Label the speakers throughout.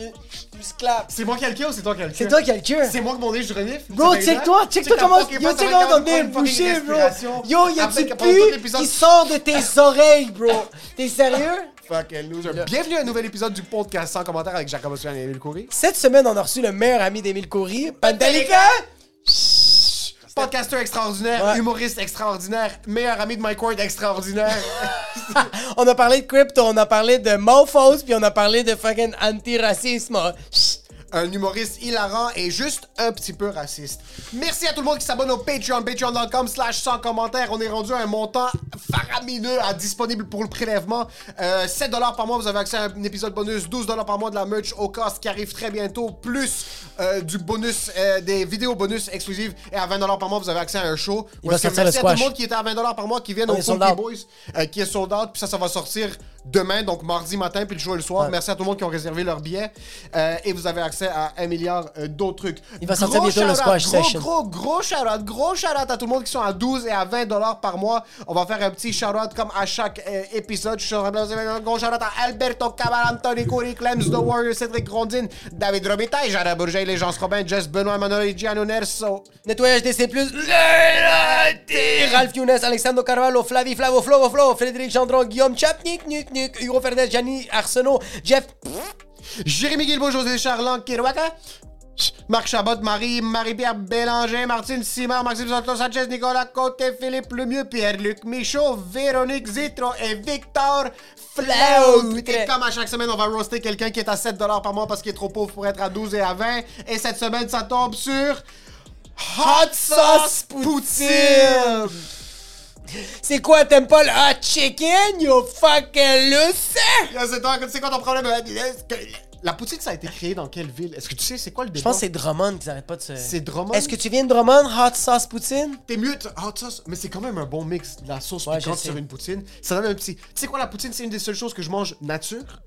Speaker 1: il- il se clap.
Speaker 2: C'est moi qui a le cure ou c'est toi qui a le cure?
Speaker 1: C'est toi qui as le cœur.
Speaker 2: C'est moi qui mon nez, je renifle.
Speaker 1: Bro,
Speaker 2: Ça fait exact.
Speaker 1: check-toi, check-toi
Speaker 2: la
Speaker 1: comment,
Speaker 2: fucking
Speaker 1: yo,
Speaker 2: face,
Speaker 1: check
Speaker 2: ça va
Speaker 1: comment ton
Speaker 2: quand même
Speaker 1: nez
Speaker 2: prendre une
Speaker 1: bouché, bro.
Speaker 2: respiration.
Speaker 1: Yo, y a
Speaker 2: Après,
Speaker 1: du
Speaker 2: pendant tout
Speaker 1: pu
Speaker 2: l'épisode-
Speaker 1: qui sort de tes oreilles, bro. T'es sérieux?
Speaker 2: Fucking loser. Bienvenue à un nouvel épisode du podcast sans commentaire avec Jacob Ossian et Emile Coury.
Speaker 1: Cette semaine, on a reçu le meilleur ami d'Émile Coury, Pandalika.
Speaker 2: Podcasteur extraordinaire,
Speaker 1: Ouais.
Speaker 2: humoriste extraordinaire, meilleur ami de Mike Ward extraordinaire.
Speaker 1: on a parlé de crypto, on a parlé de morphose, puis on a parlé de fucking antiracisme.
Speaker 2: un humoriste hilarant et juste un petit peu raciste. Merci à tout le monde qui s'abonne au Patreon, patreon.com slash sans commentaire. On est rendu à un montant faramineux à disponible pour le prélèvement. Euh, 7$ par mois, vous avez accès à un épisode bonus. 12$ par mois de la merch au cost qui arrive très bientôt. Plus euh, du bonus, euh, des vidéos bonus exclusives. Et à 20$ par mois, vous avez accès à un show.
Speaker 1: Il
Speaker 2: Où
Speaker 1: va
Speaker 2: est-ce que
Speaker 1: sortir le
Speaker 2: merci à tout le
Speaker 1: squash.
Speaker 2: monde qui était à 20$ par mois, qui viennent
Speaker 1: On
Speaker 2: au
Speaker 1: est
Speaker 2: Funky
Speaker 1: sold out.
Speaker 2: Boys, euh, qui est sold out. Puis ça, ça va sortir demain, donc mardi matin, puis le show le soir.
Speaker 1: Ouais.
Speaker 2: Merci à tout le monde qui ont réservé leur billet. Euh, et vous avez accès à un milliard euh, d'autres trucs.
Speaker 1: Il va sortir bientôt le
Speaker 2: shout-out,
Speaker 1: Squash
Speaker 2: gros,
Speaker 1: Session.
Speaker 2: Gros, gros shout-out, gros shout-out à tout le monde qui sont à 12 et à 20 dollars par mois. On va faire un petit shout-out comme à chaque euh, épisode. Je suis en train de lancer un gros shout-out à Alberto Cabral, Anthony Coury, Clems, The Warrior, Cédric Grondine, David Robitaille, Jara Bourget, Les gens Robin, Jess Benoît, Manuel Giano Nerso.
Speaker 1: Nettoyage DC+, Ralph Younes, Alexandro Carvalho, Flavie, Flavo, Flovo, Flo, Frédéric Gendron, Guillaume Chapnik, Nuc, Nuc, Hugo Fernandez, Gianni Arsenault, Jeff...
Speaker 2: Jérémy Guilbault, José Charland, Kirouaka. Marc Chabot, Marie, Marie-Pierre Bélanger, Martine Simard, Maxime Santos Sanchez, Nicolas Côté, Philippe Lemieux, Pierre-Luc Michaud, Véronique Zitro et Victor Flaut.
Speaker 1: Flaut.
Speaker 2: Et comme à chaque semaine, on va roaster quelqu'un qui est à 7 par mois parce qu'il est trop pauvre pour être à 12 et à 20. Et cette semaine, ça tombe sur Hot Sauce Poutine.
Speaker 1: C'est quoi, t'aimes pas le hot chicken, you fucking loser?
Speaker 2: Là, C'est toi- c'est quoi ton problème? Euh, Est-ce que- La poutine, ça a été créé dans quelle ville? Est-ce que tu sais c'est quoi le débat?
Speaker 1: Je pense que c'est Drummond qui s'arrête pas de se...
Speaker 2: C'est Drummond?
Speaker 1: Est-ce que tu viens de Drummond, hot sauce poutine?
Speaker 2: T'es mieux t- hot sauce, mais c'est quand même un bon mix de la sauce
Speaker 1: Ouais,
Speaker 2: piquante
Speaker 1: je sais.
Speaker 2: sur une poutine. Ça donne un petit. Tu sais quoi, la poutine, c'est une des seules choses que je mange nature.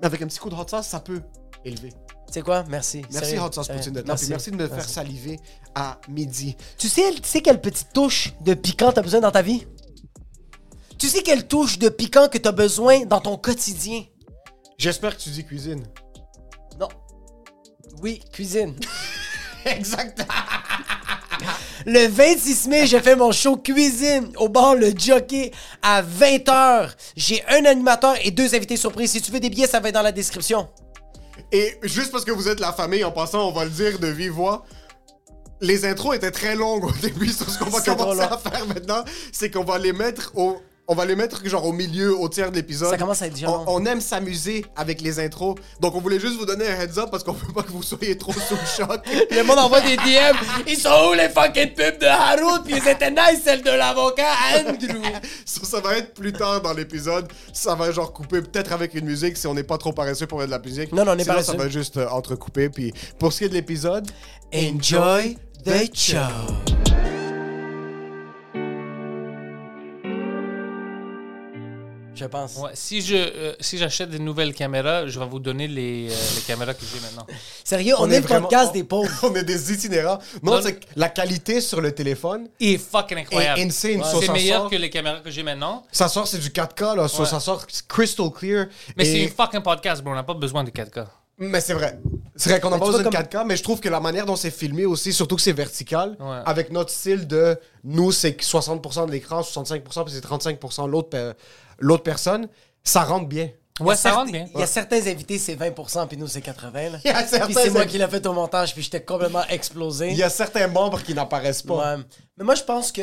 Speaker 2: Mais avec un petit coup de hot sauce, ça peut élever.
Speaker 1: C'est quoi? Merci.
Speaker 2: Merci
Speaker 1: Sérieux. Euh,
Speaker 2: hot sauce
Speaker 1: Sérieux.
Speaker 2: poutine de là, puis merci de me faire saliver à midi.
Speaker 1: Tu sais, tu sais quelle petite touche de piquant t'as besoin dans ta vie? Tu sais quelle touche de piquant que t'as besoin dans ton quotidien?
Speaker 2: J'espère que tu dis cuisine.
Speaker 1: Non. Oui, cuisine.
Speaker 2: exact.
Speaker 1: Le 26 mai, j'ai fait mon show cuisine au bar Le Jockey à 20h. J'ai un animateur et deux invités surprises. Si tu veux des billets, ça va être dans la description.
Speaker 2: Et juste parce que vous êtes la famille, en passant, on va le dire de vive voix. Les intros étaient très longues au début, sur ce qu'on va
Speaker 1: C'est trop
Speaker 2: commencer
Speaker 1: long.
Speaker 2: à faire maintenant, c'est qu'on va les mettre au. On va les mettre genre au milieu, au tiers de l'épisode.
Speaker 1: Ça commence à être
Speaker 2: on,
Speaker 1: gênant.
Speaker 2: on aime s'amuser avec les intros. Donc on voulait juste vous donner un heads up parce qu'on veut pas que vous soyez trop sous le choc.
Speaker 1: Le monde envoie des DM. Ils sont où les fucking pubs de Harold? Puis ils étaient nice, celle de l'avocat Andrew.
Speaker 2: ça, ça va être plus tard dans l'épisode. Ça va genre couper peut-être avec une musique si on n'est pas trop paresseux pour mettre de la musique.
Speaker 1: Non, non, on est
Speaker 2: Sinon,
Speaker 1: paresseux.
Speaker 2: ça va juste euh, entrecouper. Puis pour ce qui est de l'épisode,
Speaker 1: Enjoy the show. je pense.
Speaker 3: Ouais, si je euh, si j'achète des nouvelles caméras, je vais vous donner les, euh, les caméras que j'ai maintenant.
Speaker 1: Sérieux, on, est, le
Speaker 2: vraiment-
Speaker 1: podcast des pauvres.
Speaker 2: on est des itinérants. Non,
Speaker 3: Non.
Speaker 2: c'est que la qualité sur le téléphone,
Speaker 3: Et fucking incroyable.
Speaker 2: Et insane, ça,
Speaker 3: C'est
Speaker 2: ça
Speaker 3: meilleur
Speaker 2: sort.
Speaker 3: que les caméras que j'ai maintenant.
Speaker 2: ça sort, c'est du 4K, là. Ça-
Speaker 3: Ouais.
Speaker 2: Ça sort crystal clear.
Speaker 3: Mais c'est
Speaker 2: Et-
Speaker 3: une fucking podcast, bro. On n'a pas besoin de 4K.
Speaker 2: Mais c'est vrai. C'est vrai qu'on n'a
Speaker 1: Mais
Speaker 2: pas
Speaker 1: tu
Speaker 2: besoin de
Speaker 1: vois
Speaker 2: 4K, mais je trouve que la manière dont c'est filmé aussi, surtout que c'est vertical,
Speaker 3: Ouais.
Speaker 2: avec notre style de nous, c'est que 60% de l'écran, 65%, puis c'est 35% l'autre pe- l'autre personne, ça rentre bien.
Speaker 3: Ouais, ça
Speaker 1: Certes-
Speaker 3: rentre bien.
Speaker 1: Il y a certains invités, c'est 20 puis nous, c'est 80 là.
Speaker 2: Il y a certains
Speaker 1: Puis c'est moi
Speaker 2: invités-
Speaker 1: qui l'ai fait au montage, puis j'étais complètement explosé.
Speaker 2: Il y a certains membres qui n'apparaissent pas.
Speaker 1: Ouais. Mais moi, je pense que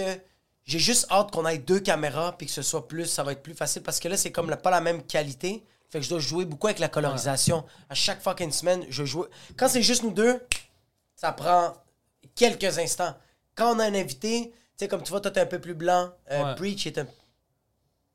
Speaker 1: j'ai juste hâte qu'on ait deux caméras, puis que ce soit plus, ça va être plus facile, parce que là, c'est comme la- pas la même qualité. Fait que je dois jouer beaucoup avec la colorisation. À chaque fucking semaine, je joue. Quand c'est juste nous deux, ça prend quelques instants. Quand on a un invité, tu sais, comme tu vois, toi, t'es un peu plus blanc. Euh,
Speaker 3: Ouais.
Speaker 1: Breach est un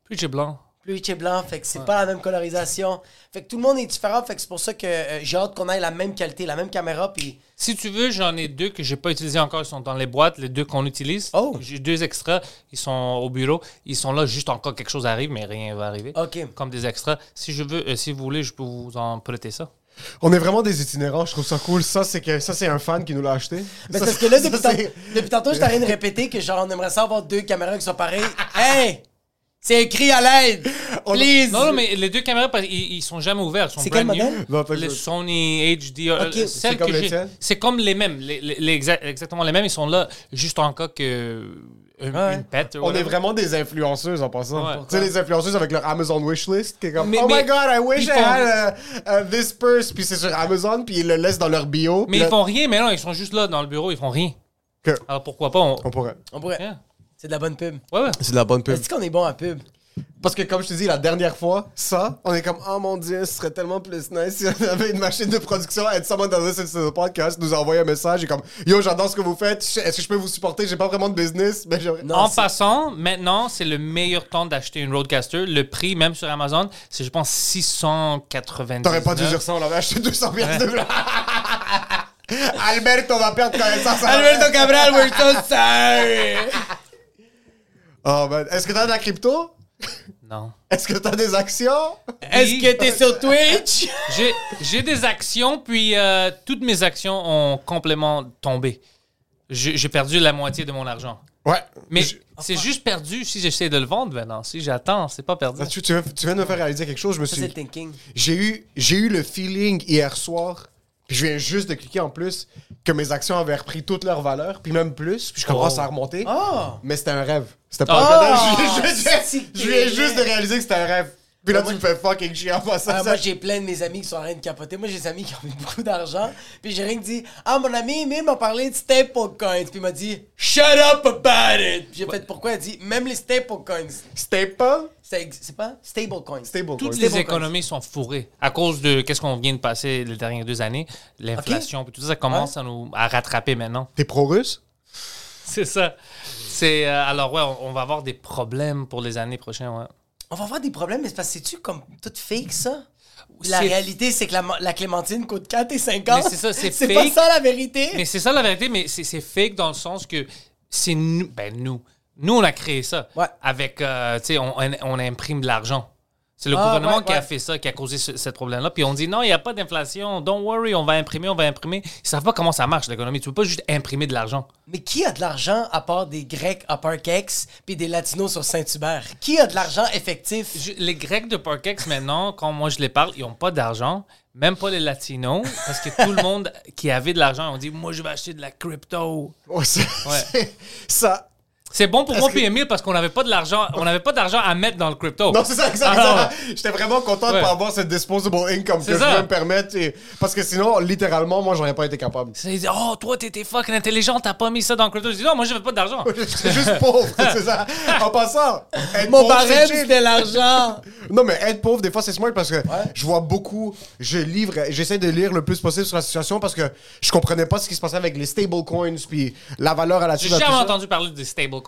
Speaker 3: Puis j'ai blanc.
Speaker 1: plus riche et blanc, fait que c'est pas la même colorisation. Fait que tout le monde est différent, fait que c'est pour ça que euh, j'ai hâte qu'on ait la même qualité, la même caméra, puis
Speaker 3: Si tu veux, j'en ai deux que j'ai pas utilisés encore. Ils sont dans les boîtes, les deux qu'on utilise.
Speaker 1: Oh.
Speaker 3: J'ai deux extras. Ils sont au bureau. Ils sont là, juste encore quelque chose arrive, mais rien va arriver.
Speaker 1: OK.
Speaker 3: Comme des extras. Si je veux, euh, si vous voulez, je peux vous en prêter ça.
Speaker 2: On est vraiment des itinérants, je trouve ça cool. Ça, c'est que ça c'est un fan qui nous l'a acheté.
Speaker 1: Mais
Speaker 2: Ça,
Speaker 1: parce que là,
Speaker 2: ça,
Speaker 1: depuis,
Speaker 2: c'est-
Speaker 1: tant- depuis tantôt, je t'arrête de répéter que genre, on aimerait ça avoir deux caméras qui soient pareilles. hey! C'est écrit à l'aide!
Speaker 2: On-
Speaker 1: Please!
Speaker 3: Non, non, mais les deux caméras, parce- ils, ils sont jamais ouverts. Ils sont
Speaker 1: C'est
Speaker 3: brand
Speaker 1: quel
Speaker 3: new.
Speaker 1: modèle?
Speaker 2: Non, t'as-
Speaker 3: Les Sony
Speaker 1: Ok.
Speaker 3: HDR. euh,
Speaker 1: C'est
Speaker 3: celles
Speaker 2: comme
Speaker 3: que
Speaker 2: les
Speaker 3: j'ai-
Speaker 2: tiennes?
Speaker 3: C'est comme les mêmes. les- les- les exa- exactement les mêmes. Ils sont là, juste en cas que. Une,
Speaker 1: Ouais.
Speaker 3: une pète.
Speaker 2: On est vraiment des influenceuses en passant.
Speaker 3: Ouais.
Speaker 2: tu sais, les influenceuses avec leur Amazon wishlist qui est comme
Speaker 3: Mais-
Speaker 2: Oh
Speaker 3: mais-
Speaker 2: my god, I wish I
Speaker 3: ils font-
Speaker 2: had uh, uh, this purse. Puis c'est sur Amazon, puis ils le laissent dans leur bio.
Speaker 3: Mais
Speaker 2: puis
Speaker 3: ils
Speaker 2: là-
Speaker 3: font rien, mais non, ils sont juste là dans le bureau, ils font rien.
Speaker 2: Que-
Speaker 3: Alors pourquoi pas on...
Speaker 2: On pourrait.
Speaker 1: On pourrait.
Speaker 3: Yeah.
Speaker 1: C'est de la bonne pub.
Speaker 3: Ouais, ouais.
Speaker 2: C'est de la bonne pub.
Speaker 1: Est-ce qu'on est bon à pub?
Speaker 2: Parce que comme je te dis, la dernière fois, ça, on est comme « Oh mon Dieu, ce serait tellement plus nice si on avait une machine de production and someone that listens to the podcast nous a envoyé un message et comme « Yo, j'adore ce que vous faites, est-ce que je peux vous supporter? J'ai pas vraiment de business, mais j'aimerais... »
Speaker 1: Non,
Speaker 3: En
Speaker 1: c'est-
Speaker 3: passant, maintenant, c'est le meilleur temps d'acheter une Roadcaster. Le prix, même sur Amazon, c'est, je pense, 690.
Speaker 2: T'aurais pas dû dire ça, on l'avait acheté 200 piastres de Alberto va perdre quand même ça. ça va.
Speaker 1: Alberto Cabral, we're so sorry!
Speaker 2: Oh man, est-ce que t'as de la crypto?
Speaker 3: Non.
Speaker 2: Est-ce que t'as des actions?
Speaker 1: Est-ce que t'es sur Twitch?
Speaker 3: J'ai, j'ai des actions, puis euh, toutes mes actions ont complètement tombé. Je- j'ai perdu la moitié de mon argent.
Speaker 2: Ouais.
Speaker 3: Mais c'est juste perdu si j'essaie de le vendre maintenant. Si j'attends, c'est pas perdu.
Speaker 2: Tu, tu viens tu viens de me faire réaliser quelque chose, je me
Speaker 1: Ça, c'est le
Speaker 2: suis...
Speaker 1: thinking.
Speaker 2: J'ai eu, j'ai eu le feeling hier soir, puis je viens juste de cliquer en plus, que mes actions avaient repris toute leur valeur, puis même plus, puis je commence à remonter.
Speaker 1: Oh!
Speaker 2: Mais c'était un rêve.
Speaker 3: Ah,
Speaker 2: C'était pas
Speaker 1: Oh!
Speaker 2: un Ah, je, viens
Speaker 1: C'est
Speaker 2: juste- je viens juste de réaliser que c'était un rêve. Puis là,
Speaker 1: Moi,
Speaker 2: tu me fais fucking chier en passant
Speaker 1: Ah,
Speaker 2: ça.
Speaker 1: moi, j'ai plein de mes amis qui sont en train de capoter. Moi, j'ai des amis qui ont mis beaucoup d'argent. Puis j'ai rien que dit Ah, mon ami, mais m'a parlé de staple coins. Puis il m'a dit Shut up about it. Puis j'ai fait Pourquoi Il a dit Même les staple coins.
Speaker 2: Staple?
Speaker 1: Ça ex- C'est pas stable coins.
Speaker 2: Stable.
Speaker 3: Toutes
Speaker 1: Stable
Speaker 3: les
Speaker 1: coins.
Speaker 3: économies sont fourrées à cause de qu'est-ce qu'on vient de passer les dernières deux années, l'inflation, puis tout ça, ça commence à nous à rattraper maintenant.
Speaker 2: T'es pro-russe?
Speaker 3: C'est ça. C'est euh, alors ouais, on, on va avoir des problèmes pour les années prochaines. Ouais.
Speaker 1: On va avoir des problèmes, mais c'est parce que c'est-tu comme tout fake, ça La
Speaker 3: C'est-
Speaker 1: réalité, c'est que la, la clémentine coûte 4 et 50.
Speaker 3: Mais c'est ça, c'est
Speaker 1: C'est pas
Speaker 3: fake.
Speaker 1: ça la vérité.
Speaker 3: Mais c'est ça la vérité, mais c'est c'est fake dans le sens que c'est nous, ben nous, nous on a créé ça.
Speaker 1: Ouais.
Speaker 3: Avec, euh, tu sais, on, on- on imprime de l'argent. C'est le
Speaker 1: Ah,
Speaker 3: gouvernement
Speaker 1: ouais,
Speaker 3: qui
Speaker 1: ouais.
Speaker 3: a fait ça, qui a causé ce, ce problème-là. Puis on dit non, il n'y a pas d'inflation. Don't worry, on va imprimer, on va imprimer. Ils savent pas comment ça marche l'économie. Tu peux pas juste imprimer de l'argent.
Speaker 1: Mais qui a de l'argent à part des Grecs à Parkex puis des Latinos sur Saint-Hubert Qui a de l'argent effectif
Speaker 3: Je- les Grecs de Parkex, maintenant, quand moi je les parle, ils n'ont pas d'argent, même pas les Latinos, parce que tout le monde qui avait de l'argent, on dit Moi, je vais acheter de la crypto.
Speaker 2: Oh, c'est-
Speaker 3: Ouais.
Speaker 2: c'est- ça.
Speaker 3: C'est bon pour moi,
Speaker 2: que-
Speaker 3: puis Emile, parce qu'on n'avait pas de l'argent on n'avait pas d'argent à mettre dans le crypto.
Speaker 2: Non, c'est ça, exact.
Speaker 3: Alors-
Speaker 2: ça. J'étais vraiment content de
Speaker 3: Ah, Ouais.
Speaker 2: pas avoir ce disposable income que
Speaker 3: C'est ça.
Speaker 2: je peux me permettre. et- Parce que sinon, littéralement, moi, j'aurais pas été capable.
Speaker 3: Ça, ils disent, oh, toi, t'étais fucking intelligent, t'as pas mis ça dans le crypto. Je dis, non, moi, j'avais pas d'argent.
Speaker 2: J'étais juste pauvre, c'est ça. En passant, être
Speaker 1: Mon
Speaker 2: pauvre, c'est
Speaker 1: barème,
Speaker 2: chill.
Speaker 1: c'était l'argent.
Speaker 2: Non, mais être pauvre, des fois, c'est smart parce que je vois beaucoup, je livre, j'essaie de lire le plus possible sur la situation parce que je comprenais pas ce qui se passait avec les stablecoins puis la valeur à la
Speaker 3: J'ai
Speaker 2: suite à tout
Speaker 3: jamais
Speaker 2: ça.
Speaker 3: entendu parler des stablecoins.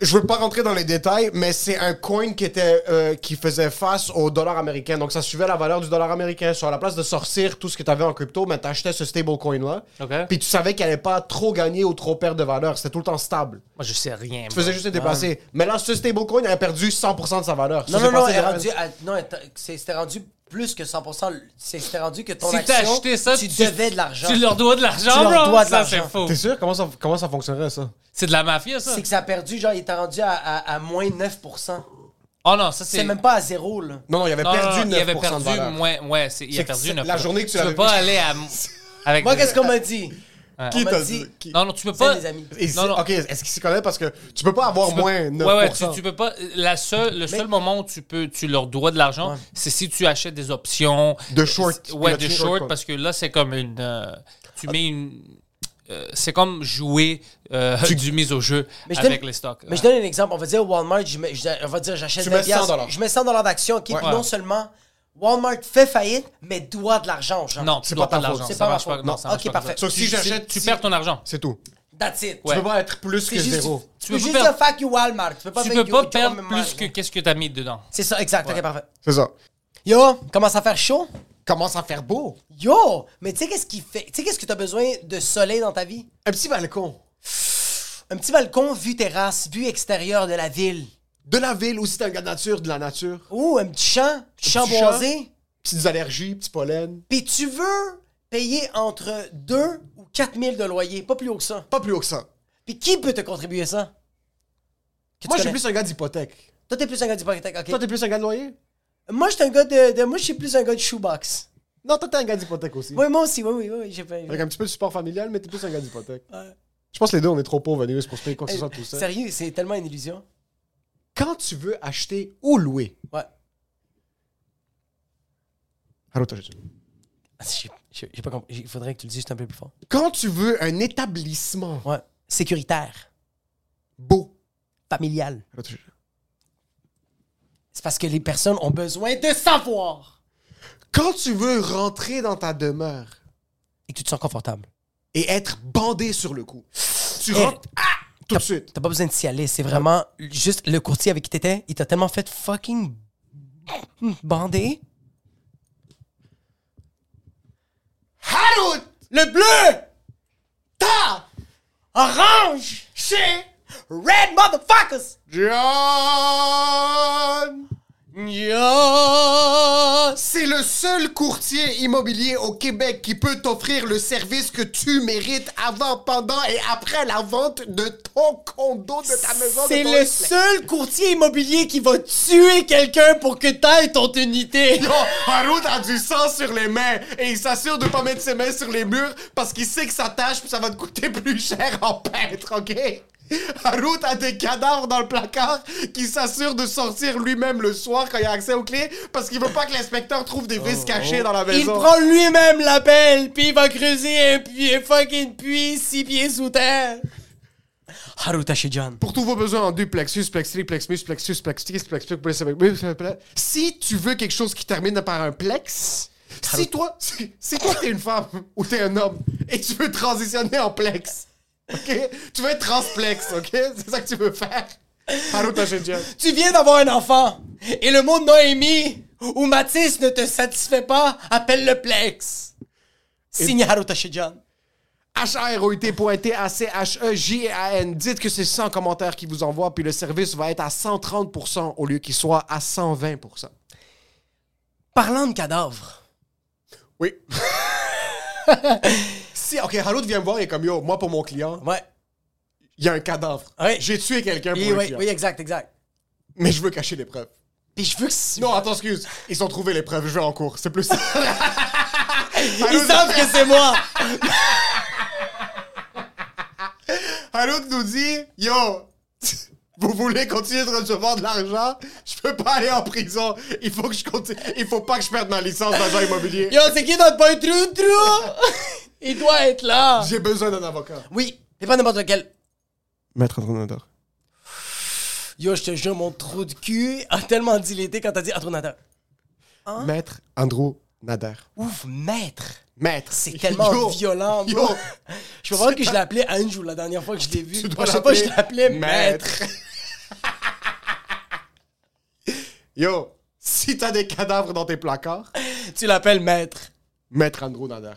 Speaker 2: je veux pas rentrer dans les détails, mais c'est un coin qui était euh, qui faisait face au dollar américain. Donc ça suivait la valeur du dollar américain. Sur la place de sortir tout ce que tu avais en crypto, mais t'achetais ce stablecoin là.
Speaker 3: OK.
Speaker 2: Puis tu savais qu'elle allait pas trop gagner ou trop perdre de valeur. C'était tout le temps stable.
Speaker 3: Moi, je sais rien.
Speaker 2: Tu faisais juste
Speaker 1: Ah.
Speaker 2: te déplacer. Mais là, ce stablecoin elle a perdu 100% de sa valeur.
Speaker 1: Non,
Speaker 2: Ça s'est
Speaker 1: non, non,
Speaker 2: passé
Speaker 1: elle est
Speaker 2: de-
Speaker 1: rendue à- non, elle t'a- c'est- c'était rendu plus que 100%. C'est- C'était rendu que ton
Speaker 3: Si t'as
Speaker 1: action,
Speaker 3: acheté ça,
Speaker 1: tu devais de l'argent.
Speaker 3: Tu leur dois de l'argent,
Speaker 1: Tu leur
Speaker 3: bro.
Speaker 1: dois de
Speaker 3: ça,
Speaker 1: l'argent.
Speaker 3: c'est faux.
Speaker 2: T'es sûr comment ça, comment ça fonctionnerait ça
Speaker 3: C'est de la mafia, ça.
Speaker 1: C'est que ça a perdu, genre, il était rendu à, à, à moins 9%.
Speaker 3: Oh non, ça,
Speaker 1: C'est
Speaker 3: c'est.
Speaker 1: même pas à zéro, là.
Speaker 2: Non, non, il avait
Speaker 3: Non, non,
Speaker 2: perdu 9%
Speaker 3: non, il avait perdu
Speaker 2: de valeur.
Speaker 3: moins. Ouais, c'est- il
Speaker 2: C'est
Speaker 3: a
Speaker 2: que
Speaker 3: perdu
Speaker 2: c'est
Speaker 3: 9
Speaker 2: la journée que tu l'avais
Speaker 3: peux pas
Speaker 2: vu.
Speaker 3: aller à. Avec
Speaker 1: Moi, qu'est-ce qu'on
Speaker 2: Euh,
Speaker 1: m'a dit?
Speaker 2: Qui
Speaker 1: On
Speaker 2: t'a
Speaker 1: m'a dit-
Speaker 2: dit- qui-
Speaker 3: Non, non, tu peux
Speaker 1: C'est
Speaker 3: pas.
Speaker 1: les amis.
Speaker 2: Et c'est-
Speaker 3: Non, non.
Speaker 2: Ok, est-ce qu'il s'y connaît parce que tu peux pas avoir moins 9%.
Speaker 3: Ouais, ouais, tu, tu peux pas. La seule, le seul moment où tu peux, tu leur dois de l'argent, c'est si tu achètes des options.
Speaker 2: De short.
Speaker 3: C'est- Ouais,
Speaker 2: Tu
Speaker 3: de
Speaker 2: mets
Speaker 3: short,
Speaker 2: quoi.
Speaker 3: parce que là, c'est comme une. euh, tu
Speaker 1: Ah.
Speaker 3: mets une. euh, c'est comme jouer euh, du mise au jeu
Speaker 1: Mais je donne-
Speaker 3: avec les stocks.
Speaker 1: Mais je donne un exemple. On va dire Walmart, je mets- je- on va dire j'achète
Speaker 2: Tu mets
Speaker 1: 20 piastres,
Speaker 2: 100
Speaker 1: Je mets 100 d'actions. ok? Puis
Speaker 3: Ouais.
Speaker 1: Non seulement Walmart fait faillite, mais doit de l'argent, genre.
Speaker 3: Non, tu
Speaker 2: C'est
Speaker 3: dois
Speaker 2: pas
Speaker 3: pas
Speaker 2: ta
Speaker 3: de l'argent.
Speaker 2: faute.
Speaker 3: Ça
Speaker 1: C'est pas ma
Speaker 3: marche pas.
Speaker 1: faute.
Speaker 3: non,
Speaker 1: Non.
Speaker 3: ça marche
Speaker 1: Ok,
Speaker 3: pas comme
Speaker 1: parfait.
Speaker 3: ça.
Speaker 2: Sauf si
Speaker 3: Tu-
Speaker 2: j'achète-
Speaker 3: Tu
Speaker 2: si-
Speaker 3: perds ton argent.
Speaker 2: C'est tout.
Speaker 1: That's it.
Speaker 3: Ouais.
Speaker 2: Tu peux pas être plus que
Speaker 1: C'est juste,
Speaker 2: zéro.
Speaker 1: tu
Speaker 3: peux
Speaker 1: peux
Speaker 3: pas
Speaker 1: juste
Speaker 3: perdre-
Speaker 1: dire fuck you Walmart. Tu peux pas,
Speaker 3: Tu
Speaker 1: faire
Speaker 3: peux
Speaker 1: you-
Speaker 3: pas
Speaker 1: you
Speaker 3: perdre
Speaker 1: Walmart.
Speaker 3: plus que qu'est-ce que t'as mis dedans.
Speaker 1: C'est ça, exact. Ok, parfait.
Speaker 2: C'est ça.
Speaker 1: Yo, commence à faire chaud.
Speaker 2: Commence à faire beau.
Speaker 1: Yo, mais tu sais qu'est-ce qui fait Tu sais qu'est-ce que t'as besoin de soleil dans ta vie
Speaker 2: Un petit balcon.
Speaker 1: Un petit balcon, vue terrasse, vue extérieure de la ville.
Speaker 2: De la ville aussi, t'as un gars de nature, de la nature.
Speaker 1: Ou un petit champ, petit champ
Speaker 2: petit
Speaker 1: boisé.
Speaker 2: Petites allergies, petit pollen.
Speaker 1: Puis tu veux payer entre 2 ou 4 000 de loyer, pas plus haut que ça.
Speaker 2: Pas plus haut que ça.
Speaker 1: Puis qui peut te contribuer ça Que tu
Speaker 2: Moi, je suis
Speaker 1: connais.
Speaker 2: plus un gars d'hypothèque.
Speaker 1: Toi, t'es plus un gars d'hypothèque, ok.
Speaker 2: Toi, t'es plus un gars de loyer?
Speaker 1: Moi, j'étais un gars de, de- Moi, je suis plus un gars de shoebox.
Speaker 2: Non, toi, t'es un gars d'hypothèque aussi.
Speaker 1: Oui, moi aussi, oui, oui, oui, oui, j'ai fait.
Speaker 2: Avec un petit peu de support familial, mais t'es plus un gars d'hypothèque.
Speaker 1: Ouais.
Speaker 2: Je pense que les deux, on est trop pauvres, anyways, pour se payer quoi que ce soit tout ça.
Speaker 1: Sérieux, c'est tellement une illusion.
Speaker 2: Quand tu veux acheter ou louer...
Speaker 1: Ouais.
Speaker 2: Allô, t'as juste-
Speaker 1: Ah, J'ai j'ai- j'ai pas compris. Il faudrait que tu le dises juste un peu plus fort.
Speaker 2: Quand tu veux un établissement
Speaker 1: Ouais. Sécuritaire,
Speaker 2: beau...
Speaker 1: familial.
Speaker 2: Allô, t'as juste-
Speaker 1: C'est parce que les personnes ont besoin de savoir
Speaker 2: Quand tu veux rentrer dans ta demeure...
Speaker 1: et que tu te sens confortable.
Speaker 2: et être bandé sur le coup. Tu
Speaker 1: Eh,
Speaker 2: rentres ah, tout de suite.
Speaker 1: T'as pas besoin de s'y aller. C'est vraiment juste le courtier avec qui t'étais. Il t'a tellement fait fucking bandé.
Speaker 2: Harout,
Speaker 1: Le bleu!
Speaker 2: ta,
Speaker 1: Orange!
Speaker 2: chez
Speaker 1: Red motherfuckers!
Speaker 2: John.
Speaker 1: Yo!
Speaker 2: C'est le seul courtier immobilier au Québec qui peut t'offrir le service que tu mérites avant, pendant et après la vente de ton condo, de ta maison. de
Speaker 1: C'est
Speaker 2: Oh, ton
Speaker 1: le
Speaker 2: immeuble.
Speaker 1: seul courtier immobilier qui va tuer quelqu'un pour que t'ailles ton unité.
Speaker 2: Yo, Harout a du sang sur les mains et il s'assure de pas mettre ses mains sur les murs parce qu'il sait que ça tâche puis ça va te coûter plus cher en peintre, ok? Harout a des cadavres dans le placard qui s'assure de sortir lui-même le soir quand il a accès aux clés parce qu'il veut pas que l'inspecteur trouve des vis cachées dans la
Speaker 1: Il
Speaker 2: maison.
Speaker 1: prend lui-même la pelle, puis il va creuser un, puits, un fucking puits six pieds sous terre. Haruta chez John.
Speaker 2: Pour tous vos besoins en duplexus, plexi, plexmus, plexus, plexis, plexus, plexus, plexus, plexus, Si tu veux quelque chose qui termine par un plex, si toi, si, si toi t'es une femme ou t'es un homme et tu veux transitionner en plex, ok? Tu veux être transplex, ok? C'est ça que tu veux faire. Allô, ta chez Dieu.
Speaker 1: Tu viens d'avoir un enfant, et le mot Noémie ou Mathis ne te satisfait pas, appelle le plex. Signe Haruta chez John.
Speaker 2: H-A-R-O-U-T.T a c h e j a n Dites que c'est 100 commentaires qui vous envoient, puis le service va être à 130% au lieu qu'il soit à 120%.
Speaker 1: Parlant de cadavres.
Speaker 2: Oui. si, ok, Halout vient me voir et est comme yo, moi pour mon client,
Speaker 1: Ouais.
Speaker 2: il y a un cadavre.
Speaker 1: Ouais.
Speaker 2: J'ai tué quelqu'un pour
Speaker 1: Oui,
Speaker 2: le
Speaker 1: oui,
Speaker 2: client.
Speaker 1: oui, exact, exact.
Speaker 2: Mais je veux cacher les preuves.
Speaker 1: Puis je veux que...
Speaker 2: Non, attends, excuse. Ils ont trouvé les preuves, je vais en cours. C'est plus.
Speaker 1: Ils savent que c'est moi.
Speaker 2: Halout nous dit yo, vous voulez continuer de recevoir de l'argent Je peux pas aller en prison. Il faut que je continue. Il faut pas que je perde ma licence d'agent immobilier.
Speaker 1: Yo, c'est qui notre boy Trou Trou? Il doit être là.
Speaker 2: J'ai besoin d'un avocat.
Speaker 1: Oui, mais pas n'importe lequel.
Speaker 2: Maître Andronador.
Speaker 1: Yo, je te jure, mon trou de cul a tellement dilaté quand t'as dit Atronada. Hein?
Speaker 2: Maître Andrew Nader.
Speaker 1: Ouf, maître!
Speaker 2: Maître.
Speaker 1: C'est tellement
Speaker 2: Yo.
Speaker 1: violent,
Speaker 2: Yo.
Speaker 1: moi. Je peux voir que je l'appelais Andrew la dernière fois que je l'ai vu.
Speaker 2: Tu
Speaker 1: La
Speaker 2: dois
Speaker 1: prochaine fois, je
Speaker 2: l'appeler
Speaker 1: l'appelais maître.
Speaker 2: Yo, si t'as des cadavres dans tes placards,
Speaker 1: Tu l'appelles maître.
Speaker 2: mettre Andrew Nader.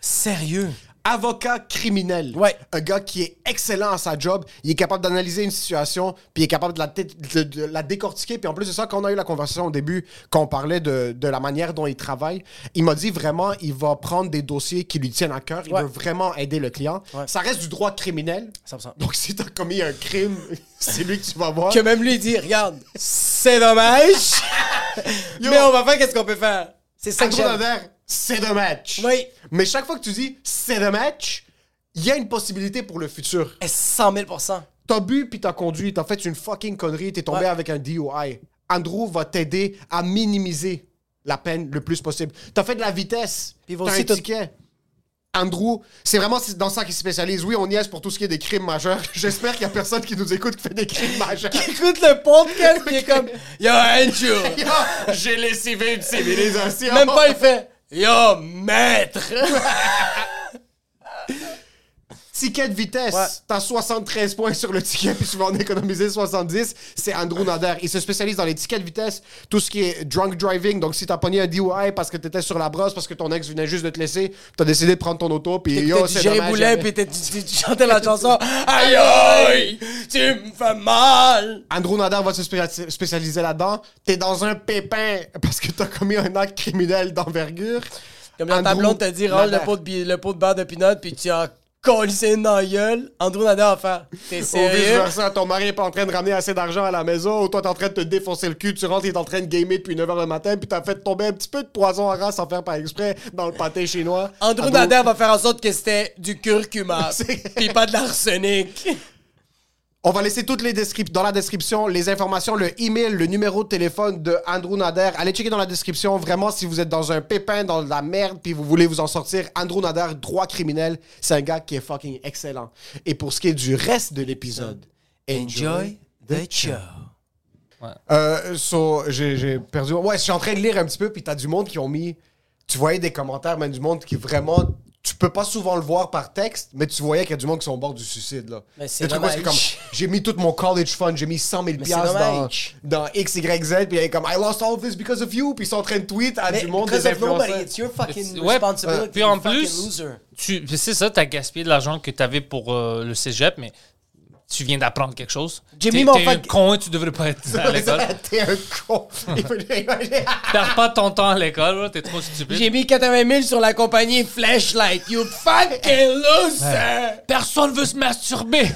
Speaker 1: Sérieux?
Speaker 2: Avocat criminel.
Speaker 1: Ouais.
Speaker 2: Un gars qui est excellent à sa job. Il est capable d'analyser une situation, puis il est capable de la, dé- de- de la décortiquer. Puis en plus de ça, quand on a eu la conversation au début, quand on parlait de, de la manière dont il travaille, il m'a dit vraiment, il va prendre des dossiers qui lui tiennent à cœur. Il
Speaker 1: Ouais.
Speaker 2: veut vraiment aider le client.
Speaker 1: Ouais.
Speaker 2: Ça reste du droit criminel.
Speaker 1: 100%.
Speaker 2: Donc si t'as commis un crime, c'est lui que tu vas voir.
Speaker 1: Que même lui il dit, regarde, c'est dommage, mais on va faire qu'est-ce qu'on peut faire. C'est ça que
Speaker 2: Andrew
Speaker 1: Ah, j'aime.
Speaker 2: Nader, c'est de match.
Speaker 1: Oui.
Speaker 2: Mais chaque fois que tu dis c'est de match, il y a une possibilité pour le futur.
Speaker 1: Eh, 100 000
Speaker 2: T'as bu puis t'as conduit, t'as fait une fucking connerie, t'es tombé
Speaker 1: Ouais.
Speaker 2: avec un DUI. Andrew va t'aider à minimiser la peine le plus possible. T'as fait de la vitesse,
Speaker 1: Puis il va
Speaker 2: t'as
Speaker 1: aussi
Speaker 2: un
Speaker 1: te-
Speaker 2: ticket. Andrew, c'est vraiment dans ça qu'il se spécialise. Oui, on y est pour tout ce qui est des crimes majeurs. J'espère qu'il y a personne qui nous écoute qui fait des crimes majeurs.
Speaker 1: Écoute le podcast, il est comme, yo Andrew,
Speaker 2: Ah, J'ai lessivé une civilisation.
Speaker 1: même pas il fait, yo maître.
Speaker 2: Ticket de vitesse,
Speaker 1: Ouais.
Speaker 2: t'as 73 points sur le ticket, puis tu vas en économiser 70. C'est Andrew Nader. Il se spécialise dans les tickets de vitesse, tout ce qui est drunk driving. Donc, si t'as pogné un DUI parce que t'étais sur la brosse, parce que ton ex venait juste de te laisser, t'as décidé de prendre ton auto, puis yo,
Speaker 1: T'écoutais
Speaker 2: c'est
Speaker 1: Jerry
Speaker 2: dommage.
Speaker 1: Boulet, puis t'es- tu tu chantais la chanson « Aïe, aïe, tu me fais mal
Speaker 2: Andrew Nader va se spécia- spécialiser là-dedans. T'es dans un pépin parce que t'as commis un acte criminel d'envergure. ».
Speaker 1: Comme dans ta
Speaker 2: Andrew
Speaker 1: blonde t'a dit « Rôle le
Speaker 2: Nader.
Speaker 1: pot de, bi- le pot de beurre de pinot, puis tu as collé une dans la gueule. Andrew Nader va faire « T'es
Speaker 2: Au
Speaker 1: sérieux?
Speaker 2: vice-versa, ton mari est pas en train de ramener assez d'argent à la maison, ou toi t'es en train de te défoncer le cul, tu rentres, il est en train de gamer depuis 9h le matin, puis t'as fait tomber un petit peu de poison à race sans faire par exprès dans le pâté chinois. »
Speaker 1: Andrew Nader va faire en sorte que c'était du curcuma,
Speaker 2: C'est-
Speaker 1: puis pas de l'arsenic.
Speaker 2: On va laisser toutes les descriptions dans la description, les informations, le email, le numéro de téléphone de Andrew Nader. Allez checker dans la description. Vraiment, si vous êtes dans un pépin, dans de la merde, puis vous voulez vous en sortir, Andrew Nader, droit criminel, c'est un gars qui est fucking excellent. Et pour ce qui est du reste de l'épisode,
Speaker 1: Enjoy the show.
Speaker 2: Euh, so, j'ai j'ai perdu. Ouais, je suis en train de lire un petit peu, puis t'as du monde qui ont mis. Tu voyais des commentaires, même du monde qui vraiment. Tu peux pas souvent le voir par texte, mais tu voyais qu'il y a du monde qui sont au bord du suicide, là.
Speaker 1: Mais c'est
Speaker 2: Des trucs où c'est comme.
Speaker 1: dommage.
Speaker 2: J'ai mis tout mon college fund, j'ai mis 100 000
Speaker 1: Mais c'est
Speaker 2: piastres dans,
Speaker 1: dommage.
Speaker 2: dans X, Y, Z, puis il y a comme I lost all this because of you, puis ils sont en train de tweet à du monde des
Speaker 1: because of nobody,
Speaker 2: influenceurs.
Speaker 1: it's your fucking
Speaker 3: Ouais,
Speaker 1: responsibility,
Speaker 3: puis en
Speaker 1: you fucking
Speaker 3: plus-
Speaker 1: loser.
Speaker 3: Tu- puis c'est ça, t'as gaspillé de l'argent que t'avais pour euh, le cégep, mais tu viens d'apprendre quelque chose.
Speaker 1: J'ai
Speaker 3: T'es-
Speaker 1: mis mon
Speaker 3: t'es un
Speaker 1: fac-
Speaker 3: con et tu devrais pas être à l'école.
Speaker 2: T'es un con. Il faut-
Speaker 3: Perds pas ton temps à l'école, là, t'es trop stupide.
Speaker 1: J'ai mis 80 000 sur la compagnie Flashlight, you fucking loser
Speaker 3: Personne veut se masturber.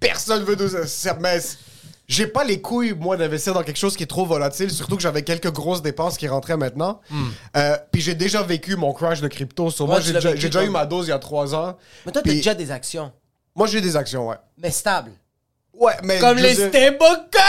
Speaker 2: personne veut nous SMS. J'ai pas les couilles, moi, d'investir dans quelque chose qui est trop volatile, surtout que j'avais quelques grosses dépenses qui rentraient maintenant.
Speaker 3: Hmm.
Speaker 2: Euh, puis j'ai déjà vécu mon crash de crypto. Sur moi,
Speaker 1: tu
Speaker 2: j'ai
Speaker 1: l'as
Speaker 2: déjà,
Speaker 1: vécu,
Speaker 2: j'ai déjà
Speaker 1: toi.
Speaker 2: eu ma dose il y a trois ans.
Speaker 1: Mais toi, t'as
Speaker 2: Puis-
Speaker 1: déjà des actions,
Speaker 2: Moi, j'ai des actions, ouais.
Speaker 1: mais stables.
Speaker 2: Ouais, mais.
Speaker 1: Comme
Speaker 2: je
Speaker 1: les
Speaker 2: veux dire,
Speaker 1: stablecoins!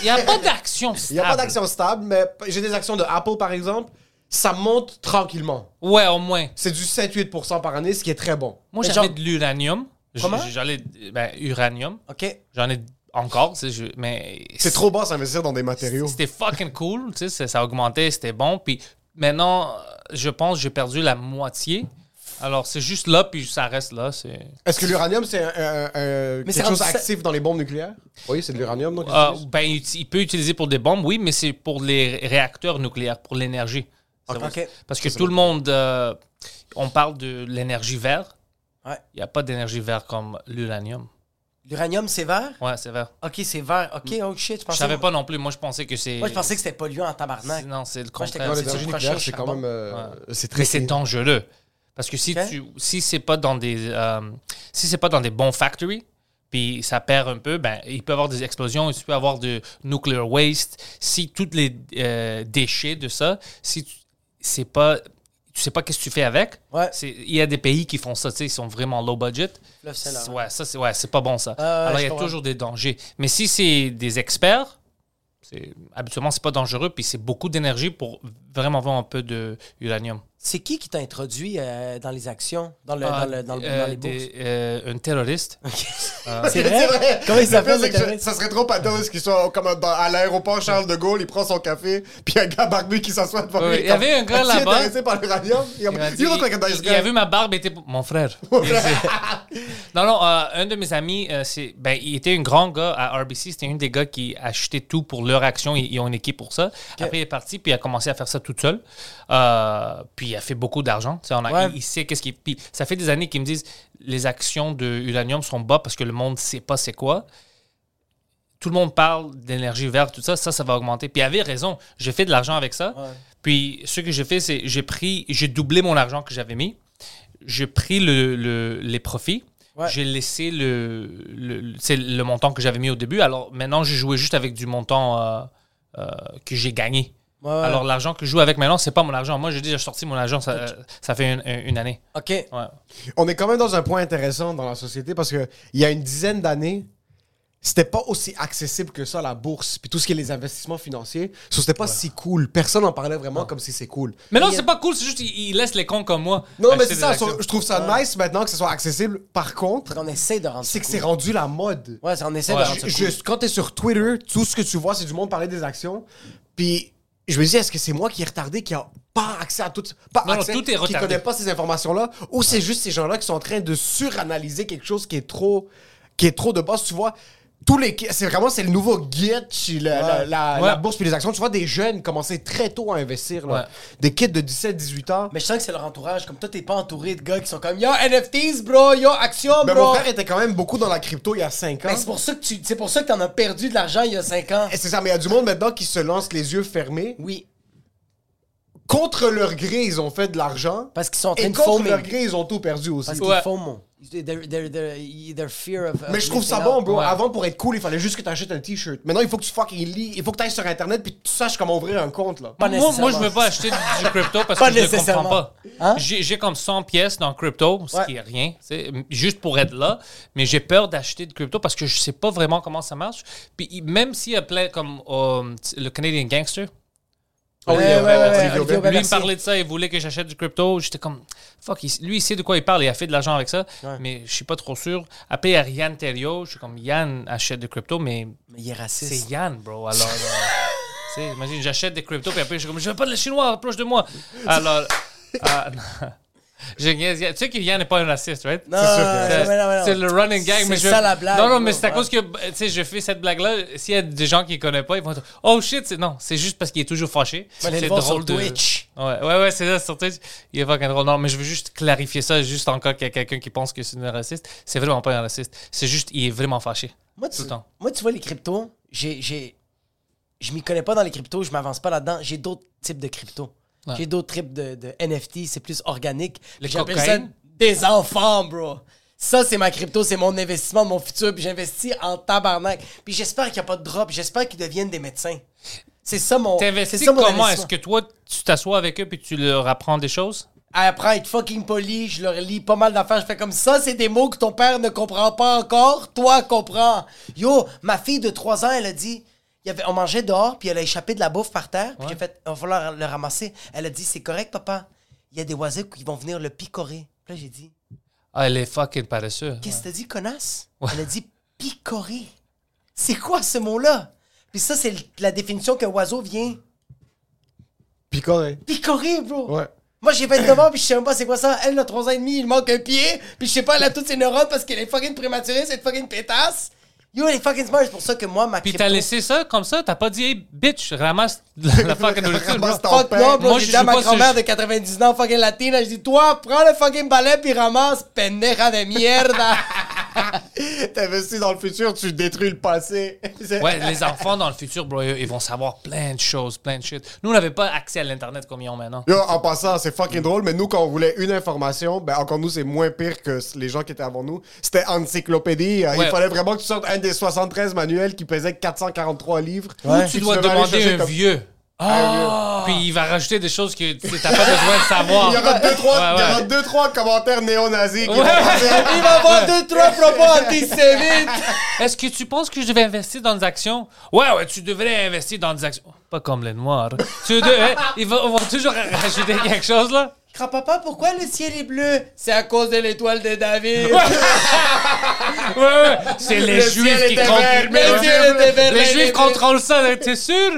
Speaker 3: Il n'y a pas d'action.
Speaker 2: Il n'y a pas d'action stable, mais j'ai des actions de Apple, par exemple. Ça monte tranquillement.
Speaker 3: Ouais, au moins.
Speaker 2: C'est du 7-8% par année, ce qui est très bon.
Speaker 3: Moi,
Speaker 1: Mais
Speaker 3: j'avais
Speaker 1: genre-
Speaker 3: de l'uranium. J-
Speaker 1: Comment?
Speaker 3: J'en ai. Ben, uranium.
Speaker 1: OK.
Speaker 3: J'en ai encore, tu sais, je- mais.
Speaker 2: C'est trop bas s'investir dans des matériaux.
Speaker 3: C'était fucking cool, tu sais, ça- ça augmentait, c'était bon. Puis maintenant, je pense que j'ai perdu la moitié. Alors, c'est juste là, puis ça reste là. C'est.
Speaker 2: Est-ce que l'uranium, c'est un- un- un-
Speaker 1: Mais c'est
Speaker 2: quelque chose
Speaker 1: rendu-
Speaker 2: actif dans les bombes nucléaires? Oui, c'est de l'uranium, donc.
Speaker 3: Ah, ben, il, il peut utiliser pour des bombes, oui, mais c'est pour les ré- réacteurs nucléaires, pour l'énergie. Ça va-
Speaker 1: ok.
Speaker 3: Parce que tout le monde, euh, on parle de l'énergie verte.
Speaker 1: Ouais.
Speaker 3: Il n'y a pas d'énergie verte comme l'uranium.
Speaker 1: L'uranium, c'est vert?
Speaker 3: Ouais, c'est vert.
Speaker 1: OK, c'est vert. OK, oh shit, je
Speaker 3: Je
Speaker 1: pensais...
Speaker 3: savais pas non plus. Moi, je pensais que c'est.
Speaker 1: Moi, je pensais que c'était polluant en tabarnak.
Speaker 3: Non, c'est le
Speaker 1: Moi, j'étais
Speaker 3: contraire.
Speaker 1: comme-
Speaker 3: C'est-
Speaker 1: c'est
Speaker 2: L'énergie
Speaker 1: du
Speaker 2: nucléaire,
Speaker 1: prochain
Speaker 2: c'est quand
Speaker 1: charbon.
Speaker 2: même. euh, C'est très
Speaker 3: Mais c'est dangereux. Parce que si
Speaker 1: Ok.
Speaker 3: tu si c'est pas dans des euh, si c'est pas dans des bons factories, puis ça perd un peu, ben il peut y avoir des explosions, il peut y avoir de nuclear waste, si tous les euh, déchets de ça, si tu c'est pas tu sais pas qu'est-ce que tu fais avec.
Speaker 1: Ouais.
Speaker 3: c'est- Il y a des pays qui font ça, tu sais, ils sont vraiment low budget.
Speaker 1: Fleuve Saint-Laurent.
Speaker 3: C'est- Ouais, ça c'est ouais, c'est pas bon ça.
Speaker 1: Ah ouais,
Speaker 3: Alors
Speaker 1: je
Speaker 3: il y a
Speaker 1: comprends.
Speaker 3: toujours des dangers. Mais si c'est des experts, c'est habituellement c'est pas dangereux puis c'est beaucoup d'énergie pour vraiment avoir un peu de uranium.
Speaker 1: C'est qui qui t'a introduit euh, dans les actions, dans, le,
Speaker 3: Ah,
Speaker 1: dans, le, dans, le- dans
Speaker 3: euh,
Speaker 1: les bourses?
Speaker 3: des- euh, un terroriste.
Speaker 1: C'est vrai? Comment il
Speaker 2: Le pire,
Speaker 1: s'appelle? le
Speaker 2: c'est que je-
Speaker 1: terroriste?
Speaker 2: ça serait trop pathos qu'ils soient comme dans- à l'aéroport Charles de Gaulle, il prend son café, puis il y a un gars barbu qui s'assoit devant lui.
Speaker 3: Ouais, il y
Speaker 2: comme,
Speaker 3: avait un gars
Speaker 2: As-tu
Speaker 3: là-bas.
Speaker 2: intéressé par l'uranium? Il, a-
Speaker 3: Il m'a dit-
Speaker 2: You look like a nice
Speaker 3: il- il a
Speaker 2: guy.
Speaker 3: vu ma barbe, il était mon frère. non, non, euh, un de mes amis, euh, c'est, ben, il était un grand gars à RBC. C'était un des gars qui achetait tout pour leur action. Ils, ils ont une équipe pour ça. Après, il est parti, puis il a commencé à faire ça tout seul. Euh, puis il a fait beaucoup d'argent. Tu sais, on a-
Speaker 1: Ouais.
Speaker 3: il, il sait qu'est-ce qui. Puis ça fait des années qu'ils me disent les actions de Uranium sont bas parce que le monde ne sait pas c'est quoi. Tout le monde parle d'énergie verte, tout ça, ça, ça va augmenter. Puis il avait raison, j'ai fait de l'argent avec ça. Puis ce que j'ai fait, c'est j'ai pris, j'ai doublé mon argent que j'avais mis, j'ai pris le, le- les profits,
Speaker 1: Ouais.
Speaker 3: j'ai laissé le, le, le- c'est le montant que j'avais mis au début. Alors maintenant, j'ai joué juste avec du montant euh, euh, que j'ai gagné.
Speaker 1: Ouais.
Speaker 3: Alors l'argent que je joue avec maintenant, c'est pas mon argent. Moi, j'ai déjà sorti mon argent, ça, euh, ça fait une, une année.
Speaker 1: OK.
Speaker 3: Ouais.
Speaker 2: On est quand même dans un point intéressant dans la société parce que il y a une dizaine d'années, c'était pas aussi accessible que ça la bourse puis tout ce qui est les investissements financiers. So, c'était pas si cool. Personne n'en parlait vraiment comme si c'est cool.
Speaker 3: Mais non, c'est pas cool, c'est juste qu'ils ils laissent les cons comme moi.
Speaker 2: Non, mais
Speaker 3: acheter
Speaker 2: c'est
Speaker 3: Ben, des
Speaker 2: ça.
Speaker 3: actions.
Speaker 2: so, je trouve ça nice maintenant que ce soit accessible. Par contre,
Speaker 1: On essaie de rendre
Speaker 2: c'est que
Speaker 1: ça
Speaker 2: c'est
Speaker 1: cool.
Speaker 2: rendu la mode.
Speaker 1: Ouais, on essaie
Speaker 3: Ouais.
Speaker 1: de rendre ça
Speaker 2: Je-
Speaker 1: cool.
Speaker 2: je- quand t'es sur Twitter, tout ce que tu vois, c'est du monde parler des actions. Puis je me dis, est-ce que c'est moi qui est retardé, qui a pas accès à tout, pas
Speaker 3: Non, non,
Speaker 2: accès,
Speaker 3: tout est
Speaker 2: qui
Speaker 3: retardé.
Speaker 2: connaît pas ces informations-là, ou c'est juste ces gens-là qui sont en train de suranalyser quelque chose qui est trop, qui est trop de base, tu vois. Tous les, c'est vraiment c'est le nouveau guide chez la, la- la-
Speaker 3: Ouais.
Speaker 2: la bourse puis les actions. Tu vois des jeunes commencer très tôt à investir, là.
Speaker 3: Ouais.
Speaker 2: des kids de 17-18 ans.
Speaker 1: Mais je sens que c'est leur entourage. Comme toi, t'es pas entouré de gars qui sont comme Yo, NFTs, bro, yo, action,
Speaker 2: Ben, mon
Speaker 1: bro.
Speaker 2: frère était quand même beaucoup dans la crypto il y a 5 ans.
Speaker 1: Mais c'est pour ça que tu c'est pour ça que t'en as perdu de l'argent il y a 5 ans.
Speaker 2: Et c'est ça, mais il y a du monde maintenant qui se lance les yeux fermés.
Speaker 1: Oui.
Speaker 2: Contre leur gré, ils ont fait de l'argent.
Speaker 1: Parce qu'ils sont en train
Speaker 2: Et
Speaker 1: de
Speaker 2: contre
Speaker 1: foamer.
Speaker 2: leur gré, ils ont tout perdu aussi.
Speaker 1: Parce
Speaker 3: Ouais.
Speaker 1: qu'ils FOMO. They're, they're- they're- they're fear of- of
Speaker 2: Mais je trouve ça
Speaker 1: missing
Speaker 2: bon,
Speaker 1: out.
Speaker 2: bro.
Speaker 3: Ouais.
Speaker 2: Avant, pour être cool, il fallait juste que tu achètes un t-shirt. Maintenant, il faut que tu fucking lis. Il faut que tu ailles sur Internet puis que tu saches comment ouvrir un compte, là.
Speaker 1: Pas
Speaker 3: moi, moi, je
Speaker 1: nécessairement.
Speaker 3: ne veux pas acheter du du crypto parce
Speaker 1: Pas
Speaker 3: que je ne comprends
Speaker 1: nécessairement.
Speaker 3: pas.
Speaker 1: Hein?
Speaker 3: J'ai j'ai comme 100 pièces dans crypto, ce
Speaker 1: Ouais.
Speaker 3: qui est rien, tu sais, m- juste pour être là. Mais j'ai peur d'acheter du crypto parce que je ne sais pas vraiment comment ça marche. Puis il- même s'il appelait comme euh, le Canadian Gangster, Ah
Speaker 1: Ouais, Ah ouais, ouais, ouais, Olivier Aubert,
Speaker 3: lui il me
Speaker 1: merci.
Speaker 3: parlait de ça, il voulait que j'achète du crypto. J'étais comme, fuck, il- lui il sait de quoi il parle, il a fait de l'argent avec ça, mais je suis pas trop sûr. Après, il y a Yann Terrio, je suis comme, Yann achète du crypto, mais
Speaker 1: Mais il est
Speaker 3: c'est
Speaker 1: raciste.
Speaker 3: Yann, bro. Alors, euh, tu sais, imagine, j'achète des cryptos, puis après, je suis comme, je veux pas de chinois, approche de moi. Alors, euh, je niaise Yann. tu sais que Yann n'est pas un raciste, right?
Speaker 1: Non, non, non,
Speaker 3: C'est-
Speaker 1: non, non, non.
Speaker 3: C'est le running gag. mais
Speaker 1: C'est
Speaker 3: je-
Speaker 1: ça la blague.
Speaker 3: Non, non,
Speaker 1: bro.
Speaker 3: mais c'est à
Speaker 1: Ouais.
Speaker 3: cause que, tu sais, je fais cette blague-là. S'il y a des gens qui ne connaissent pas, ils vont dire, oh shit, c'est- non, c'est juste parce qu'il est toujours fâché.
Speaker 1: Faut aller
Speaker 3: C'est
Speaker 1: le voir sur
Speaker 3: drôle de-
Speaker 1: Twitch.
Speaker 3: Ouais, ouais, ouais, c'est ça, sur Twitch. Il est fucking drôle. Non, mais je veux juste clarifier ça, juste encore qu'il y a quelqu'un qui pense que c'est un raciste. C'est vraiment pas un raciste. C'est juste, il est vraiment fâché.
Speaker 1: Moi, tu,
Speaker 3: Tout le temps.
Speaker 1: moi, tu vois, les cryptos, j'ai, j'ai, je m'y connais pas dans les cryptos, je m'avance pas là-dedans. J'ai d'autres types de cryptos. J'ai d'autres types de, de NFT, c'est plus organique.
Speaker 3: Le
Speaker 1: J'appelle ça
Speaker 3: cocaïne?
Speaker 1: des enfants, bro. Ça, c'est ma crypto, c'est mon investissement, mon futur. Puis j'investis en tabarnak. Puis j'espère qu'il n'y a pas de drop. J'espère qu'ils deviennent des médecins. C'est ça mon. c'est
Speaker 3: T'investis
Speaker 1: ça mon
Speaker 3: comment? Est-ce
Speaker 1: investissement.
Speaker 3: que toi, tu t'assois avec eux puis tu leur apprends des choses?
Speaker 1: Après être fucking poli, je leur lis pas mal d'affaires. Je fais comme ça, c'est des mots que ton père ne comprend pas encore. Toi, comprends. Yo, ma fille de 3 ans, elle a dit. il y avait- on mangeait dehors, puis elle a échappé de la bouffe par terre. Puis j'ai fait, on va falloir le ramasser. Elle a dit, c'est correct, papa. Il y a des oiseaux qui vont venir le picorer. Puis là, j'ai dit,
Speaker 3: Ah, elle est fucking paresseuse.
Speaker 1: qu'est-ce que t'as dit, connasse? Elle a dit, picorer. C'est quoi ce mot-là? Puis ça, c'est la définition qu'un oiseau vient
Speaker 2: Puis correct.
Speaker 1: picorer, bro.
Speaker 2: Ouais.
Speaker 1: Moi, j'ai 29 ans, puis je sais même pas c'est quoi ça. Elle, a 3 ans et demi, il manque un pied, puis je sais pas, elle a toutes ses neurones parce qu'elle est fucking prématurée, cette fucking pétasse. Yo, elle est fucking smart, c'est pour ça que moi, ma
Speaker 3: Puis
Speaker 1: crypto-
Speaker 3: t'as laissé ça comme ça? T'as pas dit, hey, bitch, ramasse la, la fucking nourriture, bro.
Speaker 2: Ramasse ton
Speaker 1: Fuck
Speaker 2: pain.
Speaker 1: non, bro,
Speaker 3: Moi,
Speaker 1: j'ai
Speaker 3: je
Speaker 1: dit à
Speaker 3: joue
Speaker 1: ma
Speaker 3: pas sur-
Speaker 1: grand-mère de 90 ans, fucking latine, elle dit « Toi, prends le fucking balai, puis ramasse, pendeja de mierda!
Speaker 2: T'investis dans le futur, tu détruis le passé. C'est-
Speaker 3: Ouais, les enfants dans le futur, bro, ils ils vont savoir plein de choses, plein de shit. Nous, on n'avait pas accès à l'Internet comme ils ont maintenant.
Speaker 2: Yo, en passant, c'est fucking drôle, mais nous, quand on voulait une information, ben encore nous, c'est moins pire que les gens qui étaient avant nous. C'était encyclopédie. hein. Il
Speaker 3: Ouais.
Speaker 2: fallait vraiment que tu sortes un des 73 manuels qui pesait 443 livres.
Speaker 3: Ou
Speaker 2: Puis
Speaker 3: tu dois
Speaker 2: devais aller
Speaker 3: demander
Speaker 2: chercher
Speaker 3: un
Speaker 2: comme-
Speaker 3: vieux.
Speaker 2: Ah,
Speaker 3: Puis il va rajouter des choses que tu sais, t'as pas besoin de savoir.
Speaker 2: Il y aura deux, trois,
Speaker 3: Ouais,
Speaker 2: il y aura
Speaker 3: ouais.
Speaker 2: deux, trois commentaires néo-nazis qui
Speaker 3: Ouais.
Speaker 2: vont passer.
Speaker 1: Il va avoir deux, trois propos antisémites!
Speaker 3: Est-ce que tu penses que je devais investir dans des actions? Ouais, ouais, tu devrais investir dans des actions. Pas comme les noirs. tu de- hein, ils vont, vont toujours rajouter quelque chose, là.
Speaker 1: Grand-papa, pourquoi le ciel est bleu? C'est à cause de l'étoile de David.
Speaker 3: Ouais, ouais. C'est les
Speaker 1: Le ciel
Speaker 3: juifs qui
Speaker 1: était vert,
Speaker 3: contrôlent.
Speaker 1: mais le ciel était vert,
Speaker 3: Les
Speaker 1: mais
Speaker 3: juifs
Speaker 1: les-
Speaker 3: contrôlent ça, là, t'es sûr?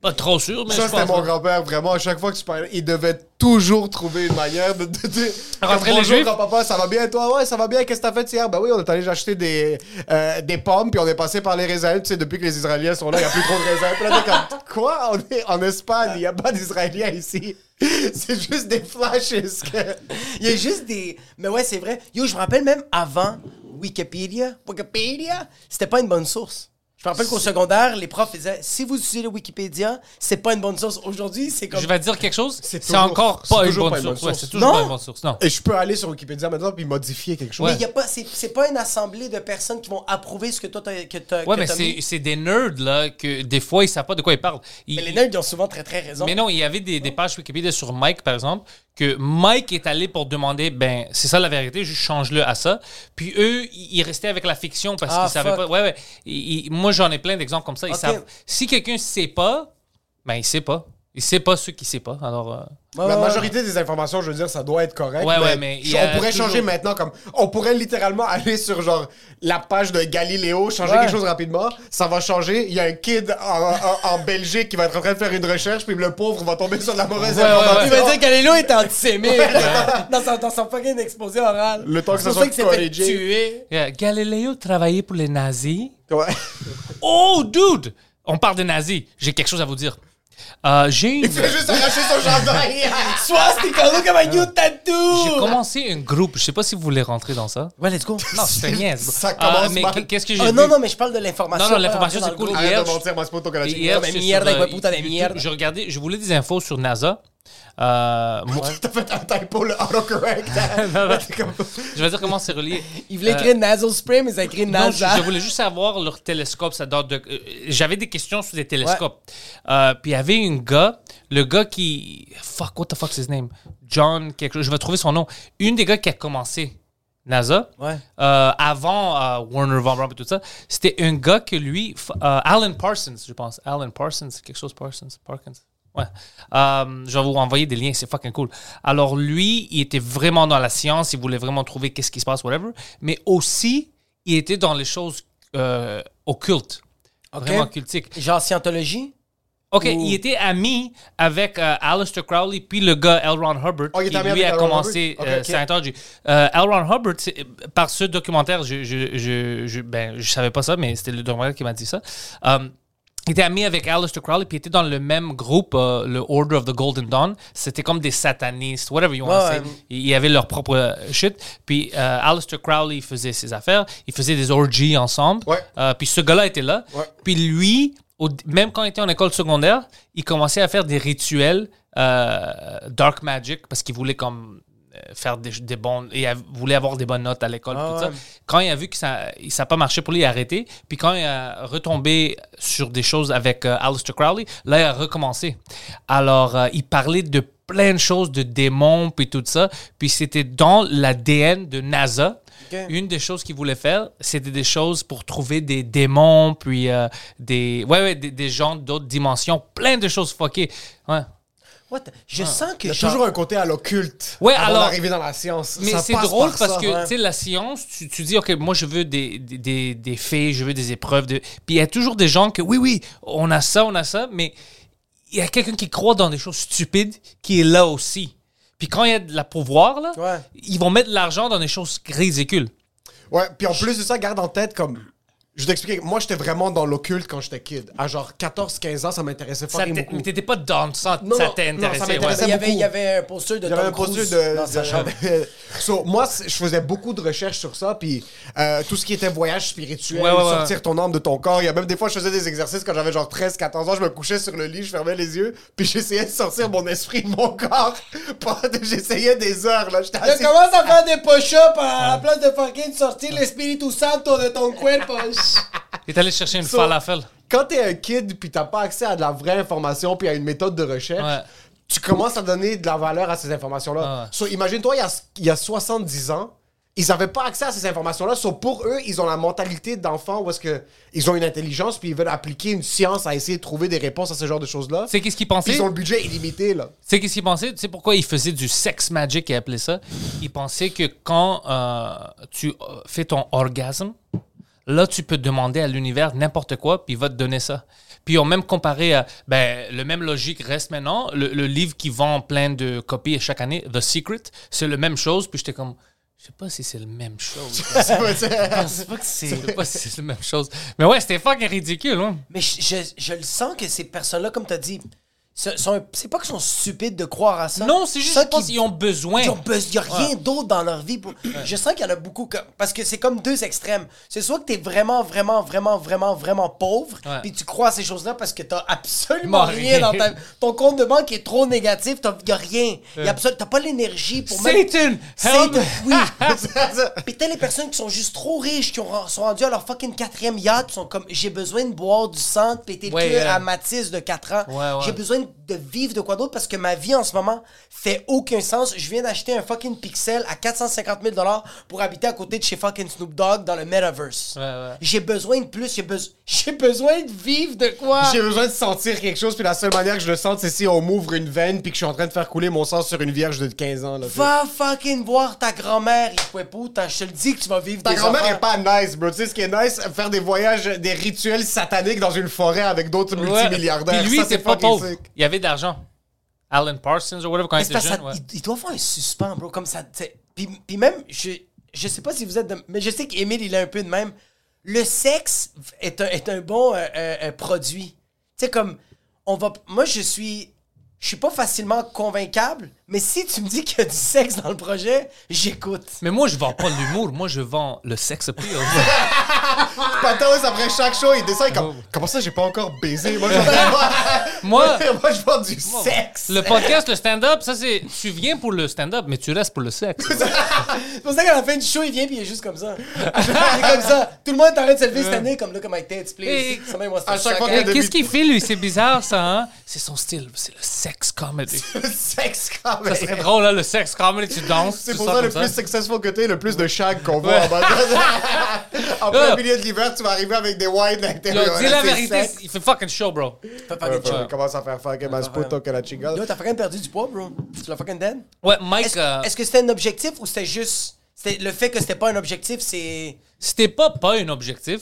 Speaker 3: Pas trop sûr, mais
Speaker 2: Ça,
Speaker 3: je
Speaker 2: c'était
Speaker 3: pense.
Speaker 2: mon
Speaker 3: ouais.
Speaker 2: grand-père, vraiment. À chaque fois que tu parlais, il devait toujours trouver une manière de. de, de-
Speaker 3: Rentrer les
Speaker 2: Bonjour,
Speaker 3: Juifs?
Speaker 2: grand-papa, ça va bien? Toi, ouais, ça va bien. Qu'est-ce que t'as fait hier? Ben oui, on est allé acheter des, euh, des pommes, puis on est passé par les raisins. Tu sais, depuis que les Israéliens sont là, il n'y a plus trop de raisins. Puis là, t'es comme, quoi? On est en Espagne, il n'y a pas d'Israéliens ici. C'est juste des flashes. que-
Speaker 1: Il y a juste des. Mais ouais, c'est vrai. Yo, je me rappelle même avant Wikipédia. Wikipédia, c'était pas une bonne source. Je me rappelle qu'au secondaire, les profs disaient si vous utilisez le Wikipédia, c'est pas une bonne source. Aujourd'hui, c'est comme.
Speaker 3: Je vais te dire quelque chose.
Speaker 2: C'est
Speaker 3: C'est
Speaker 2: toujours-
Speaker 3: encore
Speaker 2: c'est
Speaker 3: pas une
Speaker 2: toujours
Speaker 3: bonne source. Ouais, C'est
Speaker 1: Non.
Speaker 3: toujours pas une bonne source. Non.
Speaker 2: Et je peux aller sur Wikipédia maintenant, puis modifier quelque chose.
Speaker 1: Mais il y a pas, c'est, c'est pas une assemblée de personnes qui vont approuver ce que toi t'as, que t'as,
Speaker 3: Ouais,
Speaker 1: que
Speaker 3: mais
Speaker 1: t'as
Speaker 3: c'est
Speaker 1: mis.
Speaker 3: c'est des nerds, là, que des fois, ils savent pas de quoi ils parlent. Ils-
Speaker 1: Mais les nerds, ils ont souvent très très raison.
Speaker 3: Mais non, il y avait des, des pages Wikipédia sur Mike, par exemple, que Mike est allé pour demander, ben, c'est ça la vérité, juste change-le à ça. Puis eux, ils ils restaient avec la fiction parce
Speaker 1: Ah,
Speaker 3: qu'ils savaient
Speaker 1: fuck.
Speaker 3: pas. Ouais, ouais. Ils- ils- moi, j'en ai plein d'exemples comme ça. Ils
Speaker 1: Ok.
Speaker 3: savent. Si quelqu'un sait pas, ben, il sait pas. Il sait pas ceux qui sait pas. Alors. euh,
Speaker 1: Ouais,
Speaker 2: La
Speaker 1: ouais, ouais.
Speaker 2: majorité des informations, je veux dire, ça doit être correct.
Speaker 3: Ouais, ouais, mais il y a
Speaker 2: on pourrait
Speaker 3: toujours-
Speaker 2: changer maintenant, comme on pourrait littéralement aller sur genre la page de Galiléo, changer
Speaker 1: Ouais.
Speaker 2: quelque chose rapidement, ça va changer. Il y a un kid en, en- en Belgique qui va être en train de faire une recherche, puis le pauvre va tomber sur de la mauvaise
Speaker 3: ouais,
Speaker 2: information.
Speaker 1: Il va dire qu'Alélo est antisémite dans, son, dans son fucking exposé oral.
Speaker 2: Le temps que
Speaker 1: c'est
Speaker 2: ça
Speaker 1: pour
Speaker 2: soit
Speaker 1: ça qu'il s'est fait
Speaker 2: corrigé.
Speaker 1: tuer.
Speaker 3: yeah. Galileo travaillait pour les nazis.
Speaker 2: Ouais.
Speaker 3: Oh, dude! On parle des nazis. J'ai quelque chose à vous dire. Euh, J'ai une-
Speaker 2: Il fait juste arracher son chandail.
Speaker 1: Soit c'était comme comme un new
Speaker 3: Ah. J'ai
Speaker 1: tattoo.
Speaker 3: commencé un groupe. Je sais pas si vous voulez rentrer dans ça.
Speaker 1: Oh. Ouais, let's go.
Speaker 3: Non, c'est une niaise.
Speaker 2: Ça commence
Speaker 3: Euh, mais
Speaker 2: mal.
Speaker 3: qu- qu'est-ce que j'ai
Speaker 1: Ah
Speaker 3: vu?
Speaker 1: non, non, mais je parle de l'information.
Speaker 3: Non, non,
Speaker 1: pas
Speaker 3: l'information,
Speaker 1: rentrer
Speaker 3: c'est
Speaker 1: dans
Speaker 3: cool.
Speaker 1: le groupe.
Speaker 3: Hier,
Speaker 2: Arrête de
Speaker 3: je-
Speaker 2: mentir, moi, c'est pas ton collègue.
Speaker 3: Hier,
Speaker 1: mais
Speaker 3: c'est
Speaker 1: merde,
Speaker 3: sur,
Speaker 1: avec
Speaker 3: euh,
Speaker 1: ma putain de
Speaker 3: YouTube,
Speaker 1: merde.
Speaker 3: Je regardais, je voulais des infos sur NASA. Euh, moi,
Speaker 2: T'as fait un typo, le autocorrect. T'es comme-
Speaker 3: je vais dire comment c'est relié.
Speaker 1: Il voulait écrire Nasal Spray, mais ça a écrit
Speaker 3: Euh, Non, je,
Speaker 1: NASA.
Speaker 3: je voulais juste savoir leur télescope, ça date de. euh, J'avais des questions sur les télescopes. Euh, puis il y avait un gars, le gars qui. Fuck, what the fuck's his name? John, quelque chose. Je vais trouver son nom. Une des gars qui a commencé NASA,
Speaker 1: Ouais.
Speaker 3: euh, avant euh, Warner Von Braun et tout ça, c'était un gars que lui, f- euh, Alan Parsons, je pense. Alan Parsons, quelque chose Parsons, Parkins. Ouais. Euh, je vais vous envoyer des liens, c'est fucking cool. Alors lui, il était vraiment dans la science, il voulait vraiment trouver qu'est-ce qui se passe, whatever. Mais aussi, il était dans les choses euh, occultes,
Speaker 1: Ok.
Speaker 3: vraiment occultiques.
Speaker 1: Genre Scientologie.
Speaker 3: Ok,
Speaker 1: Ouh.
Speaker 3: il était ami avec euh, Aleister Crowley, puis le gars L. Ron Hubbard,
Speaker 2: Oh, il était
Speaker 3: qui
Speaker 2: ami
Speaker 3: lui
Speaker 2: avec
Speaker 3: a
Speaker 2: L. Ron
Speaker 3: commencé
Speaker 2: Hubbard?
Speaker 3: euh,
Speaker 2: Ok, ok.
Speaker 3: Scientology. Euh, L. Ron Hubbard, c'est- par ce documentaire, je, je, je, je, ben, je savais pas ça, mais c'était le documentaire qui m'a dit ça. Euh, il était ami avec Aleister Crowley, puis il était dans le même groupe, euh, le Order of the Golden Dawn. C'était comme des satanistes, whatever you want
Speaker 1: Ouais,
Speaker 3: to say.
Speaker 1: ouais.
Speaker 3: Ils ils avaient leur propre euh, shit. Puis euh, Aleister Crowley faisait ses affaires. Ils faisaient des orgies ensemble.
Speaker 2: Ouais.
Speaker 3: Euh, puis ce gars-là était là.
Speaker 2: Ouais.
Speaker 3: Puis lui, au- même quand il était en école secondaire, il commençait à faire des rituels euh, dark magic parce qu'il voulait comme euh, faire des, des bons et av- voulait avoir des bonnes notes à l'école
Speaker 1: Ah
Speaker 3: tout
Speaker 1: ouais.
Speaker 3: ça. quand il a vu que ça n'a pas marché pour lui il a arrêté puis quand il a retombé sur des choses avec euh, Aleister Crowley là il a recommencé alors euh, il parlait de plein de choses de démons puis tout ça puis c'était dans l'ADN de NASA
Speaker 1: Ok.
Speaker 3: une des choses qu'il voulait faire, c'était des choses pour trouver des démons, puis euh, des, ouais, ouais, des, des gens d'autres dimensions, plein de choses fuckées. Ouais.
Speaker 1: What? the-
Speaker 3: Ah.
Speaker 1: Je sens que
Speaker 2: Il y a
Speaker 1: genre-
Speaker 2: toujours un côté à l'occulte.
Speaker 3: Ouais,
Speaker 2: avant
Speaker 3: alors-
Speaker 2: d'arriver dans la science.
Speaker 3: Mais
Speaker 2: Ça
Speaker 3: c'est
Speaker 2: passe
Speaker 3: drôle
Speaker 2: par
Speaker 3: parce
Speaker 2: ça.
Speaker 3: que
Speaker 2: Ouais.
Speaker 3: tu sais, la science, tu, tu dis, OK, moi je veux des, des, des, des faits, je veux des épreuves. De... Puis il y a toujours des gens que, oui, oui, on a ça, on a ça, mais il y a quelqu'un qui croit dans des choses stupides qui est là aussi. Puis quand il y a de la pouvoir, là,
Speaker 1: Ouais.
Speaker 3: ils vont mettre de l'argent dans des choses ridicules.
Speaker 2: Ouais, puis en plus de ça, garde en tête comme. Je vais t'expliquer, moi j'étais vraiment dans l'occulte quand j'étais kid. À genre 14-15 ans, ça m'intéressait
Speaker 3: Ça
Speaker 2: fucking
Speaker 3: t'est-
Speaker 2: beaucoup.
Speaker 3: mais t'étais pas dans ça,
Speaker 2: Non,
Speaker 3: ça
Speaker 2: non,
Speaker 3: t'est
Speaker 2: non, ça
Speaker 3: intéressé. ouais.
Speaker 2: m'intéressait
Speaker 1: il y avait,
Speaker 2: beaucoup.
Speaker 1: il y avait un poster de
Speaker 2: J'avais
Speaker 1: Tom
Speaker 2: un poster
Speaker 1: Cruise
Speaker 2: de.
Speaker 1: dans sa
Speaker 2: de-
Speaker 1: chambre.
Speaker 2: So, moi, c'est- je faisais beaucoup de recherches sur ça, puis euh, tout ce qui était voyage spirituel,
Speaker 3: Ouais, ouais, ouais.
Speaker 2: sortir ton âme de ton corps. Il y a même des fois, je faisais des exercices quand j'avais genre 13-14 ans, je me couchais sur le lit, je fermais les yeux, puis j'essayais de sortir mon esprit de mon corps. Pendant- J'essayais des heures, là. J'étais
Speaker 1: Je
Speaker 2: assis.
Speaker 1: commence à faire des push-ups
Speaker 3: Ah.
Speaker 1: à la place de fucking sortir l'Espiritu Santo de ton cuerpo.
Speaker 3: T'es allé chercher une falafel.
Speaker 2: Quand t'es un kid, puis t'as pas accès à de la vraie information, puis à une méthode de recherche.
Speaker 3: Ouais.
Speaker 2: tu commences à donner de la valeur à ces informations-là.
Speaker 3: Ah ouais.
Speaker 2: So, Imagine-toi, il y a, il y a 70 ans, ils n'avaient pas accès à ces informations-là. Sauf pour eux, ils ont la mentalité d'enfant où est-ce que ils ont une intelligence puis ils veulent appliquer une science à essayer de trouver des réponses à ce genre de choses-là.
Speaker 3: C'est qu'est-ce qu'ils
Speaker 2: Puis
Speaker 3: pensaient?
Speaker 2: ils ont le budget illimité, là.
Speaker 3: Tu sais qu'est-ce qu'ils pensaient? Tu sais pourquoi ils faisaient du sex magic, ils appelaient ça? Ils pensaient que quand euh, tu euh, fais ton orgasme, là, tu peux demander à l'univers n'importe quoi, puis il va te donner ça. Puis on même comparé à... Ben, le même logique reste maintenant. Le, le livre qui vend plein de copies chaque année, The Secret, c'est la même chose. Puis j'étais comme... Je sais pas si c'est la même chose.
Speaker 2: C'est pas- c'est-
Speaker 3: Je sais pas que Ah, c'est... la même chose. Mais ouais, c'était fucking ridicule, hein?
Speaker 1: Mais je, je- je le sens que ces personnes-là, comme tu as dit, ce- sont- c'est pas qu'ils sont stupides de croire à ça.
Speaker 3: Non, c'est juste
Speaker 1: Ça
Speaker 3: je pense
Speaker 1: qui-
Speaker 3: qu'ils ont besoin.
Speaker 1: Ils ont besoin- Il n'y a rien d'autre dans leur vie. pour- Je sens qu'il y en a beaucoup. comme- Parce que c'est comme deux extrêmes. C'est soit que tu es vraiment, vraiment, vraiment, vraiment, vraiment pauvre,
Speaker 3: Ouais.
Speaker 1: puis tu crois à ces choses-là parce que tu absolument
Speaker 3: Moi,
Speaker 1: rien
Speaker 3: rien.
Speaker 1: dans ta Ton compte de banque est trop négatif, tu n'as rien. Tu n'as pas l'énergie pour même...
Speaker 3: Satan!
Speaker 1: Satan,
Speaker 3: Help!
Speaker 1: oui. Puis t'as les personnes qui sont juste trop riches, qui ont- sont rendues à leur fucking quatrième yacht, puis sont comme j'ai besoin de boire du sang, de péter le
Speaker 3: Ouais,
Speaker 1: cul
Speaker 3: ouais.
Speaker 1: à Matisse de 4 ans.
Speaker 3: Ouais, ouais.
Speaker 1: J'ai besoin de vivre de quoi d'autre parce que ma vie en ce moment fait aucun sens. Je viens d'acheter un fucking pixel à 450 000 pour habiter à côté de chez fucking Snoop Dogg dans le metaverse.
Speaker 3: ouais.
Speaker 1: J'ai besoin de plus, j'ai besoin j'ai besoin de vivre de
Speaker 3: Ah.
Speaker 1: quoi
Speaker 2: J'ai besoin de sentir quelque chose, puis la seule manière que je le sente, c'est si on m'ouvre une veine, puis que je suis en train de faire couler mon sang sur une vierge de 15 ans. Là, tu sais.
Speaker 1: Va fucking voir ta grand-mère, il pouvait pas, je te le dis que tu vas vivre
Speaker 2: Ta
Speaker 1: des
Speaker 2: grand-mère
Speaker 1: affaires.
Speaker 2: est pas nice, bro. Tu sais ce qui est nice? Faire des voyages, des rituels sataniques dans une forêt avec d'autres
Speaker 3: Ouais.
Speaker 2: multimilliardaires.
Speaker 3: Puis lui,
Speaker 2: ça,
Speaker 3: c'est pas
Speaker 2: fucking
Speaker 3: pauvre.
Speaker 2: sick.
Speaker 3: Il y avait de l'argent. Alan Parsons ou whatever, quand il
Speaker 1: Mais c'est
Speaker 3: était
Speaker 1: parce que
Speaker 3: jeune.
Speaker 1: ça-
Speaker 3: ouais.
Speaker 1: il, il doit avoir un suspens, bro. Comme ça. t'sais. Puis, puis même, je, je sais pas si vous êtes. de- mais je sais qu'Émile, il est un peu de même. Le sexe est un, est un bon euh, euh, euh, produit. Tu sais, comme. On va, moi, je suis. Je suis pas facilement convaincable, mais si tu me dis qu'il y a du sexe dans le projet, j'écoute.
Speaker 3: Mais moi, je vends pas l'humour, moi, je vends le sex appeal.
Speaker 2: Patos, après chaque show, il descend il est comme. Comment ça, j'ai pas encore baisé? Moi, je,
Speaker 3: Moi-
Speaker 2: moi, je vends du sexe.
Speaker 3: le podcast, le stand-up, ça, c'est. Tu viens pour le stand-up, mais tu restes pour le sexe.
Speaker 1: C'est pour ça qu'à la fin du show, il vient puis il est juste comme ça. il est comme ça. Tout le monde est en train de se lever cette année, comme là, comme I tits, please.
Speaker 3: Et-
Speaker 1: Somebody wants to
Speaker 2: À chaque
Speaker 1: suck
Speaker 2: fois
Speaker 1: it.
Speaker 3: Hey,
Speaker 2: demi-
Speaker 3: Qu'est-ce qu'il fait, lui C'est bizarre, ça, hein C'est son style, c'est le sex comedy.
Speaker 2: Le sexe, quand même.
Speaker 3: Ça serait drôle, hein, le sex comedy, tu danses.
Speaker 2: C'est
Speaker 3: tu
Speaker 2: pour
Speaker 3: sors
Speaker 2: ça le
Speaker 3: comme
Speaker 2: plus successful que t'es, le plus de shag qu'on voit en bas. en plein milieu de l'hiver, tu vas arriver avec des wines à
Speaker 3: Euh. Yo,
Speaker 2: l'intérieur.
Speaker 3: dis la
Speaker 2: C'est
Speaker 3: vérité,
Speaker 2: sec.
Speaker 3: il fait fucking show, bro.
Speaker 1: Fais fucking
Speaker 2: Ouais,
Speaker 1: chill.
Speaker 2: ouais, Commence à faire fucking mas puto que la chinga.
Speaker 1: Yo, t'as fucking perdu du poids, bro. Tu l'as fucking dead?
Speaker 3: Ouais, Mike,
Speaker 1: Est-ce
Speaker 3: euh,
Speaker 1: est-ce que c'était un objectif ou c'était juste. c'était- Le fait que c'était pas un objectif, c'est.
Speaker 3: c'était pas pas un objectif.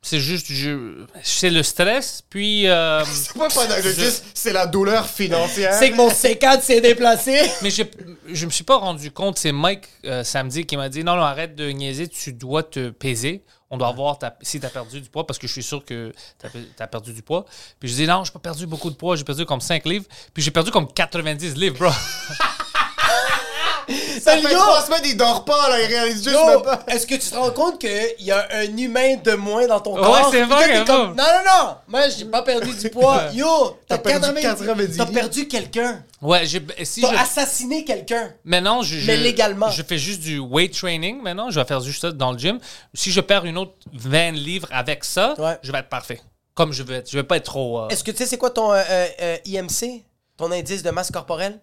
Speaker 3: C'est juste, je- c'est le stress, puis. euh,
Speaker 2: C'est pas pas d'injustice, c'est la douleur financière.
Speaker 1: C'est que mon C4 s'est déplacé.
Speaker 3: Mais je, je me suis pas rendu compte. C'est Mike euh, samedi qui m'a dit non, non, arrête de niaiser, tu dois te peser. On doit voir ta- si tu as perdu du poids parce que je suis sûr que tu as, perdu du poids. Puis je dis non, j'ai pas perdu beaucoup de poids, j'ai perdu comme 5 livres. Puis j'ai perdu comme 90 livres, bro.
Speaker 2: Ça fait
Speaker 1: Yo!
Speaker 2: trois semaines, il dort pas, là, il réalise juste même
Speaker 1: Yo,
Speaker 2: pas.
Speaker 1: est-ce que tu te rends compte qu'il y a un humain de moins dans ton
Speaker 3: Ouais,
Speaker 1: corps?
Speaker 3: c'est
Speaker 1: Puis toi,
Speaker 3: vrai,
Speaker 1: t'es
Speaker 3: hein,
Speaker 1: comme,
Speaker 3: bon.
Speaker 1: Non, non, non! Moi, j'ai pas perdu du poids. Yo, t'as
Speaker 2: T'as perdu
Speaker 1: perdu
Speaker 2: 90
Speaker 1: T'as
Speaker 2: livres.
Speaker 1: perdu quelqu'un.
Speaker 3: Ouais, j'ai- si
Speaker 1: T'as
Speaker 3: je-
Speaker 1: assassiné quelqu'un.
Speaker 3: Maintenant, je, je-
Speaker 1: Mais légalement.
Speaker 3: Je fais juste du weight training maintenant. Je vais faire juste ça dans le gym. Si je perds une autre 20 livres avec ça,
Speaker 1: Ouais.
Speaker 3: je vais être parfait. Comme je veux être. Je vais pas être trop. euh,
Speaker 1: Est-ce que tu sais c'est quoi ton euh, euh, euh, IMC? Ton indice de masse corporelle?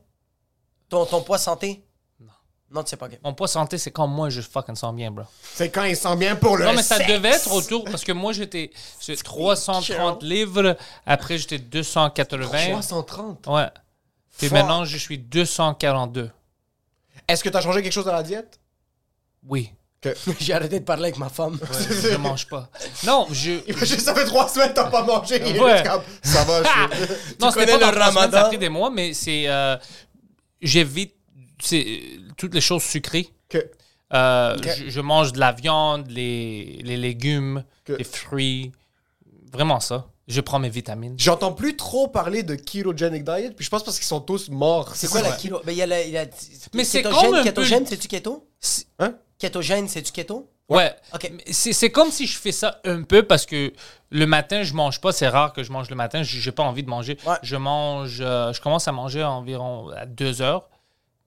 Speaker 1: Ton, ton poids santé? Non. Non, tu sais pas. ok.
Speaker 3: Mon poids santé, c'est quand moi je fucking sens bien, bro.
Speaker 2: C'est quand il sent bien pour le
Speaker 3: Non, mais ça
Speaker 2: sexe.
Speaker 3: devait être autour, parce que moi, j'étais sur 330 livres, après, j'étais 280.
Speaker 2: 330.
Speaker 3: Ouais. Puis
Speaker 2: Fuck.
Speaker 3: maintenant, je suis 242.
Speaker 2: Est-ce que t'as changé quelque chose dans la diète?
Speaker 3: Oui.
Speaker 1: J'ai arrêté de parler avec ma femme.
Speaker 3: Je mange pas. Non, je.
Speaker 2: Imagine, ça fait trois semaines, t'as pas mangé. Il est
Speaker 3: Ouais.
Speaker 2: juste comme, ça va, je...
Speaker 3: Ah. Non,
Speaker 1: connais
Speaker 3: c'était pas dans
Speaker 1: le
Speaker 3: trois semaines,
Speaker 1: ramadan?
Speaker 3: ça a pris des mois, mais c'est. euh, J'évite c'est, euh, toutes les choses sucrées.
Speaker 2: Que-
Speaker 3: Euh, je, je mange de la viande, les, les légumes,
Speaker 2: Que-
Speaker 3: les fruits. Vraiment ça. Je prends mes vitamines.
Speaker 2: J'entends plus trop parler de ketogenic diet, puis je pense parce qu'ils sont tous morts.
Speaker 1: C'est quoi la
Speaker 2: Ouais.
Speaker 1: kilo? Ben, il y a la, il y a-
Speaker 3: Mais c'est
Speaker 1: kétogène,
Speaker 3: comme un peu-
Speaker 1: Kétogène, c'est-tu keto?
Speaker 2: Hein?
Speaker 1: Kétogène, c'est-tu keto?
Speaker 3: Ouais.
Speaker 1: Ok.
Speaker 3: Mais C'est c'est comme si je fais ça un peu parce que le matin, je mange pas. C'est rare que je mange le matin. J'ai j'ai pas envie de manger.
Speaker 1: Ouais.
Speaker 3: Je mange. euh, je commence à manger à environ à deux heures.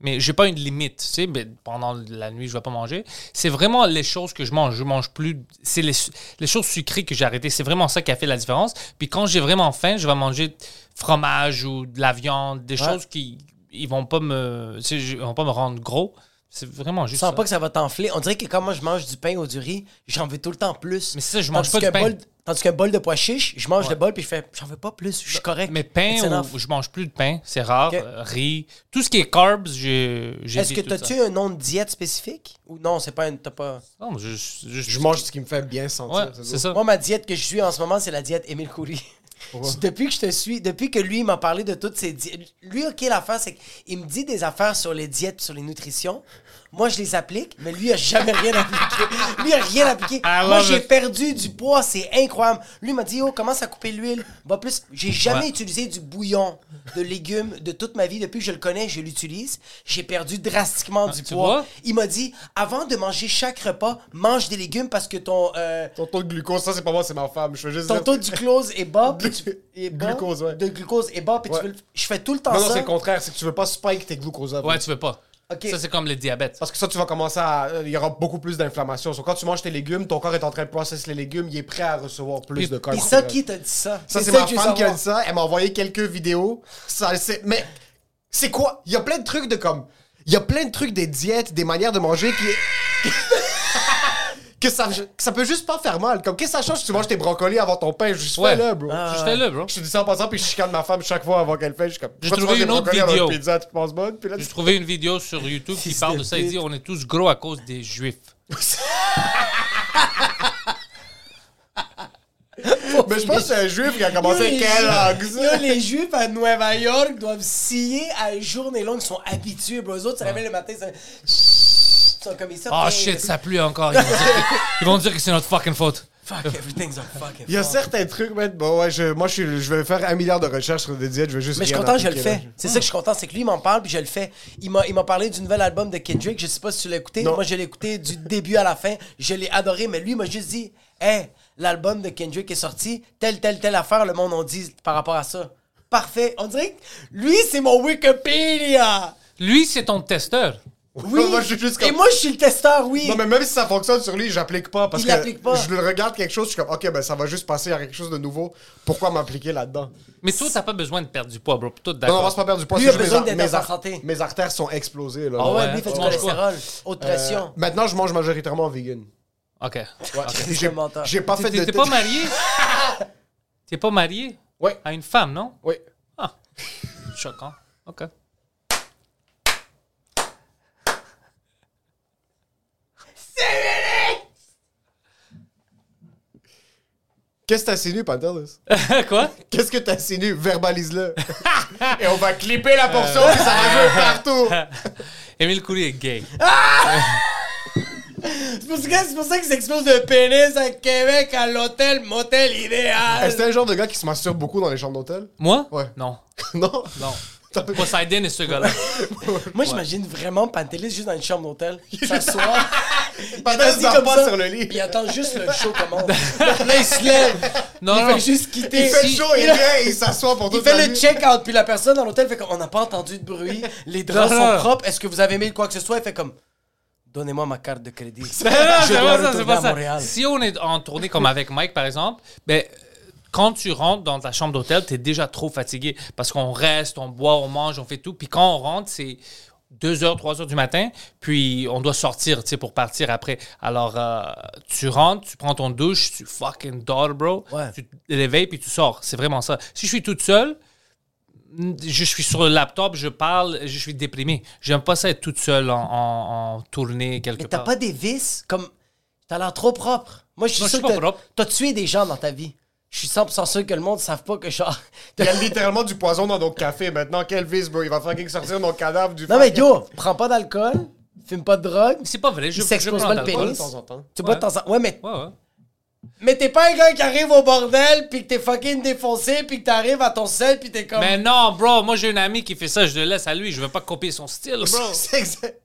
Speaker 3: Mais j'ai pas une limite, tu sais, mais pendant la nuit, je vais pas manger. C'est vraiment les choses que je mange. Je mange plus. C'est les, su- les choses sucrées que j'ai arrêtées. C'est vraiment ça qui a fait la différence. Puis quand j'ai vraiment faim, je vais manger fromage ou de la viande, des choses qui ils vont pas me, tu sais, ils vont pas me rendre gros. C'est vraiment
Speaker 1: Je
Speaker 3: juste
Speaker 1: sens
Speaker 3: ça.
Speaker 1: pas que ça va t'enfler. On dirait que quand moi je mange du pain ou du riz, j'en veux tout le temps plus.
Speaker 3: Mais c'est ça, je
Speaker 1: Tandis
Speaker 3: mange pas de
Speaker 1: qu'un
Speaker 3: pain.
Speaker 1: bol- tandis qu'un bol de pois chiche, je mange le bol puis je fais j'en veux pas plus, je suis correct.
Speaker 3: Bah, Mais pain,
Speaker 1: It's enough.
Speaker 3: ou- je mange plus de pain, c'est rare.
Speaker 1: Ok.
Speaker 3: Euh, riz, tout ce qui est carbs, j'ai.
Speaker 1: Est-ce que t'as-tu un nom de diète spécifique ou non, c'est pas une t'as pas
Speaker 3: Non, je, je, je-
Speaker 2: Je mange ce qui me fait bien
Speaker 3: Ouais,
Speaker 2: sentir.
Speaker 3: c'est ça.
Speaker 1: Moi ma diète que je suis en ce moment, c'est la diète Émile Coury. depuis que je te suis, depuis que lui il m'a parlé de toutes ces diètes, lui OK l'affaire c'est qu'il me dit des affaires sur les diètes, puis sur les nutritions. Moi je les applique, mais lui il a jamais rien appliqué. Lui il a rien appliqué.
Speaker 3: I
Speaker 1: Moi
Speaker 3: love
Speaker 1: j'ai
Speaker 3: it.
Speaker 1: perdu du poids, c'est incroyable. Lui il m'a dit, oh, commence à couper l'huile. Bah, plus, j'ai jamais
Speaker 3: Ouais.
Speaker 1: utilisé du bouillon de légumes de toute ma vie. Depuis que je le connais, je l'utilise. J'ai perdu drastiquement du
Speaker 3: Ah, tu
Speaker 1: poids.
Speaker 3: vois?
Speaker 1: Il m'a dit, avant de manger chaque repas, mange des légumes parce que ton, euh,
Speaker 2: Ton taux de glucose, ça, c'est pas moi, c'est ma femme. Je veux juste
Speaker 1: ton
Speaker 2: dire-
Speaker 1: taux de glucose est bas. puis tu- est bas,
Speaker 2: Glucose, ouais.
Speaker 1: De glucose est bas. puis tu
Speaker 2: Ouais.
Speaker 1: veux le- je fais tout le temps
Speaker 2: Non, non,
Speaker 1: ça.
Speaker 2: c'est le contraire. C'est que tu veux pas spike tes glucose up.
Speaker 3: Ouais, tu veux pas.
Speaker 1: Ok.
Speaker 3: Ça, c'est comme le diabète.
Speaker 2: Parce que ça, tu vas commencer à. euh, Il y aura beaucoup plus d'inflammation. So, quand tu manges tes légumes, ton corps est en train de processer les légumes, il est prêt à recevoir plus
Speaker 3: Puis-
Speaker 2: de
Speaker 1: Et
Speaker 2: carbs.
Speaker 1: ça, qui t'a dit ça?
Speaker 2: Ça, c'est
Speaker 1: ça
Speaker 2: ma
Speaker 1: que je veux
Speaker 2: femme qui a
Speaker 1: savoir.
Speaker 2: dit ça. Elle m'a envoyé quelques vidéos. Ça, c'est- Mais c'est quoi? Il y a plein de trucs de comme. Il y a plein de trucs des diètes, des manières de manger qui. que, ça, que ça peut juste pas faire mal. Comme, qu'est-ce que ça change si tu manges tes brocolis avant ton pain? Je suis
Speaker 3: Ouais.
Speaker 2: là, bro.
Speaker 3: Ah, J'étais là, bro.
Speaker 2: Je te dis ça en passant, puis je chicane ma femme chaque fois avant qu'elle fait. Je suis comme.
Speaker 3: J'ai
Speaker 2: Pourquoi tu
Speaker 3: trouvé
Speaker 2: manges des
Speaker 3: une autre
Speaker 2: brocolis avant
Speaker 3: vidéo.
Speaker 2: une pizza, tu te penses bonne? Puis là, tu-
Speaker 3: J'ai trouvé une vidéo sur YouTube qui
Speaker 2: Fils
Speaker 3: parle
Speaker 2: de
Speaker 3: de ça. Il
Speaker 2: pute.
Speaker 3: dit on est tous gros à cause des juifs.
Speaker 2: Mais je pense que c'est un juif qui a
Speaker 1: Yo,
Speaker 2: commencé
Speaker 1: les Juifs-
Speaker 2: Kellogg's.
Speaker 1: yo, les Juifs à Nueva York doivent scier à journée longue. Ils sont habitués, bro. Eux autres, ça réveillent le matin, ils sont- ils sont comme ils sortent.
Speaker 3: Oh
Speaker 2: Ah,
Speaker 1: Hey,
Speaker 3: shit, ça pue encore. Ils vont dire que, ils vont dire que c'est notre fucking faute.
Speaker 1: Fuck, everything's a fucking
Speaker 2: Il y a
Speaker 1: fuck.
Speaker 2: certains trucs, mais bon, ouais, je, moi, je, suis- je vais faire un milliard de recherches sur des diètes, je vais juste.
Speaker 1: Mais je suis
Speaker 2: rien
Speaker 1: content, je le
Speaker 2: appliquer,
Speaker 1: fais.
Speaker 2: là.
Speaker 1: C'est ça que je suis content, c'est que lui, il m'en parle, puis je le fais. Il m'a, il m'a parlé du nouvel album de Kendrick, je sais pas si tu l'as écouté.
Speaker 2: Non.
Speaker 1: Moi, je l'ai écouté du début à la fin. Je l'ai adoré, mais lui, il m'a juste dit Hey, l'album de Kendrick est sorti, telle, telle, telle affaire, le monde en dit par rapport à ça. Parfait. On dirait que lui, c'est mon Wikipédia.
Speaker 3: Lui, c'est ton testeur.
Speaker 1: Oui.
Speaker 2: moi, je suis juste comme-
Speaker 1: Et moi, je suis le testeur, oui.
Speaker 2: Non, mais même si ça fonctionne sur lui, j'applique pas parce
Speaker 1: Il
Speaker 2: que
Speaker 1: l'applique pas.
Speaker 2: je le regarde quelque chose, je suis comme, ok, ben ça va juste passer à quelque chose de nouveau. Pourquoi m'appliquer là-dedans
Speaker 3: Mais toi, t'as pas besoin de perdre du poids, bro. Toi,
Speaker 2: Non, non, on
Speaker 3: d'accord.
Speaker 2: va se pas perdre du poids.
Speaker 1: Lui
Speaker 2: c'est
Speaker 1: a
Speaker 2: juste
Speaker 1: besoin
Speaker 2: mes
Speaker 1: d'être
Speaker 2: ar- mes
Speaker 1: en
Speaker 2: ar-
Speaker 1: santé.
Speaker 2: Mes artères sont explosées. Là,
Speaker 3: Ah
Speaker 1: Ah ouais,
Speaker 3: Ouais,
Speaker 1: lui, il fait du
Speaker 3: tu manges
Speaker 1: cholestérol, haute
Speaker 2: Euh,
Speaker 1: pression.
Speaker 2: maintenant, je mange majoritairement vegan.
Speaker 3: Ok. Ok.
Speaker 1: C'est
Speaker 2: J'ai
Speaker 1: un menteur.
Speaker 2: j'ai pas fait
Speaker 3: T'es
Speaker 2: de.
Speaker 3: t'es pas marié T'es pas marié
Speaker 2: Oui,
Speaker 3: à une femme, non
Speaker 2: oui.
Speaker 3: Ah. Choquant. Ok.
Speaker 2: Qu'est-ce que t'insinues, Pantelis
Speaker 3: Quoi
Speaker 2: Qu'est-ce que t'insinues Verbalise-le. Et on va clipper la portion,
Speaker 1: Euh.
Speaker 2: puis ça va jouer partout.
Speaker 3: Émile Coury est gay.
Speaker 1: C'est pour ça que- c'est pour ça qu'il s'expose de pénis à Québec à l'hôtel Motel
Speaker 2: Est-ce
Speaker 1: Idéal.
Speaker 2: que t'es un genre de gars qui se masturbe beaucoup dans les chambres d'hôtel
Speaker 3: Moi
Speaker 2: Ouais.
Speaker 3: Non.
Speaker 2: Non.
Speaker 3: Non.
Speaker 2: T'as-
Speaker 3: Poseidon est ce gars-là.
Speaker 1: Moi, j'imagine vraiment Pantelis juste dans une chambre d'hôtel. S'asseoir.
Speaker 2: Pantelis
Speaker 1: assis
Speaker 2: dort
Speaker 1: comme
Speaker 2: pas
Speaker 1: ça,
Speaker 2: sur le lit.
Speaker 1: Puis il attend juste le show commence. là, il se lève.
Speaker 3: Non,
Speaker 1: il
Speaker 3: non,
Speaker 1: fait
Speaker 3: non.
Speaker 1: juste quitter.
Speaker 2: Il fait
Speaker 1: Si-
Speaker 2: chaud, il vient, il s'assoit pour
Speaker 1: Il
Speaker 2: toute la
Speaker 1: fait le
Speaker 2: nuit.
Speaker 1: check-out, puis la personne dans l'hôtel fait comme on n'a pas entendu de bruit, les draps
Speaker 3: Non,
Speaker 1: sont
Speaker 3: non.
Speaker 1: propres, est-ce que vous avez mis quoi que ce soit? Il fait comme donnez-moi ma carte de crédit.
Speaker 3: Non, non, c'est
Speaker 1: dois
Speaker 3: pas ça,
Speaker 1: retourner
Speaker 3: c'est pas
Speaker 1: à Montréal.
Speaker 3: ça. Si on est en tournée comme avec Mike, par exemple, ben, euh, quand tu rentres dans ta chambre d'hôtel, t'es déjà trop fatigué parce qu'on reste, on boit, on mange, on fait tout. Puis quand on rentre, c'est 2 heures, 3 heures du matin, puis on doit sortir, tu sais, pour partir après. Alors, euh, tu rentres, tu prends ton douche, tu fucking dors, bro.
Speaker 1: Ouais.
Speaker 3: Tu te réveilles, puis tu sors. C'est vraiment ça. Si je suis toute seule, je suis sur le laptop, je parle, je suis déprimé. J'aime pas ça être toute seule en, en- en tournée quelque
Speaker 1: Mais t'as
Speaker 3: part.
Speaker 1: pas des vices comme. T'as l'air trop propre. Moi, je suis
Speaker 3: Non, je
Speaker 1: sûr
Speaker 3: suis
Speaker 1: que
Speaker 3: pas
Speaker 1: t'as-
Speaker 3: propre.
Speaker 1: t'as tué des gens dans ta vie. Je suis 100% sûr que le monde ne savent pas que genre.
Speaker 2: Il y a littéralement du poison dans nos cafés maintenant. Quel vice, bro. Il va fucking sortir nos cadavres du
Speaker 1: Non, mais
Speaker 2: fucking-
Speaker 1: yo, prends pas d'alcool, fume pas de drogue,
Speaker 3: C'est pas vrai, je
Speaker 1: Il s'expose
Speaker 3: je prends
Speaker 1: pas le
Speaker 3: l'alcool.
Speaker 1: pénis.
Speaker 2: De temps en temps.
Speaker 1: tu bois
Speaker 3: Ouais.
Speaker 1: de temps en temps. Ouais, mais,
Speaker 3: Ouais, ouais.
Speaker 1: mais t'es pas un gars qui arrive au bordel, puis que t'es fucking défoncé, puis que t'arrives à ton sel, puis t'es comme.
Speaker 3: Mais non, bro, moi j'ai un ami qui fait ça, je le laisse à lui, je veux pas copier son style, bro.
Speaker 2: C'est exact.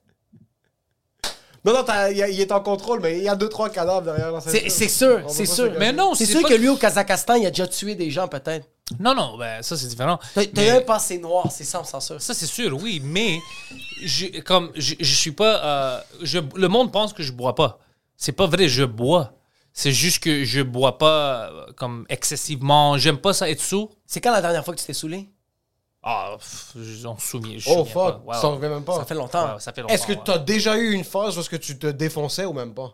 Speaker 2: Non, non, t'as- il y a- il est en contrôle, mais il y a deux, trois cadavres derrière. la
Speaker 1: C'est
Speaker 2: ceinture.
Speaker 1: c'est sûr,
Speaker 2: On va
Speaker 1: c'est
Speaker 2: pas se
Speaker 1: sûr.
Speaker 2: cacher.
Speaker 3: Mais non,
Speaker 1: c'est
Speaker 3: c'est
Speaker 1: sûr
Speaker 3: pas-
Speaker 1: que lui, au Kazakhstan, il a déjà tué des gens, peut-être.
Speaker 3: Non, non, ben, ça c'est différent.
Speaker 1: T'as t'as
Speaker 3: Mais-
Speaker 1: eu un passé noir, c'est 100% sûr.
Speaker 3: Ça c'est sûr, oui, mais je, comme je, je suis pas, euh, je, le monde pense que je bois pas. C'est pas vrai, je bois. C'est juste que je bois pas euh, comme excessivement. J'aime pas ça être sourd.
Speaker 1: C'est quand la dernière fois que tu t'es saoulé?
Speaker 3: Ah, pff, je m'en souviens. je
Speaker 2: Oh
Speaker 3: souviens
Speaker 2: fuck,
Speaker 3: pas.
Speaker 2: tu
Speaker 3: Wow.
Speaker 2: t'en souviens même pas.
Speaker 1: Ça fait longtemps.
Speaker 3: Oh. Ouais, ça fait longtemps.
Speaker 2: Est-ce que
Speaker 3: ouais.
Speaker 2: tu as déjà eu une phase où est-ce que tu te défonçais ou même pas?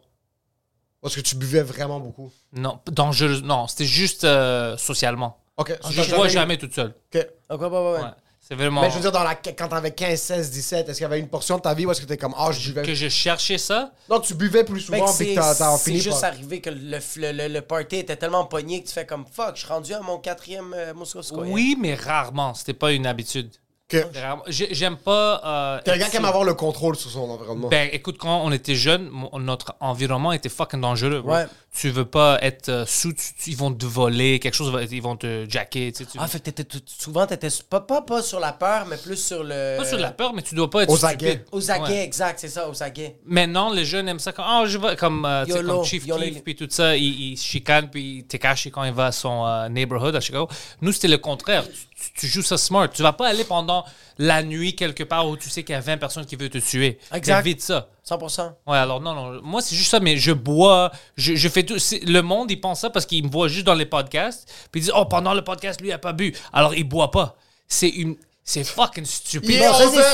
Speaker 2: Ou est-ce que tu buvais vraiment beaucoup?
Speaker 3: Non, p- dangereuse. Non, c'était juste euh, socialement.
Speaker 2: Ok, tu
Speaker 3: Ah, Je
Speaker 2: Ah, t'as
Speaker 3: ne vois
Speaker 2: eu-
Speaker 3: jamais toute seule.
Speaker 2: Ok.
Speaker 1: Ok, ouais, ouais, ouais.
Speaker 3: Ouais. C'est vraiment.
Speaker 2: Mais je veux dire, dans la... quand t'avais 15, 16, 17, est-ce qu'il y avait une portion de ta vie où est-ce que t'es comme, ah, je buvais?
Speaker 3: que je cherchais ça.
Speaker 2: Donc tu buvais plus
Speaker 1: Mec,
Speaker 2: souvent
Speaker 1: c'est-
Speaker 2: puis que t'as- t'as
Speaker 1: c'est
Speaker 2: fini
Speaker 1: juste
Speaker 2: par...
Speaker 1: arrivé que le, f- le, le- le party était tellement pogné que tu fais comme fuck, je suis rendu à mon quatrième euh, Moscow Square.
Speaker 3: Oui, mais rarement. C'était pas une habitude.
Speaker 2: Ok.
Speaker 3: Rarement. J'ai- J'aime pas. euh,
Speaker 2: T'es un gars
Speaker 3: être
Speaker 2: qui aime
Speaker 3: seul.
Speaker 2: avoir le contrôle sur son environnement.
Speaker 3: Ben, écoute, quand on était jeunes, mon- notre environnement était fucking dangereux. bro.
Speaker 1: Ouais.
Speaker 3: Tu veux pas être euh, sous, tu- tu- ils vont te voler, quelque chose, va- ils vont te jacker. Tu sais, tu-
Speaker 1: Ah, fait que t'étais tout- souvent, t'étais su- pas, pas, pas sur la peur, mais plus sur le.
Speaker 3: pas sur la peur, mais tu dois pas être
Speaker 2: Aux aguets.
Speaker 3: stupide.
Speaker 1: Aux aguets,
Speaker 3: Ouais.
Speaker 1: exact, c'est ça, aux aguets.
Speaker 3: Maintenant, les jeunes aiment ça comme, Ah, je vais, comme, euh, tu sais,
Speaker 1: YOLO,
Speaker 3: comme Chief
Speaker 1: YOLO.
Speaker 3: Keef, puis tout ça, ils il se chicanent, puis Tekashi quand il va à son euh, neighborhood à Chicago. Nous, c'était le contraire. Tu, tu- tu joues ça smart. Tu vas pas aller pendant la nuit quelque part où tu sais qu'il y a 20 personnes qui veulent te tuer.
Speaker 1: Exact.
Speaker 3: Évite ça.
Speaker 1: 100%.
Speaker 3: Ouais, alors non, non. Moi, c'est juste ça, mais je bois, je, je fais tout. c'est- Le monde, il pense ça parce qu'il me voit juste dans les podcasts. Puis ils disent, oh, pendant le podcast, lui, il a pas bu. Alors, il boit pas. C'est une. C'est fucking stupide.
Speaker 2: Il est
Speaker 1: Non, ça, c'est
Speaker 2: 11h15!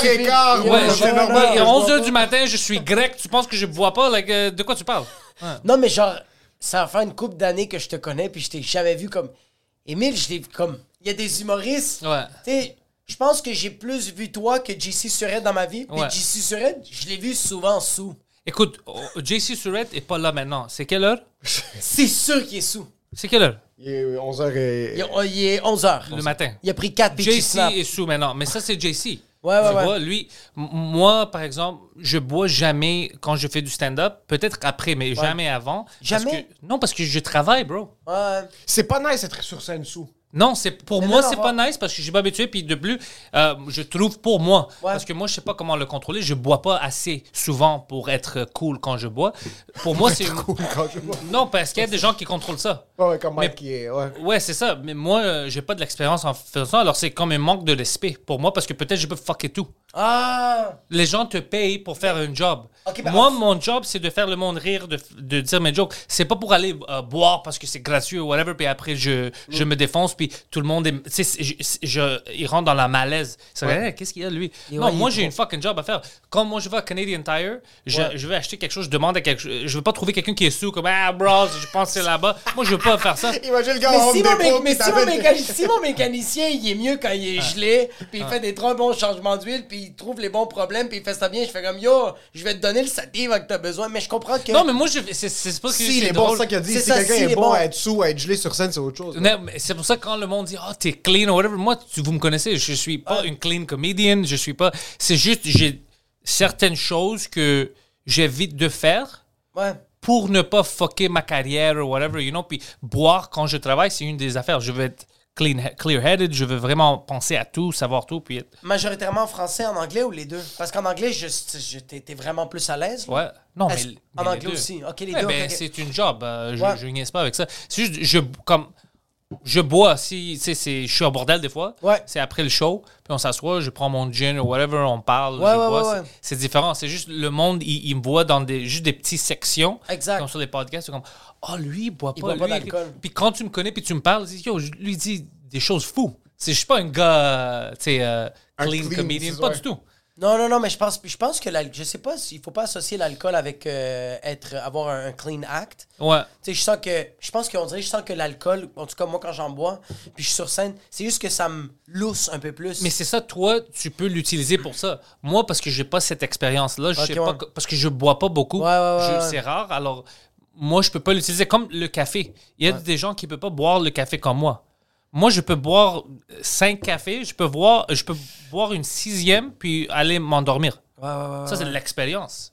Speaker 1: stupide.
Speaker 3: Ouais,
Speaker 1: non,
Speaker 3: je-
Speaker 1: non, non,
Speaker 3: ouais,
Speaker 1: je bois
Speaker 3: 11
Speaker 1: pas.
Speaker 3: h du matin, je suis grec. Tu penses que je bois pas? Like, euh, de quoi tu parles?
Speaker 1: Non, mais genre, ça va faire une couple d'années que je te connais, puis je t'ai jamais vu comme. Émile, je l'ai vu comme. Il y a des humoristes.
Speaker 3: Ouais.
Speaker 1: Tu sais, je pense que j'ai plus vu toi que JC Surette dans ma vie. Puis
Speaker 3: Ouais.
Speaker 1: JC Surette, je l'ai vu souvent sous.
Speaker 3: Écoute, oh, JC Surette est pas là maintenant. C'est quelle heure?
Speaker 1: C'est sûr qu'il est sous.
Speaker 3: C'est quelle heure?
Speaker 2: Il est 11h et...
Speaker 1: Il, est- il est 11h.
Speaker 3: Le matin.
Speaker 1: Il a pris 4 pitches
Speaker 3: JC
Speaker 1: snap.
Speaker 3: est sous maintenant, mais ça c'est JC.
Speaker 1: Ouais, ouais,
Speaker 3: tu
Speaker 1: ouais.
Speaker 3: vois, lui, m- moi par exemple, je bois jamais quand je fais du stand-up, peut-être après, mais jamais avant. parce
Speaker 1: Jamais?
Speaker 3: que- non, parce que je travaille, bro.
Speaker 1: Ouais.
Speaker 2: C'est pas nice d'être sur scène sous.
Speaker 3: Non, c'est pour
Speaker 1: Mais
Speaker 3: moi,
Speaker 1: non,
Speaker 3: c'est
Speaker 1: non,
Speaker 3: pas
Speaker 1: va.
Speaker 3: nice parce que je suis pas habitué. Puis de plus, euh, je trouve pour moi. Parce que moi, je sais pas comment le contrôler. Je bois pas assez souvent pour être cool quand je bois. Pour moi, c'est. une-
Speaker 2: quand je vois.
Speaker 3: Non, parce qu'il y a des gens qui contrôlent ça.
Speaker 2: Ouais, ouais, comme Mike qui est... Ouais.
Speaker 3: Ouais, c'est ça. Mais moi, euh, j'ai pas de l'expérience en faisant ça. Alors, c'est comme un manque de respect pour moi parce que peut-être je peux fucker tout.
Speaker 1: Ah!
Speaker 3: les gens te payent pour faire un job.
Speaker 1: Ok, ben,
Speaker 3: Moi,
Speaker 1: en-
Speaker 3: mon job, c'est de faire le monde rire, de, de dire mes jokes. C'est pas pour aller euh, boire parce que c'est gratuit ou whatever, puis après, je, je
Speaker 2: Mm.
Speaker 3: me défonce, puis tout le monde est, tu sais, c'est- je, je- il rentre dans la malaise. C'est vrai, Hey, qu'est-ce qu'il y a, lui?
Speaker 1: Et
Speaker 3: non,
Speaker 1: ouais, il
Speaker 3: moi,
Speaker 1: est
Speaker 3: j'ai
Speaker 1: trop.
Speaker 3: une fucking job à faire. Quand moi, je vais à Canadian Tire, je,
Speaker 1: Ouais.
Speaker 3: je vais acheter quelque chose, je demande à quelque chose. Je veux pas trouver quelqu'un qui est sous, comme « Ah, bro, je pense que c'est là-bas. » Moi, je veux pas faire ça.
Speaker 2: Imagine le gars
Speaker 1: Mais
Speaker 2: en
Speaker 1: si,
Speaker 2: Home
Speaker 1: mon, mé-
Speaker 2: Depot,
Speaker 1: mais
Speaker 2: puis
Speaker 1: si mon
Speaker 2: t'appelles-
Speaker 1: méca- si mon mécanicien, il est mieux quand
Speaker 3: Ah.
Speaker 1: il est gelé, puis il fait des trois bons changements d'huile, puis il trouve les bons problèmes, puis il fait ça bien, je fais comme yo, je vais te donner le sative que t'as besoin, mais je comprends que.
Speaker 3: Non, mais moi, je, c'est, c'est pas que
Speaker 2: Si, il
Speaker 3: c'est
Speaker 2: est bon,
Speaker 3: drôle.
Speaker 2: c'est ça qu'il a dit.
Speaker 1: C'est
Speaker 2: Si
Speaker 1: ça,
Speaker 2: quelqu'un
Speaker 1: si, il
Speaker 2: est
Speaker 1: est
Speaker 2: bon
Speaker 1: bon.
Speaker 2: à être sous, à être gelé sur scène, c'est autre chose.
Speaker 3: Non, mais c'est pour ça que quand le monde dit oh t'es clean ou whatever, moi tu, vous me connaissez, je suis pas une clean comedian, je suis pas. C'est juste j'ai certaines choses que j'évite de faire
Speaker 1: Ouais.
Speaker 3: pour ne pas fucker ma carrière ou whatever, you know. Puis boire quand je travaille, c'est une des affaires. Je veux être clean, clear-headed, je veux vraiment penser à tout, savoir tout, puis être.
Speaker 1: Majoritairement en français, en anglais ou les deux? Parce qu'en anglais, je, je- t'es t'es vraiment plus à l'aise. là.
Speaker 3: Ouais. Non, mais,
Speaker 1: Est-ce-
Speaker 3: mais
Speaker 1: Ah, en
Speaker 3: les
Speaker 1: anglais
Speaker 3: deux.
Speaker 1: aussi. Ok, les
Speaker 3: Ouais,
Speaker 1: deux. ok,
Speaker 3: ben,
Speaker 1: ok.
Speaker 3: C'est une job. euh, je
Speaker 1: Ouais.
Speaker 3: je niaise pas avec ça. C'est juste, je, comme, je bois. Si, tu sais, c'est- je suis au bordel des fois.
Speaker 1: Ouais.
Speaker 3: C'est après le show. Puis on s'assoit, je prends mon gin ou whatever, on parle.
Speaker 1: Ouais,
Speaker 3: je
Speaker 1: ouais,
Speaker 3: bois,
Speaker 1: ouais,
Speaker 3: c'est-
Speaker 1: ouais.
Speaker 3: C'est différent. C'est juste le monde, il, il me voit dans des, juste des petites sections.
Speaker 1: Exact.
Speaker 3: Comme sur les podcasts. c'est comme, oh, lui, il boit pas.
Speaker 1: Il boit pas
Speaker 3: lui.
Speaker 1: d'alcool.
Speaker 3: Puis quand tu me connais, puis tu me parles, dis, yo, je lui dis des choses fous. C'est- Je suis pas un gars, euh, tu sais, euh,
Speaker 2: Un
Speaker 3: clean,
Speaker 2: clean,
Speaker 3: comedian.
Speaker 2: c'est
Speaker 3: Pas
Speaker 2: ça.
Speaker 3: du tout.
Speaker 1: Non, non, non, mais je pense, je pense que l'al- je sais pas s'il faut pas associer l'alcool avec euh, être, avoir un, un clean act.
Speaker 3: Ouais.
Speaker 1: Tu sais, je sens que, je pense qu'on dirait, je sens que l'alcool, en tout cas moi quand j'en bois, puis je suis sur scène, c'est juste que ça me lousse un peu plus.
Speaker 3: Mais c'est ça, toi, tu peux l'utiliser pour ça. Moi, parce que j'ai pas cette expérience-là, je
Speaker 1: Ok,
Speaker 3: sais
Speaker 1: ouais.
Speaker 3: pas, que- parce que je bois pas beaucoup,
Speaker 1: Ouais, ouais, ouais,
Speaker 3: je-
Speaker 1: ouais.
Speaker 3: c'est rare. Alors, moi, je peux pas l'utiliser comme le café. Il y a des gens qui peuvent pas boire le café comme moi. Moi, je peux boire euh, cinq cafés, je peux boire, je peux boire une sixième, puis aller m'endormir.
Speaker 1: Ouais, ouais, ouais, ouais.
Speaker 3: Ça, c'est de l'expérience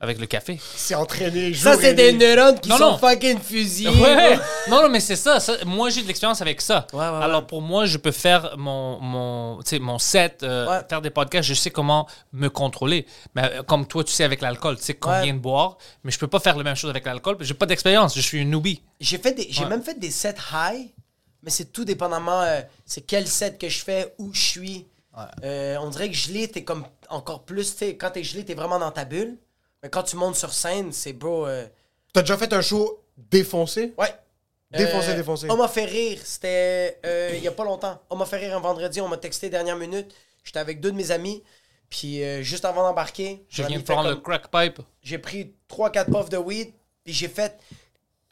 Speaker 3: avec le café.
Speaker 2: C'est entraîné, jour
Speaker 1: Ça,
Speaker 2: et
Speaker 1: c'est des
Speaker 2: nuit.
Speaker 1: neurones qui
Speaker 3: Non,
Speaker 1: sont
Speaker 3: non.
Speaker 1: fucking fusillés.
Speaker 3: Ouais.
Speaker 1: là.
Speaker 3: non, non, mais c'est ça, ça. Moi, j'ai de l'expérience avec ça.
Speaker 1: Ouais, ouais, ouais.
Speaker 3: Alors, pour moi, je peux faire mon, mon, tu sais, mon set, euh,
Speaker 1: Ouais.
Speaker 3: faire des podcasts. Je sais comment me contrôler. Mais euh, comme toi, tu sais, avec l'alcool, tu sais combien
Speaker 1: Ouais.
Speaker 3: de boire. Mais je peux pas faire la même chose avec l'alcool. parce que J'ai pas d'expérience. Je suis une newbie.
Speaker 1: J'ai fait des- j'ai même fait des sets high, mais c'est tout dépendamment euh, c'est quel set que je fais, où je suis. Euh, on dirait que gelé, t'es comme encore plus, t'es, quand t'es gelé, t'es vraiment dans ta bulle. Mais quand tu montes sur scène, c'est bro. euh,
Speaker 2: T'as déjà fait un show défoncé?
Speaker 1: ouais.
Speaker 2: Défoncé,
Speaker 1: Euh,
Speaker 2: défoncé.
Speaker 1: On m'a fait rire, c'était euh, il y a pas longtemps. On m'a fait rire un vendredi, on m'a texté dernière minute. J'étais avec deux de mes amis, puis euh, juste avant d'embarquer,
Speaker 3: Je
Speaker 1: mon
Speaker 3: viens
Speaker 1: ami
Speaker 3: de
Speaker 1: fait
Speaker 3: prendre le
Speaker 1: comme-
Speaker 3: crack pipe.
Speaker 1: j'ai pris 3-4 puffs de weed, puis j'ai fait.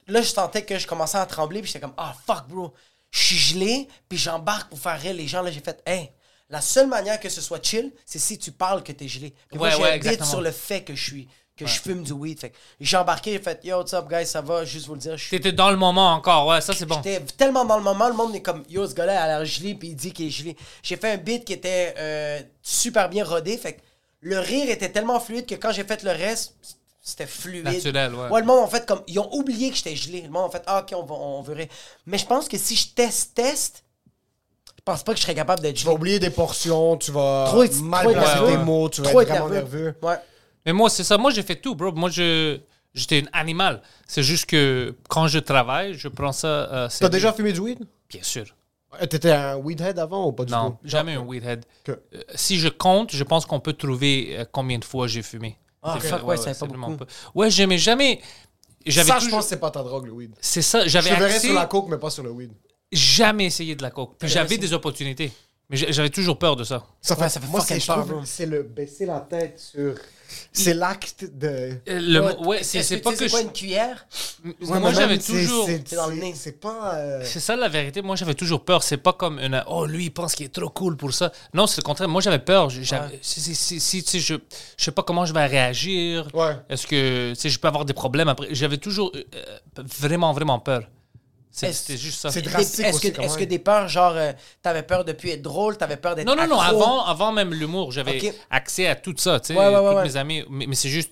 Speaker 1: Là, je sentais que je commençais à trembler, puis j'étais comme, ah fuck, bro. Je suis gelé, puis j'embarque pour faire rire les gens. Là, j'ai fait, hey, la seule manière que ce soit chill, c'est si tu parles que t'es gelé. Puis moi,
Speaker 3: Ouais,
Speaker 1: j'ai
Speaker 3: ouais,
Speaker 1: un beat
Speaker 3: exactement.
Speaker 1: sur le fait que je suis, que je fume du weed. Fait que j'ai embarqué, j'ai fait, yo, what's up, guys, ça va, juste vous le dire, je suis.
Speaker 3: T'étais dans le moment encore, ouais, ça c'est bon.
Speaker 1: J'étais tellement dans le moment, le monde est comme Yo, ce gars-là a l'air gelé, puis il dit qu'il est gelé. J'ai fait un beat qui était euh, super bien rodé, fait que le rire était tellement fluide que quand j'ai fait le reste, c'était fluide.
Speaker 3: Naturel, ouais.
Speaker 1: le monde en fait comme. Ils ont oublié que j'étais gelé. Le monde en fait, ah, ok, on, va, on veut rire. Mais je pense que si je teste, teste, je pense pas que je serais capable d'être
Speaker 2: Tu vas
Speaker 1: gelé.
Speaker 2: oublier des portions, tu vas
Speaker 1: Trop être-
Speaker 2: mal
Speaker 1: trop être
Speaker 2: placer
Speaker 1: nerveux.
Speaker 2: tes mots, tu vas
Speaker 1: Trop
Speaker 2: être
Speaker 1: être
Speaker 2: vraiment nerveux.
Speaker 1: Ouais.
Speaker 3: Mais moi, c'est ça. Moi, j'ai fait tout, bro. Moi, je j'étais un animal. C'est juste que quand je travaille, je prends ça. euh,
Speaker 2: T'as
Speaker 3: sérieux.
Speaker 2: déjà fumé du weed?
Speaker 3: Bien sûr.
Speaker 2: Euh, T'étais un weedhead avant ou pas du
Speaker 3: Non,
Speaker 2: tout?
Speaker 3: jamais un weedhead.
Speaker 2: Que-
Speaker 3: Euh, si je compte, je pense qu'on peut trouver euh, combien de fois j'ai fumé.
Speaker 1: Ah,
Speaker 3: C'est
Speaker 1: fuck, ouais, c'est pas
Speaker 3: vraiment
Speaker 1: beaucoup.
Speaker 3: peu. Ouais, j'aimais jamais. J'avais
Speaker 2: Ça, je
Speaker 3: toujours-
Speaker 2: pense que c'est pas ta drogue, le weed.
Speaker 3: C'est ça,
Speaker 2: Je
Speaker 3: j'avais
Speaker 2: te verrais
Speaker 3: accès-
Speaker 2: sur la coke, mais pas sur le weed.
Speaker 3: jamais essayé de la coke. Puis j'avais des opportunités. Mais j'a- j'avais toujours peur de ça.
Speaker 2: Ça
Speaker 1: Ouais, ça fait
Speaker 2: moi,
Speaker 1: fucking
Speaker 2: c'est- je
Speaker 1: peur,
Speaker 2: trouve,
Speaker 1: bro.
Speaker 2: c'est le baisser la tête sur... C'est l'acte de...
Speaker 3: Euh, Le,
Speaker 1: Ouais,
Speaker 3: mo- ouais, c'est
Speaker 1: Est-ce
Speaker 3: c'est
Speaker 1: que
Speaker 3: pas
Speaker 1: tu sais
Speaker 3: que.
Speaker 1: quoi,
Speaker 3: je-
Speaker 1: une cuillère?
Speaker 2: Ouais,
Speaker 3: moi,
Speaker 2: mais
Speaker 3: j'avais
Speaker 2: même, c'est-
Speaker 3: toujours.
Speaker 1: C'est dans le nez.
Speaker 2: C'est pas... euh,
Speaker 3: C'est ça la vérité. Moi, j'avais toujours peur. C'est pas comme une. Oh, lui, il pense qu'il est trop cool pour ça. Non, c'est le contraire. Moi, j'avais peur. Je- j'avais- Si, si, si, si, tu sais, je, je sais pas comment je vais réagir.
Speaker 2: Ouais.
Speaker 3: Est-ce que tu sais, je peux avoir des problèmes après J'avais toujours euh, euh, vraiment, vraiment peur. C'est-
Speaker 1: Est-ce-
Speaker 3: C'était juste ça.
Speaker 2: c'est
Speaker 1: Des-
Speaker 2: drastique
Speaker 1: Est-ce
Speaker 2: aussi,
Speaker 1: que,
Speaker 2: quand
Speaker 1: est-ce que
Speaker 2: même.
Speaker 1: des peurs, genre, euh, t'avais peur de plus être drôle, t'avais peur d'être.
Speaker 3: Non, non, non.
Speaker 1: accro?
Speaker 3: Avant, avant même l'humour, j'avais
Speaker 1: Ok.
Speaker 3: accès à tout ça. Tu sais,
Speaker 1: Ouais, ouais, ouais,
Speaker 3: toutes
Speaker 1: ouais.
Speaker 3: mes amis. Mais, mais c'est juste,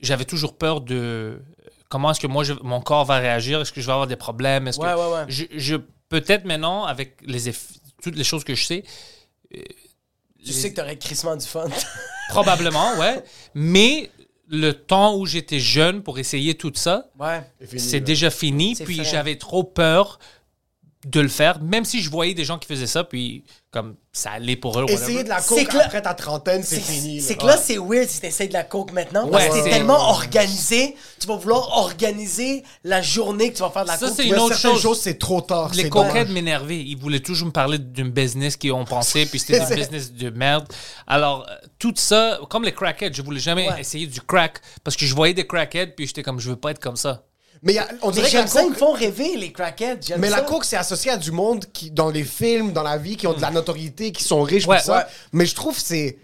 Speaker 3: j'avais toujours peur de comment est-ce que moi, je- mon corps va réagir. Est-ce que je vais avoir des problèmes Est-ce
Speaker 1: Ouais,
Speaker 3: que
Speaker 1: ouais, ouais.
Speaker 3: je, je- peut-être maintenant avec les eff- toutes les choses que je sais,
Speaker 1: Tu sais que t'aurais crissement du fun.
Speaker 3: probablement, ouais. Mais le temps où j'étais jeune pour essayer tout ça,
Speaker 1: ouais.
Speaker 2: fini,
Speaker 3: c'est
Speaker 2: là.
Speaker 3: déjà fini.
Speaker 1: C'est
Speaker 3: Puis
Speaker 1: fait.
Speaker 3: j'avais trop peur de le faire, même si je voyais des gens qui faisaient ça, puis comme ça allait pour eux. whatever.
Speaker 2: Essayer de la
Speaker 1: C'est
Speaker 2: coke
Speaker 1: que là-
Speaker 2: après ta trentaine, c'est fini.
Speaker 1: C'est
Speaker 2: là.
Speaker 1: que là, c'est weird si t'essayes de la coke maintenant.
Speaker 3: Ouais,
Speaker 1: parce que
Speaker 3: c'est-
Speaker 1: t'es tellement organisé, tu vas vouloir organiser la journée que tu vas faire de la
Speaker 3: Ça,
Speaker 1: coke.
Speaker 3: c'est
Speaker 2: Il y
Speaker 3: une
Speaker 2: a
Speaker 3: autre
Speaker 2: certaines
Speaker 3: chose.
Speaker 2: choses, c'est trop tard.
Speaker 3: Les
Speaker 2: c'est
Speaker 3: coquettes
Speaker 2: dommage.
Speaker 3: m'énervaient. Ils voulaient toujours me parler d'une business qu'ils ont pensé, puis c'était une business de merde. Alors, euh, tout ça, comme les crackheads, je voulais jamais essayer du crack parce que je voyais des crackheads, puis j'étais comme, je veux pas être comme ça.
Speaker 2: Mais il y a- on
Speaker 1: Mais
Speaker 2: dirait que la
Speaker 1: j'aime ça, ils me
Speaker 2: coke...
Speaker 1: font rêver, les crackheads. j'aime
Speaker 2: Mais la
Speaker 1: ça.
Speaker 2: coke, c'est associé à du monde qui, dans les films, dans la vie, qui ont de la notoriété, qui sont riches,
Speaker 3: Ouais,
Speaker 2: tout ça.
Speaker 3: ouais.
Speaker 2: Mais je trouve que c'est...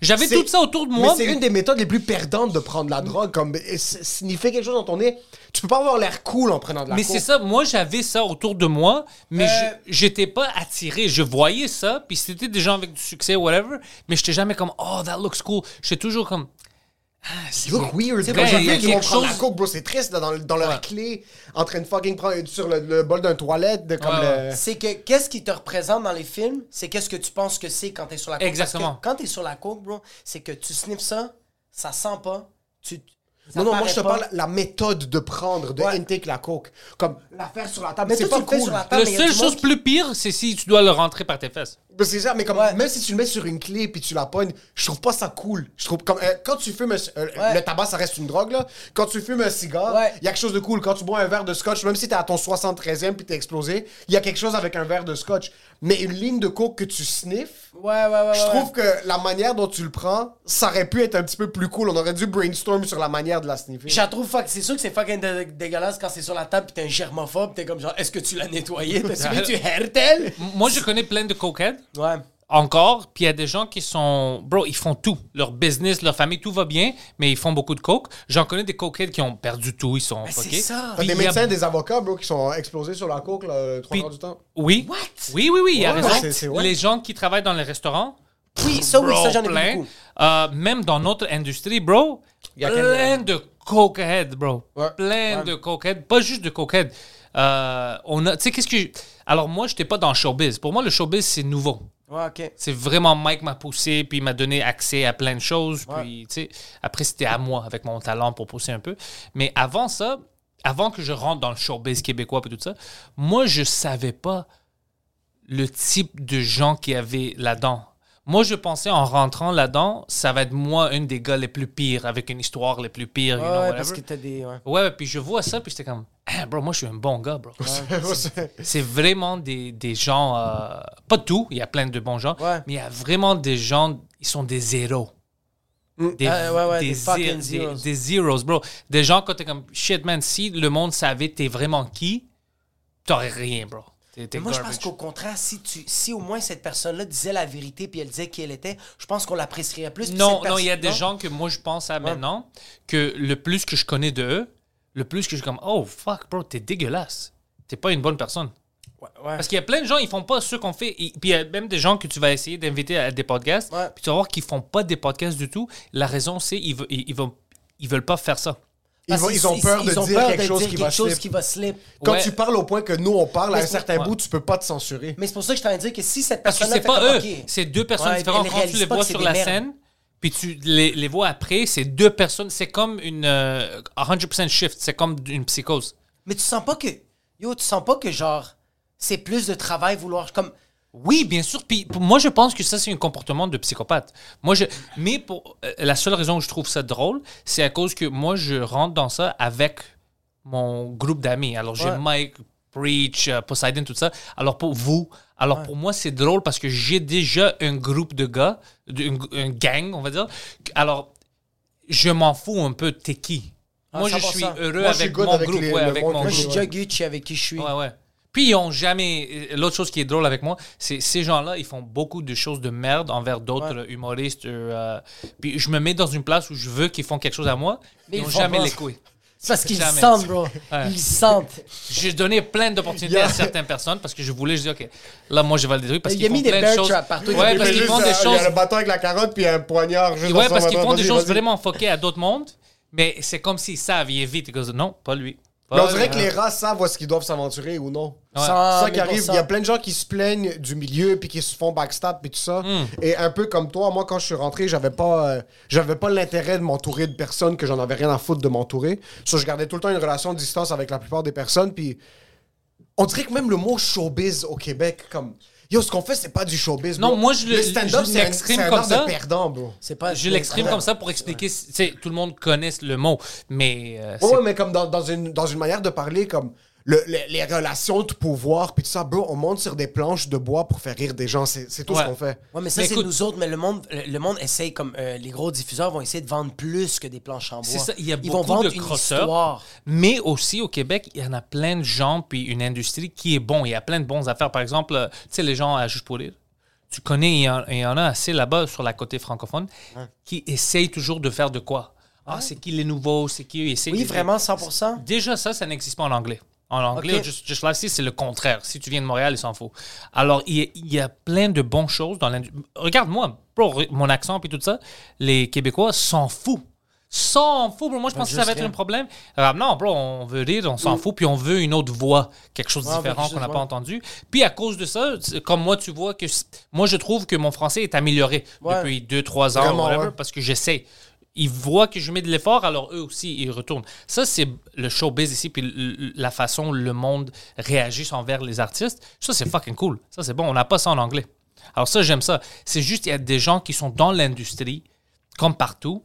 Speaker 3: J'avais
Speaker 2: C'est-
Speaker 3: tout ça autour de
Speaker 2: mais
Speaker 3: moi.
Speaker 2: c'est une des méthodes les plus perdantes de prendre la drogue. Comme euh, s- sniffer quelque chose dans ton nez, tu peux pas avoir l'air cool en prenant de la
Speaker 3: mais
Speaker 2: coke.
Speaker 3: c'est ça, moi j'avais ça autour de moi, mais
Speaker 1: Euh,
Speaker 3: je- j'étais pas attiré. Je voyais ça, puis c'était des gens avec du succès, whatever, mais j'étais jamais comme, oh, that looks cool. J'étais toujours comme, ah,
Speaker 2: You look weird.
Speaker 3: C'est
Speaker 2: Quand
Speaker 3: vrai,
Speaker 2: j'ai
Speaker 3: il y a
Speaker 2: vu qu'ils vont
Speaker 3: quelque
Speaker 2: prendre la
Speaker 3: chose-
Speaker 2: coke, bro, c'est triste dans, dans leur
Speaker 3: Ouais.
Speaker 2: clé, en train de fucking prendre sur le, le bol d'un toilette, de comme
Speaker 3: Ouais, ouais.
Speaker 2: le...
Speaker 1: C'est que qu'est-ce qui te représente dans les films, c'est qu'est-ce que tu penses que c'est quand t'es sur la coke.
Speaker 3: Exactement.
Speaker 1: Parce que quand t'es sur la coke, bro, c'est que tu sniffes ça, ça sent pas. Tu, ça
Speaker 2: non, non, moi
Speaker 1: paraît
Speaker 2: je te
Speaker 1: pas.
Speaker 2: parle la méthode de prendre, de
Speaker 1: Ouais.
Speaker 2: intake la coke. Comme la faire sur la table,
Speaker 1: Mais
Speaker 2: c'est
Speaker 1: toi,
Speaker 2: pas
Speaker 1: tu le fais
Speaker 2: cool.
Speaker 1: sur la table.
Speaker 3: la
Speaker 1: mais y a
Speaker 3: seule
Speaker 1: du monde
Speaker 3: chose
Speaker 1: qui-
Speaker 3: plus pire, c'est si tu dois le rentrer par tes fesses.
Speaker 2: Mais C'est ça, mais comme,
Speaker 1: Ouais.
Speaker 2: même si tu le mets sur une clé puis tu la pognes, je trouve pas ça cool. Je trouve comme euh, quand tu fumes euh,
Speaker 1: Ouais.
Speaker 2: le tabac, ça reste une drogue là. Quand tu fumes un cigare, il
Speaker 1: Ouais.
Speaker 2: y a quelque chose de cool. Quand tu bois un verre de scotch, même si t'es à ton 73e puis t'es explosé, il y a quelque chose avec un verre de scotch. Mais une ligne de coke que tu sniffes,
Speaker 1: Ouais, ouais, ouais. ouais,
Speaker 2: je
Speaker 1: ouais.
Speaker 2: trouve que la manière dont tu le prends, ça aurait pu être un petit peu plus cool. On aurait dû brainstorm sur la manière de la sniffer.
Speaker 1: Je la trouve fuck. C'est sûr que c'est fucking dé- dégueulasse quand c'est sur la table pis t'es un germophobe. T'es comme genre, est-ce que tu l'as nettoyé? T'as celui tu hertel?
Speaker 3: M- Moi, je connais plein de cokeheads.
Speaker 1: Ouais.
Speaker 3: encore, puis il y a des gens qui sont... Bro, ils font tout. Leur business, leur famille, tout va bien, mais ils font beaucoup de coke. J'en connais des cokeheads qui ont perdu tout, ils sont...
Speaker 1: c'est
Speaker 3: fuckés.
Speaker 1: ça.
Speaker 2: T'as
Speaker 3: Puis
Speaker 2: des
Speaker 3: il y a-
Speaker 2: médecins, des avocats, bro, qui sont explosés sur la coke là, euh, trois
Speaker 3: Puis-
Speaker 2: quarts du temps.
Speaker 3: Oui. Oui, oui, oui, il y a
Speaker 2: Ouais,
Speaker 3: raison.
Speaker 2: c'est- c'est- ouais. Oh,
Speaker 3: Les gens qui travaillent dans les restaurants,
Speaker 1: Oui, ça, oui,
Speaker 3: bro,
Speaker 1: ça, j'en ai vu
Speaker 3: plein.
Speaker 1: beaucoup.
Speaker 3: Euh, même dans notre industrie, bro, plein de cokeheads, bro. Plein de cokeheads, pas juste de cokeheads. Euh, on a, tu sais, qu'est-ce que. Alors, moi, j'étais pas dans le showbiz. Pour moi, le showbiz, c'est nouveau.
Speaker 1: Ouais, ok.
Speaker 3: C'est vraiment Mike m'a poussé, puis il m'a donné accès à plein de choses. Puis, tu sais, après, c'était à moi, avec mon talent, pour pousser un peu. Mais avant ça, avant que je rentre dans le showbiz québécois, puis tout ça, moi, je savais pas le type de gens qui avaient là-dedans. Moi, je pensais en rentrant là-dedans, ça va être moi une des gars les plus pires, avec une histoire les plus pires. you know,
Speaker 1: ouais,
Speaker 3: whatever.
Speaker 1: parce que t'as des. Ouais.
Speaker 3: Ouais, ouais, puis je vois ça, puis j'étais comme, ah, bro, moi je suis un bon gars, bro. C'est vraiment des, des gens, euh, pas tout, il y a plein de bons gens,
Speaker 1: Ouais.
Speaker 3: mais il y a vraiment des gens, ils sont des héros. Des,
Speaker 1: Ah, ouais, ouais, des fucking
Speaker 3: zé- des-
Speaker 1: zeros.
Speaker 3: des zeros, bro. Des gens quand t'es comme, shit, man, si le monde savait t'es vraiment qui, t'aurais rien, bro. T'es- t'es
Speaker 1: Mais moi, je
Speaker 3: garbage.
Speaker 1: pense qu'au contraire, si, tu, si au moins cette personne-là disait la vérité puis elle disait qui elle était, je pense qu'on l'apprécierait plus. puis
Speaker 3: Non,
Speaker 1: cette
Speaker 3: non, il y a
Speaker 1: personne-
Speaker 3: des
Speaker 1: non?
Speaker 3: gens que moi je pense à maintenant que le plus que je connais de eux, le plus que je suis comme oh fuck bro t'es dégueulasse, t'es pas une bonne personne.
Speaker 1: ouais.
Speaker 3: Parce qu'il y a plein de gens ils font pas ce qu'on fait. Et- puis il y a même des gens que tu vas essayer d'inviter à des podcasts,
Speaker 1: Ouais.
Speaker 3: puis tu vas voir qu'ils font pas des podcasts du tout. La raison c'est ils veulent ils, ils vont- ils veulent pas faire ça.
Speaker 2: Ils, vont-
Speaker 1: Parce
Speaker 2: ils ont peur
Speaker 1: ils-
Speaker 2: de
Speaker 1: ils ont
Speaker 2: dire
Speaker 1: peur
Speaker 2: quelque
Speaker 1: de
Speaker 2: chose
Speaker 1: dire
Speaker 2: qui
Speaker 1: quelque
Speaker 2: va
Speaker 1: chose
Speaker 2: slip.
Speaker 1: qui va slip.
Speaker 2: Quand
Speaker 3: Ouais.
Speaker 2: tu parles au point que nous, on parle, à
Speaker 1: Mais
Speaker 2: un
Speaker 1: c'est-
Speaker 2: certain
Speaker 3: ouais.
Speaker 2: bout, tu peux pas te censurer.
Speaker 1: Mais c'est pour ça que je t'ai dit que si cette
Speaker 3: Parce que
Speaker 1: personne-là.
Speaker 3: c'est
Speaker 1: fait
Speaker 3: pas eux,
Speaker 1: comme, OK.
Speaker 3: c'est deux personnes
Speaker 1: Ouais,
Speaker 3: différentes.
Speaker 1: elle
Speaker 3: Quand tu
Speaker 1: réalise
Speaker 3: les
Speaker 1: pas
Speaker 3: vois
Speaker 1: que c'est
Speaker 3: sur
Speaker 1: des
Speaker 3: la
Speaker 1: merdes.
Speaker 3: scène, puis tu les, les vois après, c'est deux personnes. C'est comme une euh, 100% shift. C'est comme une psychose.
Speaker 1: Mais tu sens pas que. Yo, tu sens pas que genre. C'est plus de travail vouloir. Comme.
Speaker 3: Oui, bien sûr. Puis pour- moi, je pense que ça, c'est un comportement de psychopathe. Moi, je... Mais pour... euh, la seule raison que je trouve ça drôle, c'est à cause que moi, je rentre dans ça avec mon groupe d'amis. Alors, j'ai
Speaker 1: Ouais.
Speaker 3: Mike, Preach, euh, Poseidon, tout ça. Alors, pour vous, alors pour moi, c'est drôle parce que j'ai déjà un groupe de gars, de- une, une gang, on va dire. Alors, je m'en fous un peu, t'es qui?
Speaker 1: Ah,
Speaker 3: moi, je
Speaker 1: 100%.
Speaker 3: suis heureux
Speaker 2: Moi, je suis
Speaker 3: avec
Speaker 2: good
Speaker 3: mon
Speaker 2: avec
Speaker 3: groupe.
Speaker 2: les-
Speaker 3: ouais,
Speaker 2: le
Speaker 3: avec
Speaker 2: bon
Speaker 3: mon
Speaker 1: Moi,
Speaker 3: groupe.
Speaker 1: je suis déjà
Speaker 2: ouais.
Speaker 1: Gucci avec qui je suis.
Speaker 3: Ouais, ouais. Puis ils ont jamais. euh, L'autre chose qui est drôle avec moi, c'est ces gens-là, ils font beaucoup de choses de merde envers d'autres euh, humoristes. euh, euh, puis je me mets dans une place où je veux qu'ils font quelque chose à moi.
Speaker 1: Mais
Speaker 3: ils
Speaker 1: ils
Speaker 3: n'ont
Speaker 1: font
Speaker 3: jamais
Speaker 1: pas.
Speaker 3: les couilles.
Speaker 1: C'est Parce qu'ils
Speaker 3: Jamais.
Speaker 1: sentent, bro.
Speaker 3: Ouais.
Speaker 1: Ils sentent.
Speaker 3: J'ai donné plein d'opportunités à certaines personnes parce que je voulais, je dis, OK, là, moi, je vais le détruire parce
Speaker 1: Il
Speaker 3: qu'ils
Speaker 1: a mis
Speaker 3: font
Speaker 1: des
Speaker 3: plein
Speaker 1: bear
Speaker 3: de choses.
Speaker 1: traps partout. Il a
Speaker 3: Ouais,
Speaker 1: mis
Speaker 3: parce
Speaker 1: des
Speaker 3: qu'ils
Speaker 1: juste,
Speaker 3: font
Speaker 2: euh,
Speaker 3: des
Speaker 2: Il
Speaker 3: choses.
Speaker 2: y a le bâton avec la carotte puis un poignard juste
Speaker 3: Ouais,
Speaker 2: dans son
Speaker 3: parce qu'ils
Speaker 2: bâton.
Speaker 3: font des
Speaker 2: Vas-y,
Speaker 3: choses
Speaker 2: vas-y.
Speaker 3: vraiment foquées à d'autres mondes, mais c'est comme s'ils savent, ils évitent. Ils disent, non, pas lui. Pas
Speaker 2: Mais on
Speaker 3: lui. hein.
Speaker 2: dirait que les rats savent où est-ce qu'ils doivent s'aventurer ou non.
Speaker 3: Ouais.
Speaker 2: C'est ça qui arrive, il y a plein de gens qui se plaignent du milieu puis qui se font backstab puis tout ça.
Speaker 3: Hmm.
Speaker 2: Et un peu comme toi, moi quand je suis rentré, j'avais pas euh, j'avais pas l'intérêt de m'entourer de personnes que j'en avais rien à foutre de m'entourer. So, je gardais tout le temps une relation de distance avec la plupart des personnes puis on dirait que même le mot showbiz au Québec comme yo ce qu'on fait c'est pas du showbiz.
Speaker 3: Non,
Speaker 2: bro.
Speaker 3: moi, je le-
Speaker 2: stand-up
Speaker 3: je
Speaker 2: c'est un,
Speaker 3: l'exprime
Speaker 2: c'est un
Speaker 3: comme
Speaker 2: art
Speaker 3: ça.
Speaker 2: de perdant, bro.
Speaker 1: C'est pas.
Speaker 3: Je l'exprime
Speaker 1: Ouais.
Speaker 3: comme ça pour expliquer, tu sais, tout le monde connaît le mot, mais euh, c'est
Speaker 2: Ouais, ouais, mais comme dans, dans une, dans une manière de parler, comme le- le- les relations de pouvoir, puis tout ça, bro, on monte sur des planches de bois pour faire rire des gens. C'est c'est tout
Speaker 3: Ouais.
Speaker 2: ce qu'on fait.
Speaker 1: Ouais, mais ça,
Speaker 3: Mais
Speaker 1: c'est
Speaker 3: écoute-
Speaker 1: nous autres, mais le monde, le monde essaye, comme euh, les gros diffuseurs vont essayer de vendre plus que des planches en bois.
Speaker 3: C'est ça, il y a
Speaker 1: Ils
Speaker 3: beaucoup
Speaker 1: vont vendre
Speaker 3: de
Speaker 1: une
Speaker 3: crosseurs.
Speaker 1: histoire.
Speaker 3: Mais aussi au Québec, il y en a plein de gens puis une industrie qui est bon. Il y a plein de bonnes affaires. Par exemple, euh, tu sais, les gens à Juste pour rire. Tu connais, il y en, il y en a assez là-bas sur la côté francophone qui essayent toujours de faire de quoi. Ah, c'est qui les nouveaux, c'est qui ils essayent
Speaker 1: Oui,
Speaker 3: de-
Speaker 1: vraiment, 100%.
Speaker 3: Déjà, ça, ça n'existe pas en anglais. En anglais,
Speaker 1: Ok.
Speaker 3: juste, juste là, si c'est le contraire. Si tu viens de Montréal, il s'en fout. Alors, il y, a, il y a plein de bonnes choses dans l'industrie. Regarde-moi, bro, re- mon accent et tout ça, les Québécois s'en foutent. S'en foutent, bro. Moi, je pense que
Speaker 1: Ben,
Speaker 3: ça
Speaker 1: juste
Speaker 3: va être
Speaker 1: rien.
Speaker 3: un problème. Euh, non, bro, on veut rire, on s'en fout, puis on veut une autre voix, quelque chose de
Speaker 1: Ouais, on veut
Speaker 3: différent
Speaker 1: quelque
Speaker 3: qu'on n'a
Speaker 1: chose,
Speaker 3: pas
Speaker 1: ouais.
Speaker 3: entendu. Puis à cause de ça, c'est- comme moi, tu vois que c- moi, je trouve que mon français est amélioré
Speaker 1: Ouais.
Speaker 3: depuis 2-3 ans,
Speaker 2: Vraiment,
Speaker 3: whatever,
Speaker 2: ouais.
Speaker 3: parce que j'essaie. Ils voient que je mets de l'effort, alors eux aussi, ils retournent. Ça, c'est le showbiz ici, puis l- l- la façon le monde réagit envers les artistes. Ça, c'est fucking cool. Ça, c'est bon. On n'a pas ça en anglais. Alors ça, j'aime ça. C'est juste, il y a des gens qui sont dans l'industrie, comme partout,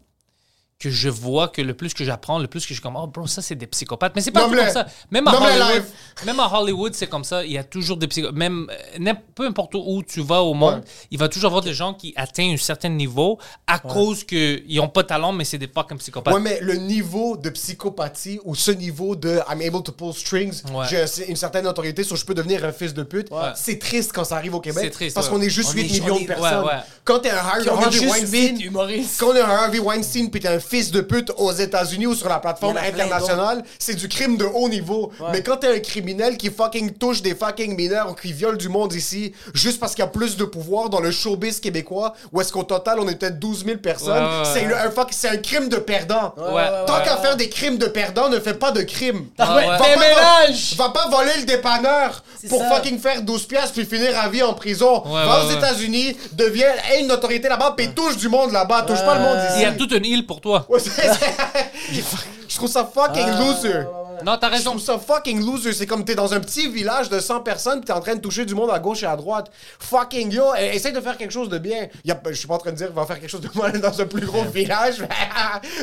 Speaker 3: que je vois que le plus que j'apprends, le plus que je suis comme, oh bro, ça, c'est des psychopathes. Mais c'est pas tout
Speaker 2: Nomme-les.
Speaker 3: comme ça. Même à
Speaker 2: Nomme-les
Speaker 3: Hollywood,
Speaker 2: live.
Speaker 3: même à Hollywood, c'est comme ça. Il y a toujours des psychopathes. Même euh, n'im- peu importe où tu vas au monde, il va toujours avoir des gens qui atteignent un certain niveau à cause qu'ils n'ont pas de talent, mais c'est des fucking psychopathes.
Speaker 2: Ouais, mais le niveau de psychopathie ou ce niveau de I'm able to pull strings,
Speaker 3: Ouais.
Speaker 2: j'ai un- une certaine autorité, sur je peux devenir un fils de pute, c'est triste quand ça arrive au Québec.
Speaker 3: C'est triste,
Speaker 2: parce
Speaker 3: ouais.
Speaker 2: qu'on est juste
Speaker 1: On
Speaker 2: 8
Speaker 1: est-
Speaker 2: millions
Speaker 1: on est-
Speaker 2: de personnes.
Speaker 3: ouais, ouais.
Speaker 2: Quand t'es un Harvey,
Speaker 1: On est
Speaker 2: Harvey
Speaker 1: juste
Speaker 2: Weinstein,
Speaker 1: huit humoristes.
Speaker 2: quand on est un Harvey Weinstein puis t'es un fils de pute aux États-Unis ou sur la plateforme
Speaker 1: Il y en a plein
Speaker 2: internationale, c'est du crime de haut niveau. Mais quand t'es un criminel qui fucking touche des fucking mineurs ou qui viole du monde ici, juste parce qu'il y a plus de pouvoir dans le showbiz québécois, où est-ce qu'au total on est peut-être 12 000 personnes,
Speaker 3: Ouais, ouais,
Speaker 2: c'est
Speaker 3: ouais.
Speaker 2: le- un fuck- c'est un crime de perdant.
Speaker 3: ouais,
Speaker 2: Tant
Speaker 3: ouais.
Speaker 2: qu'à faire des crimes de perdant, ne fais pas de crime.
Speaker 1: Ah ouais,
Speaker 2: Va,
Speaker 3: fais
Speaker 2: pas
Speaker 1: ménage.
Speaker 2: vo- va pas voler le dépanneur
Speaker 1: C'est
Speaker 2: pour
Speaker 1: ça.
Speaker 2: fucking faire 12 piastres puis finir à vie en prison. va
Speaker 3: ouais,
Speaker 2: aux
Speaker 3: ouais.
Speaker 2: États-Unis, deviens aie une autorité là-bas, puis touche du monde là-bas, touche pas le monde ici.
Speaker 3: Il Ah. y a toute une île pour toi.
Speaker 2: Ouais, c'est- c'est- Je trouve ça fucking loser.
Speaker 3: Non, t'as
Speaker 2: Je
Speaker 3: raison.
Speaker 2: trouve ça fucking loser. C'est comme t'es dans un petit village de 100 personnes pis t'es en train de toucher du monde à gauche et à droite. Fucking yo, e- essaye de faire quelque chose de bien. Y a- je suis pas en train de dire va faire quelque chose de mal dans un plus gros village.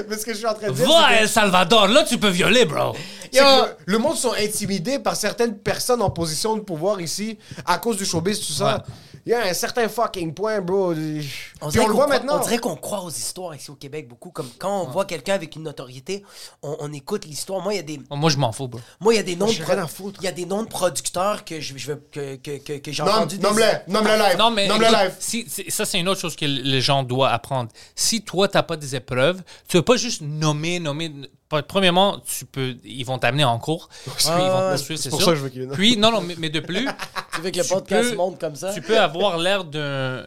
Speaker 2: Mais ce que je suis en train de dire.
Speaker 3: Va à
Speaker 2: c'est
Speaker 3: El Salvador, là tu peux violer, bro.
Speaker 2: que- c'est que le, le monde sont intimidés par certaines personnes en position de pouvoir ici à cause du showbiz, tout ça. Il y a un certain fucking point, bro. Puis On,
Speaker 1: dirait
Speaker 2: le
Speaker 1: qu'on
Speaker 2: voit
Speaker 1: croit-
Speaker 2: maintenant.
Speaker 1: On dirait qu'on croit aux histoires ici au Québec beaucoup. Comme quand on voit quelqu'un avec une notoriété, on, on écoute l'histoire. Moi, il y a des,
Speaker 3: Moi, je m'en fous, bro.
Speaker 1: moi, il y a des noms. de
Speaker 2: Ah, j'ai
Speaker 1: pro-
Speaker 2: rien à foutre.
Speaker 1: Il y a des noms de producteurs que je, je veux que, que, que, que j'ai
Speaker 2: Nomme-
Speaker 1: entendu. des-
Speaker 2: Nomme-le, nomme-le live.
Speaker 3: Non, mais
Speaker 2: Nomme-le
Speaker 3: écoute,
Speaker 2: live.
Speaker 3: si- si- ça, c'est une autre chose que l- les gens doivent apprendre. Si toi, tu n'as pas des épreuves, tu ne peux pas juste nommer, nommer. n- pas- Premièrement, tu peux, ils vont t'amener en cours. Puis ils vont te poursuivre, c'est
Speaker 2: pour
Speaker 3: sûr.
Speaker 2: ça que je veux qu'il y ait une-
Speaker 3: Puis, non, non, mais, mais de plus,
Speaker 1: Tu veux que le
Speaker 3: tu
Speaker 1: podcast
Speaker 3: peux-
Speaker 1: monte comme ça?
Speaker 3: tu peux avoir l'air d'un.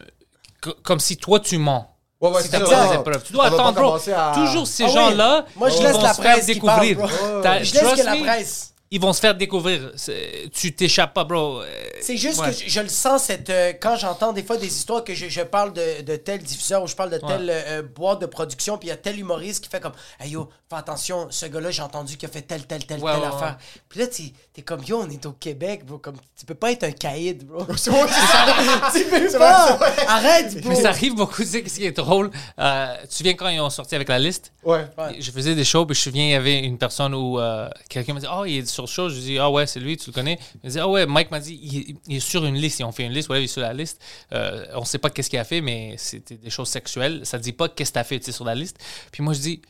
Speaker 3: co- Comme si toi, tu mens.
Speaker 2: Ouais, ouais,
Speaker 3: si
Speaker 2: c'est
Speaker 3: t'as
Speaker 2: ça.
Speaker 3: pas des épreuves. Tu dois
Speaker 2: On va pas
Speaker 3: attendre, bro.
Speaker 2: commencer à-
Speaker 3: Toujours ces
Speaker 1: Ah oui.
Speaker 3: gens-là.
Speaker 1: Moi, je
Speaker 3: ils
Speaker 1: laisse
Speaker 3: vont
Speaker 1: la
Speaker 3: se faire
Speaker 1: presse qui
Speaker 3: découvrir.
Speaker 1: parle, bro.
Speaker 3: T'as-
Speaker 1: Je laisse
Speaker 3: trust
Speaker 1: que la
Speaker 3: me,
Speaker 1: presse.
Speaker 3: Ils vont se faire découvrir. C'est- Tu t'échappes pas, bro. Euh,
Speaker 1: C'est juste
Speaker 3: ouais.
Speaker 1: que je, je le sens, cette, euh, quand j'entends des fois des histoires que je, je parle de, de tel diffuseur ou je parle de telle euh, euh, boîte de production, puis il y a tel humoriste qui fait comme Hey yo, fais attention, ce gars-là, j'ai entendu qu'il a fait telle, telle, telle,
Speaker 3: Ouais,
Speaker 1: telle
Speaker 3: ouais,
Speaker 1: affaire. Puis là, t'es t'es comme Yo, on est au Québec, bro. Comme, tu peux pas être un caïd, bro.
Speaker 2: C'est vrai, c'est ça.
Speaker 1: tu peux
Speaker 2: C'est vrai,
Speaker 1: pas.
Speaker 2: c'est vrai.
Speaker 1: Arrête, bro.
Speaker 3: Mais ça arrive beaucoup, tu sais, ce qui est drôle. Euh, tu te souviens quand ils ont sorti avec la liste?
Speaker 2: Ouais.
Speaker 3: Je faisais des shows, puis je me souviens, il y avait une personne où euh, quelqu'un m'a dit Oh, il est sur le show. Je dis Ah ouais, c'est lui, tu le connais. Il me dit Ah ouais, Mike m'a dit il, il est sur une liste. Ils ont fait une liste, voilà, il est sur la liste. Euh, on sait pas qu'est-ce qu'il a fait, mais c'était des choses sexuelles. Ça dit pas qu'est-ce que t'as fait, tu sais, sur la liste. Puis moi, je dis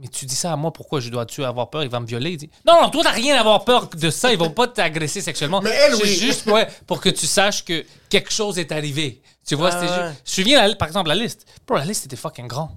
Speaker 3: mais tu dis ça à moi, pourquoi je dois-tu avoir peur? Il va me violer. Il dit Non, non, toi, t'as rien à avoir peur de ça. Ils vont pas t'agresser sexuellement.
Speaker 2: Mais elle,
Speaker 3: C'est
Speaker 2: oui.
Speaker 3: juste ouais, pour que tu saches que quelque chose est arrivé. Tu vois,
Speaker 2: Ah,
Speaker 3: c'était
Speaker 1: ouais.
Speaker 3: juste. Je me souviens, la- par exemple, la liste. Bro, la liste était fucking grand.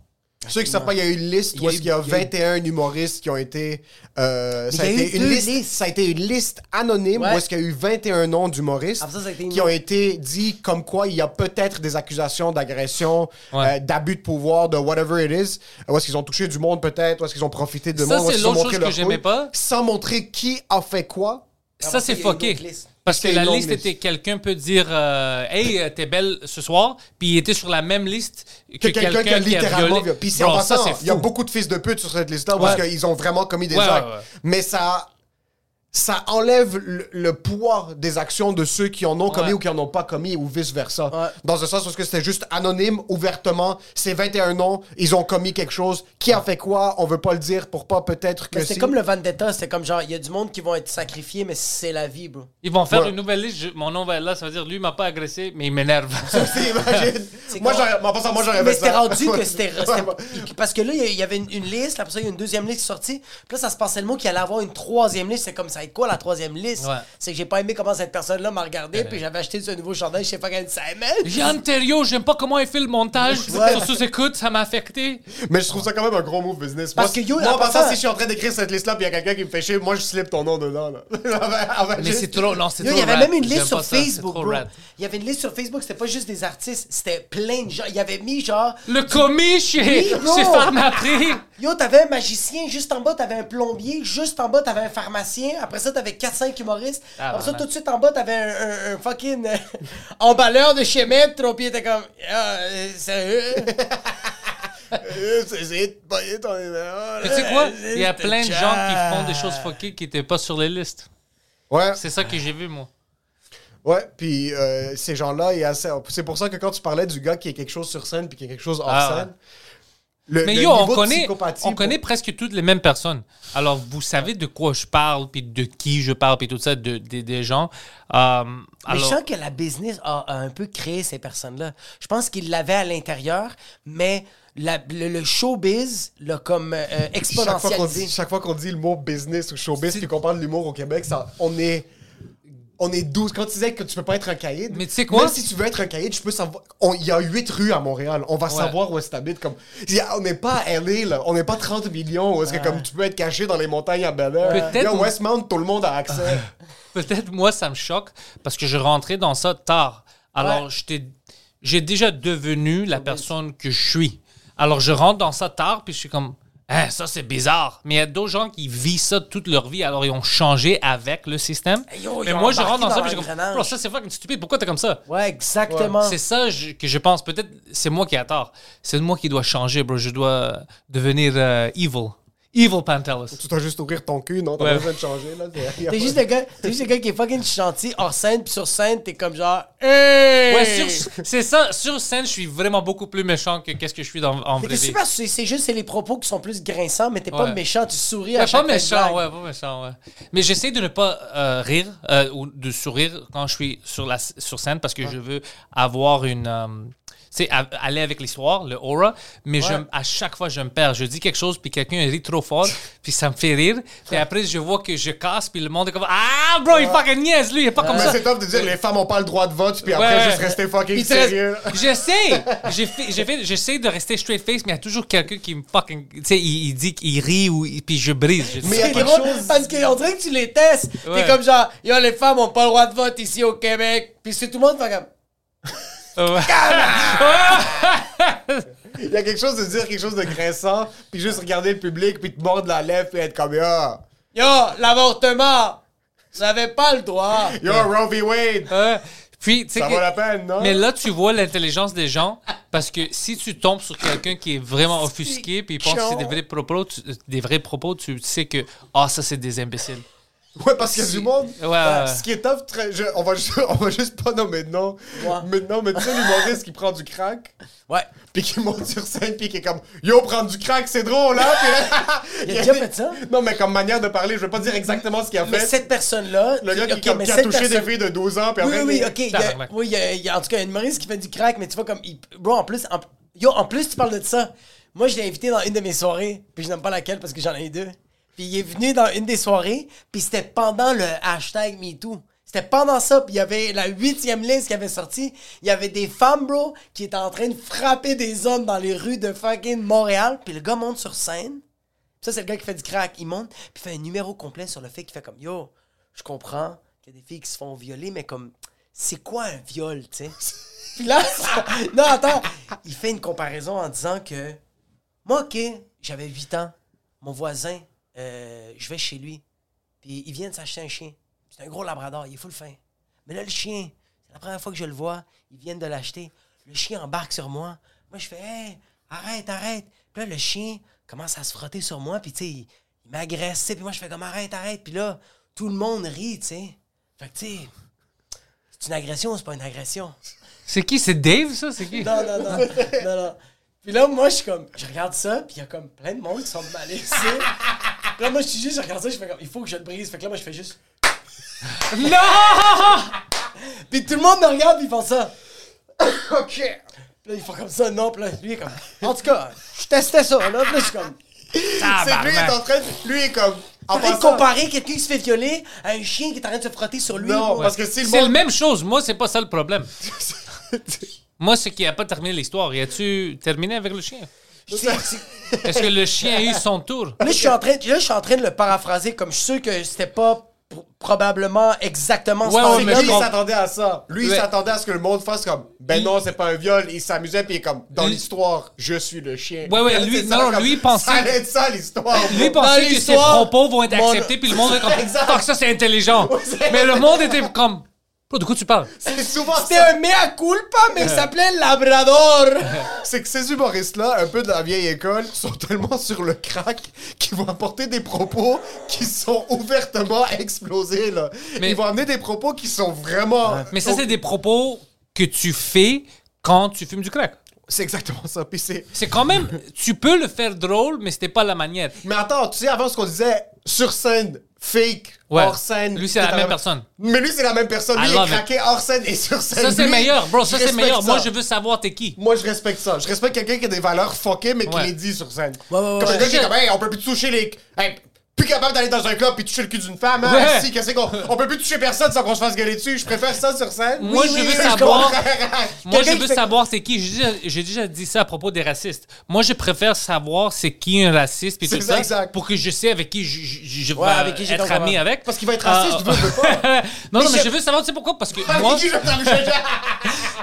Speaker 2: Ceux qui savent pas, il y a eu une liste
Speaker 1: Il y
Speaker 2: où
Speaker 1: a
Speaker 2: est-ce
Speaker 1: eu-
Speaker 2: qu'il y a
Speaker 1: il y a eu-
Speaker 2: 21 humoristes qui ont été. euh, ça, a
Speaker 1: il y a
Speaker 2: été
Speaker 1: eu
Speaker 2: une
Speaker 1: deux
Speaker 2: liste,
Speaker 1: listes.
Speaker 2: ça a été une liste anonyme
Speaker 1: Ouais.
Speaker 2: où est-ce qu'il y a eu 21 noms d'humoristes
Speaker 1: Après ça, ça a été une-
Speaker 2: qui ont été dit comme quoi il y a peut-être des accusations d'agression,
Speaker 3: Ouais.
Speaker 2: euh, d'abus de pouvoir, de whatever it is. Où est-ce qu'ils ont touché du monde peut-être, où est-ce qu'ils ont profité de
Speaker 3: Ça,
Speaker 2: monde, où est-ce
Speaker 3: c'est
Speaker 2: qu'ils ont
Speaker 3: l'autre
Speaker 2: montré
Speaker 3: chose
Speaker 2: leur
Speaker 3: que j'aimais
Speaker 2: couille,
Speaker 3: pas.
Speaker 2: Sans montrer qui a fait quoi.
Speaker 3: Ça, c'est
Speaker 1: il y a une autre
Speaker 3: fucké.
Speaker 1: liste.
Speaker 3: Parce que
Speaker 2: C'est
Speaker 3: la
Speaker 2: une longue
Speaker 3: liste
Speaker 2: liste.
Speaker 3: était quelqu'un peut dire euh, Hey, euh, t'es belle ce soir, puis il était sur la même liste que,
Speaker 2: Que quelqu'un qui a littéralement.
Speaker 3: violé.
Speaker 2: Puis c'est
Speaker 3: Bro,
Speaker 2: en
Speaker 3: ça,
Speaker 2: passant,
Speaker 3: c'est
Speaker 2: il y a
Speaker 3: fou.
Speaker 2: beaucoup de fils de pute sur cette liste-là parce
Speaker 3: Ouais.
Speaker 2: qu'ils ont vraiment commis des
Speaker 3: Ouais,
Speaker 2: actes.
Speaker 3: ouais, ouais.
Speaker 2: Mais ça. Ça enlève le, le poids des actions de ceux qui en ont commis
Speaker 3: Ouais.
Speaker 2: ou qui en ont pas commis ou vice-versa.
Speaker 1: Ouais.
Speaker 2: Dans un sens parce que c'était juste anonyme, ouvertement, c'est 21 noms, ils ont commis quelque chose, qui a fait quoi, on veut pas le dire pour pas peut-être que
Speaker 1: Mais c'est
Speaker 2: si-
Speaker 1: comme le Vendetta, c'est comme genre, il y a du monde qui vont être sacrifiés, mais c'est la vie, bro.
Speaker 3: Ils vont faire
Speaker 2: Ouais.
Speaker 3: une nouvelle liste. Je- mon nom va être là, ça veut dire lui m'a pas agressé, mais il m'énerve.
Speaker 2: Imagine. moi,
Speaker 1: comme-
Speaker 2: j'aurais- en passant, moi, j'aurais
Speaker 1: Mais
Speaker 2: fait
Speaker 1: c'était
Speaker 2: ça.
Speaker 1: rendu que c'était.
Speaker 2: Ouais,
Speaker 1: c'était-
Speaker 2: ouais.
Speaker 1: Parce que là, il y avait une, une liste, après ça, il y a une deuxième liste sortie. Puis là, ça se pensait le mot qu'il allait avoir une troisième liste. C'est comme ça, va être quoi la troisième liste?
Speaker 3: Ouais.
Speaker 1: C'est que j'ai pas aimé comment cette personne-là m'a regardé, puis j'avais acheté ce nouveau chandail chez Fucking Simon.
Speaker 3: Jean Thériault, j'aime pas comment il fait le montage. Sur sous-écoute, ça m'a affecté.
Speaker 2: Mais je trouve ça quand même un gros move business.
Speaker 1: Parce
Speaker 2: moi,
Speaker 1: que, yo,
Speaker 2: moi, en
Speaker 1: en
Speaker 2: passant,
Speaker 1: passant-
Speaker 2: si je suis en train d'écrire cette liste-là, puis il y a quelqu'un qui me fait chier, moi, je slip ton nom dedans. Là. Ah, ben,
Speaker 3: Mais c'est trop, non, c'est
Speaker 1: Yo, il
Speaker 3: trop
Speaker 1: y avait
Speaker 3: rat.
Speaker 1: même une
Speaker 3: J'aime
Speaker 1: liste sur
Speaker 3: pas ça, c'est
Speaker 1: Facebook,
Speaker 3: trop
Speaker 1: bro.
Speaker 3: rat.
Speaker 1: Il y avait une liste sur Facebook, c'était pas juste des artistes, c'était plein de gens. Il y avait mis genre.
Speaker 3: Le commis chez,
Speaker 1: Oui, non.
Speaker 3: chez Pharmaprix.
Speaker 1: Yo, t'avais un magicien, juste en bas, t'avais un plombier, juste en bas, t'avais un pharmacien, après ça, t'avais 4-5 humoristes,
Speaker 3: Ah,
Speaker 1: après ça,
Speaker 3: vraiment.
Speaker 1: tout de suite en bas, t'avais un, un- un fucking euh, emballeur de chez Metro, puis il était comme, ah, euh, sérieux?
Speaker 3: Mais tu sais quoi? Il y a plein de gens qui font des choses fuckées qui étaient pas sur les listes.
Speaker 2: Ouais,
Speaker 3: C'est ça que j'ai vu, moi.
Speaker 2: ouais. Puis euh, ces gens-là, il y a ça- c'est pour ça que quand tu parlais du gars qui est quelque chose sur scène puis qui est quelque chose hors
Speaker 3: Ah,
Speaker 2: scène, le,
Speaker 3: Mais
Speaker 2: le
Speaker 3: yo, on
Speaker 2: niveau de
Speaker 3: connaît,
Speaker 2: psychopathie
Speaker 3: on
Speaker 2: pour-
Speaker 3: connaît presque toutes les mêmes personnes. Alors, vous savez de quoi je parle, puis de qui je parle, puis tout ça, de, de- des gens. Euh,
Speaker 1: Mais je
Speaker 3: alors,
Speaker 1: sens que la business a, a un peu créé ces personnes-là. Je pense qu'ils l'avaient à l'intérieur, mais la- le, le showbiz l'a comme euh,
Speaker 2: Chaque fois, qu'on dit,
Speaker 1: exponentialisé.
Speaker 2: chaque fois qu'on dit le mot business ou showbiz puis qu'on parle de l'humour au Québec, ça, on est. On est 12. Quand tu disais que tu peux pas être un caïd,
Speaker 3: Mais tu sais quoi?
Speaker 2: Même si tu veux être un caïd, je peux savoir. on- Il y a 8 rues à Montréal. On va savoir où est-ce que t'habites. Comme... il y a- On n'est pas à LA, là. On n'est pas 30 millions. Où est-ce que comme tu peux être caché dans les montagnes à Bel Air?
Speaker 3: Peut-être-
Speaker 2: Là, Westmount, tout le monde a accès.
Speaker 3: peut-être moi, ça me choque parce que je rentrais dans ça tard. Alors, j'étais- j'ai déjà devenu la personne que je suis. Alors, je rentre dans ça tard, puis je suis comme, Hein, ça, c'est bizarre. Mais il y a d'autres gens qui vivent ça toute leur vie, alors ils ont changé avec le système.
Speaker 1: Hey, yo, ils
Speaker 3: Mais
Speaker 1: ont
Speaker 3: moi, je
Speaker 1: embarqué
Speaker 3: rentre dans,
Speaker 1: dans
Speaker 3: ça, puis je suis comme,
Speaker 1: l'engrenage.
Speaker 3: Bro, ça, c'est fucking stupide. Pourquoi t'es comme ça?
Speaker 1: Ouais, exactement.
Speaker 3: C'est ça je- que je pense. Peut-être c'est moi qui ai tort. C'est moi qui dois changer, bro. Je dois devenir euh, evil. Evil Pantelis.
Speaker 2: Tu dois juste ouvrir ton cul, non? T'as
Speaker 3: Ouais.
Speaker 2: pas besoin de changer, là. c'est-
Speaker 1: T'es juste le gars, t'es juste le gars qui est fucking gentil hors scène, puis sur scène, t'es comme genre.
Speaker 3: Ouais, sur- c'est ça. Sur scène, je suis vraiment beaucoup plus méchant que qu'est-ce que je suis dans, en
Speaker 1: T'es
Speaker 3: vrai. vie.
Speaker 1: super, c'est c'est juste c'est les propos qui sont plus grinçants, mais t'es pas
Speaker 3: Ouais.
Speaker 1: méchant, tu souris à
Speaker 3: Ouais,
Speaker 1: chaque
Speaker 3: pas
Speaker 1: fois que blague.
Speaker 3: méchant, ouais, pas méchant, ouais. Mais j'essaie de ne pas euh, rire euh, ou de sourire quand je suis sur la sur scène parce que je veux avoir une, euh, tu sais, a- aller avec l'histoire, le aura. Mais je, à chaque fois, je me perds. Je dis quelque chose puis quelqu'un rit trop fort puis ça me fait rire. Puis après, je vois que je casse puis le monde est comme ah bro, il fucking niaise lui, il est pas comme
Speaker 2: Mais
Speaker 3: ça.
Speaker 2: c'est top de dire les femmes ont pas le droit de vote, puis
Speaker 3: Ouais,
Speaker 2: après
Speaker 3: ouais.
Speaker 2: juste rester fucking
Speaker 3: Puis tu restes-
Speaker 2: sérieux.
Speaker 3: Je sais. J'ai fait- j'ai fait- J'essaie de rester straight face, mais il y a toujours quelqu'un qui me fucking. Tu sais, il, il dit qu'il rit ou il- puis je brise. Je-
Speaker 2: Mais il y a
Speaker 1: C'est
Speaker 2: quelque
Speaker 1: drôle,
Speaker 2: chose-
Speaker 1: parce qu'on dirait que tu les testes.
Speaker 3: Ouais.
Speaker 1: T'es comme genre, yo, les femmes ont pas le droit de vote ici au Québec. Puis c'est tout le monde fait comme.
Speaker 2: Il y a quelque chose de dire quelque chose de grinçant, puis juste regarder le public, puis te mordre la lèvre, puis être comme ah,
Speaker 1: Yo, l'avortement, vous avez pas le droit.
Speaker 2: Yo, Roe v. Wade!
Speaker 3: Ouais. Euh, Puis, tu sais
Speaker 2: Ça
Speaker 3: que-
Speaker 2: vaut la peine, non?
Speaker 3: Mais là, tu vois l'intelligence des gens parce que si tu tombes sur quelqu'un qui est vraiment offusqué puis il pense que c'est des vrais propos, tu, des vrais propos, tu sais que ah ça c'est des imbéciles.
Speaker 2: Ouais, parce qu'il y a du monde.
Speaker 3: Ouais, Euh. ouais.
Speaker 2: Ce qui est tough, très- je- on, va juste, on va juste pas nommer de nom. Mais non, mais tu sais, l'humoriste qui prend du crack,
Speaker 1: Ouais.
Speaker 2: puis qui monte sur scène, puis qui est comme Yo, prendre du crack, c'est drôle, hein? Puis là,
Speaker 1: Il a
Speaker 2: y
Speaker 1: déjà
Speaker 2: des-
Speaker 1: fait ça?
Speaker 2: Non, mais comme manière de parler, je veux pas dire exactement ce qu'il a
Speaker 1: Mais
Speaker 2: fait.
Speaker 1: cette personne-là.
Speaker 2: Le gars qui,
Speaker 1: ok,
Speaker 2: comme-
Speaker 1: mais
Speaker 2: qui a
Speaker 1: cette
Speaker 2: touché
Speaker 1: personne-
Speaker 2: des filles de 12 ans, puis euh,
Speaker 1: Oui,
Speaker 2: après.
Speaker 1: oui, oui,
Speaker 2: des-
Speaker 1: ok. il y a-
Speaker 3: Tabarnak.
Speaker 1: oui, il y a- il y a- en tout cas, il y a une humoriste qui fait du crack, mais tu vois, comme. il- bro, en plus, en, yo, en plus, tu parles de ça. Moi, je l'ai invité dans une de mes soirées, puis je n'aime pas laquelle parce que j'en ai deux. Puis il est venu dans une des soirées, puis c'était pendant le hashtag MeToo. C'était pendant ça, puis il y avait la huitième liste qui avait sorti. Il y avait des femmes, bro, qui étaient en train de frapper des hommes dans les rues de fucking Montréal. Puis le gars monte sur scène. Ça, c'est le gars qui fait du crack. Il monte, puis fait un numéro complet sur le fait qu'il fait comme Yo, je comprends qu'il y a des filles qui se font violer, mais comme, c'est quoi un viol, tu sais? puis là, ça- non, attends, il fait une comparaison en disant que Moi, ok, j'avais 8 ans, mon voisin, euh, je vais chez lui, puis il vient de s'acheter un chien. C'est un gros labrador, il est full fin. Mais là, le chien, c'est la première fois que je le vois, ils viennent de l'acheter. Le chien embarque sur moi. Moi, je fais, hey, arrête, arrête. Puis là, le chien commence à se frotter sur moi, puis tu sais, il, il m'agresse, tu sais. puis moi, je fais comme, arrête, arrête. Puis là, tout le monde rit, tu sais. Fait que, tu sais, c'est une agression, c'est pas une agression.
Speaker 3: C'est qui C'est Dave ça C'est qui
Speaker 1: Non, non, non. non, non. Puis là, moi, je suis comme, je regarde ça, puis il y a comme plein de monde qui sont malaisés. Puis là, moi, je suis juste, je regarde ça, je fais comme, il faut que je le brise. Fait que là, moi, je fais juste.
Speaker 3: Non
Speaker 1: Puis tout le monde me regarde, puis ils font ça.
Speaker 2: Ok!
Speaker 1: Puis là, ils font comme ça, non, puis là, lui, il est comme, en tout cas, je testais ça, là, puis là, je suis comme.
Speaker 2: C'est lui, il est en train. Lui, il est comme. En
Speaker 1: Arrête de
Speaker 2: passant-
Speaker 1: comparer quelqu'un qui se fait violer à un chien qui est en train de se frotter sur lui.
Speaker 2: Non,
Speaker 1: Ouais.
Speaker 2: parce que si le
Speaker 3: C'est la
Speaker 2: monde.
Speaker 3: même chose. Moi c'est pas ça le problème. Moi c'est qu'il a pas terminé l'histoire. Y a-tu terminé avec le chien
Speaker 1: C'est- c'est-
Speaker 3: Est-ce que le chien a eu son tour
Speaker 1: Là, je suis en train, là, je suis en train de le paraphraser comme je suis sûr que c'était pas pr- probablement exactement
Speaker 3: Ouais, ouais,
Speaker 1: ce
Speaker 3: mais
Speaker 1: là
Speaker 2: Lui, il s'attendait à ça. Lui,
Speaker 3: Ouais.
Speaker 2: il s'attendait à ce que le monde fasse comme Ben non, c'est pas un viol. Il s'amusait, puis il est comme Dans
Speaker 3: Lui-
Speaker 2: l'histoire, je suis le chien.
Speaker 3: Ouais, ouais,
Speaker 2: C'est
Speaker 3: lui-
Speaker 2: ça,
Speaker 3: non,
Speaker 2: comme,
Speaker 3: lui, il pensait-
Speaker 2: Ça allait être ça, l'histoire.
Speaker 3: Lui
Speaker 2: bro.
Speaker 3: pensait
Speaker 2: Dans
Speaker 3: que ses
Speaker 2: l'histoire,
Speaker 3: propos vont être
Speaker 2: mon-
Speaker 3: acceptés, puis le monde est comme
Speaker 2: Exact.
Speaker 3: fuck ça c'est intelligent.
Speaker 2: c'est-
Speaker 3: Mais le monde était comme Bro, de quoi tu parles
Speaker 2: C'est souvent
Speaker 1: C'était
Speaker 2: ça.
Speaker 1: un mea culpa, mais il
Speaker 3: Euh.
Speaker 1: s'appelait Labrador.
Speaker 2: C'est que ces humoristes-là, un peu de la vieille école, sont tellement sur le crack qu'ils vont apporter des propos qui sont ouvertement explosés, là.
Speaker 3: Mais-
Speaker 2: Ils vont amener des propos qui sont vraiment.
Speaker 3: Mais ça, c'est des propos que tu fais quand tu fumes du crack.
Speaker 2: C'est exactement ça. Puis c'est.
Speaker 3: C'est quand même, tu peux le faire drôle, mais c'était pas la manière.
Speaker 2: Mais attends, tu sais, avant ce qu'on disait, sur scène, fake,
Speaker 3: Ouais.
Speaker 2: hors scène.
Speaker 3: Lui, c'est la
Speaker 2: tout à
Speaker 3: même personne.
Speaker 2: Mais lui, c'est la même personne.
Speaker 3: I
Speaker 2: Lui, il est
Speaker 3: love it.
Speaker 2: craqué hors scène et sur scène.
Speaker 3: Ça, c'est
Speaker 2: Lui,
Speaker 3: meilleur, bro.
Speaker 2: je
Speaker 3: Ça, c'est
Speaker 2: respecte
Speaker 3: meilleur. Moi,
Speaker 2: ça.
Speaker 3: je veux savoir t'es qui.
Speaker 2: Moi, je respecte ça. Je respecte quelqu'un qui a des valeurs fuckées, mais
Speaker 3: Ouais.
Speaker 2: qui les dit sur scène.
Speaker 1: ouais,
Speaker 2: comme
Speaker 1: ouais.
Speaker 2: un gars qui est
Speaker 3: Je-
Speaker 2: comme, hey, on peut plus toucher les. Hey, plus capable d'aller dans un club puis toucher le cul d'une femme. hein,
Speaker 3: Ouais.
Speaker 2: si, qu'est-ce qu'on. On peut plus toucher personne sans qu'on se fasse gueuler dessus. Je préfère ça sur scène.
Speaker 3: Moi, je
Speaker 1: oui,
Speaker 3: veux
Speaker 1: oui, je
Speaker 2: comprends.
Speaker 3: savoir. Moi, je
Speaker 1: Quelqu'un
Speaker 3: veux
Speaker 1: qui fait-
Speaker 3: savoir c'est qui. J'ai déjà- J'ai déjà dit ça à propos des racistes. Moi, je préfère savoir c'est qui un raciste puis
Speaker 2: C'est
Speaker 3: tout
Speaker 2: ça,
Speaker 3: ça
Speaker 2: exact.
Speaker 3: pour que je sais avec qui je, je- je
Speaker 1: Ouais,
Speaker 3: vais
Speaker 1: avec qui j'ai
Speaker 3: être
Speaker 1: ton
Speaker 3: ami
Speaker 1: commun.
Speaker 3: avec.
Speaker 2: Parce qu'il va être raciste,
Speaker 3: Ah,
Speaker 2: tu veux, tu veux pas.
Speaker 3: non, non, mais
Speaker 2: je-
Speaker 3: je veux savoir, tu sais pourquoi? Parce que
Speaker 2: Avec
Speaker 3: moi,
Speaker 2: Ah, qui je vais faire le jeu?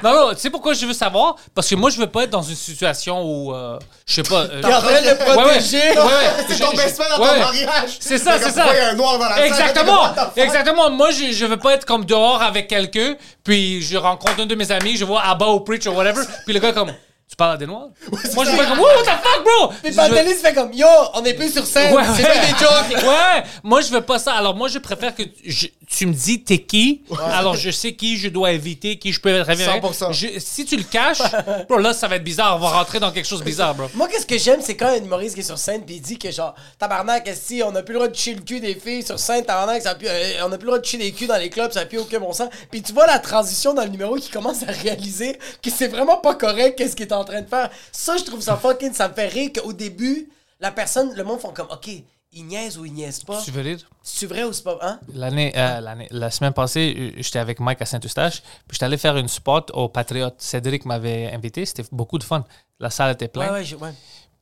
Speaker 3: non, non, tu sais pourquoi je veux savoir? Parce que moi, je veux pas être dans une situation où, euh, je sais pas, euh,
Speaker 1: Il est en train de le
Speaker 2: Ouais, ouais.
Speaker 1: protéger.
Speaker 3: Ouais, ouais.
Speaker 2: C'est ton
Speaker 3: Je-
Speaker 2: best friend dans
Speaker 3: ouais.
Speaker 2: ton mariage.
Speaker 3: C'est ça,
Speaker 2: Mais
Speaker 3: c'est
Speaker 2: comme,
Speaker 3: ça.
Speaker 2: pourquoi il y a un noir dans la salle?
Speaker 3: Exactement.
Speaker 2: What the fuck?
Speaker 3: Exactement. Moi, je, je veux pas être comme dehors avec quelqu'un, puis je rencontre un de mes amis, je vois Abba ou Preach ou whatever, puis le gars est comme, Tu parles à des noirs?
Speaker 2: c'est
Speaker 3: Moi, je
Speaker 2: ça.
Speaker 3: suis pas comme, Wouh, what the fuck, bro?
Speaker 1: Puis
Speaker 3: Je-
Speaker 1: Pantelis fait comme Yo, on est plus sur scène,
Speaker 3: Ouais,
Speaker 1: c'est
Speaker 3: ouais.
Speaker 1: pas des jokes. là.
Speaker 3: Ouais, moi je veux pas ça. Alors moi je préfère que tu- je- tu me dis t'es qui. Alors je sais qui je dois éviter, qui je peux être
Speaker 2: 100%.
Speaker 3: Je- si tu le caches, bro, là ça va être bizarre. On va rentrer dans quelque chose de bizarre, bro.
Speaker 1: Moi, qu'est-ce que j'aime, c'est quand un humoriste qui est sur scène puis il dit que genre, tabarnak, si on n'a plus le droit de chier le cul des filles sur scène, tabarnak, ça a plus- euh, on n'a plus le droit de chier des culs dans les clubs, ça n'a plus aucun bon sens. Puis tu vois la transition dans le numéro qui commence à réaliser que c'est vraiment pas correct qu'est-ce qu'il est en train de faire. Ça, je trouve ça fucking, ça me fait rire qu'au début, la personne, le monde font comme, ok, il niaise ou il niaise pas.
Speaker 3: Tu veux lire?
Speaker 1: C'est vrai ou c'est pas, hein?
Speaker 3: L'année, euh, l'année- la semaine passée, euh, j'étais avec Mike à Saint-Eustache, puis j'étais allé faire une spot au Patriote. Cédric m'avait invité, c'était beaucoup de fun. La salle était pleine.
Speaker 1: Ouais, ouais, je- ouais.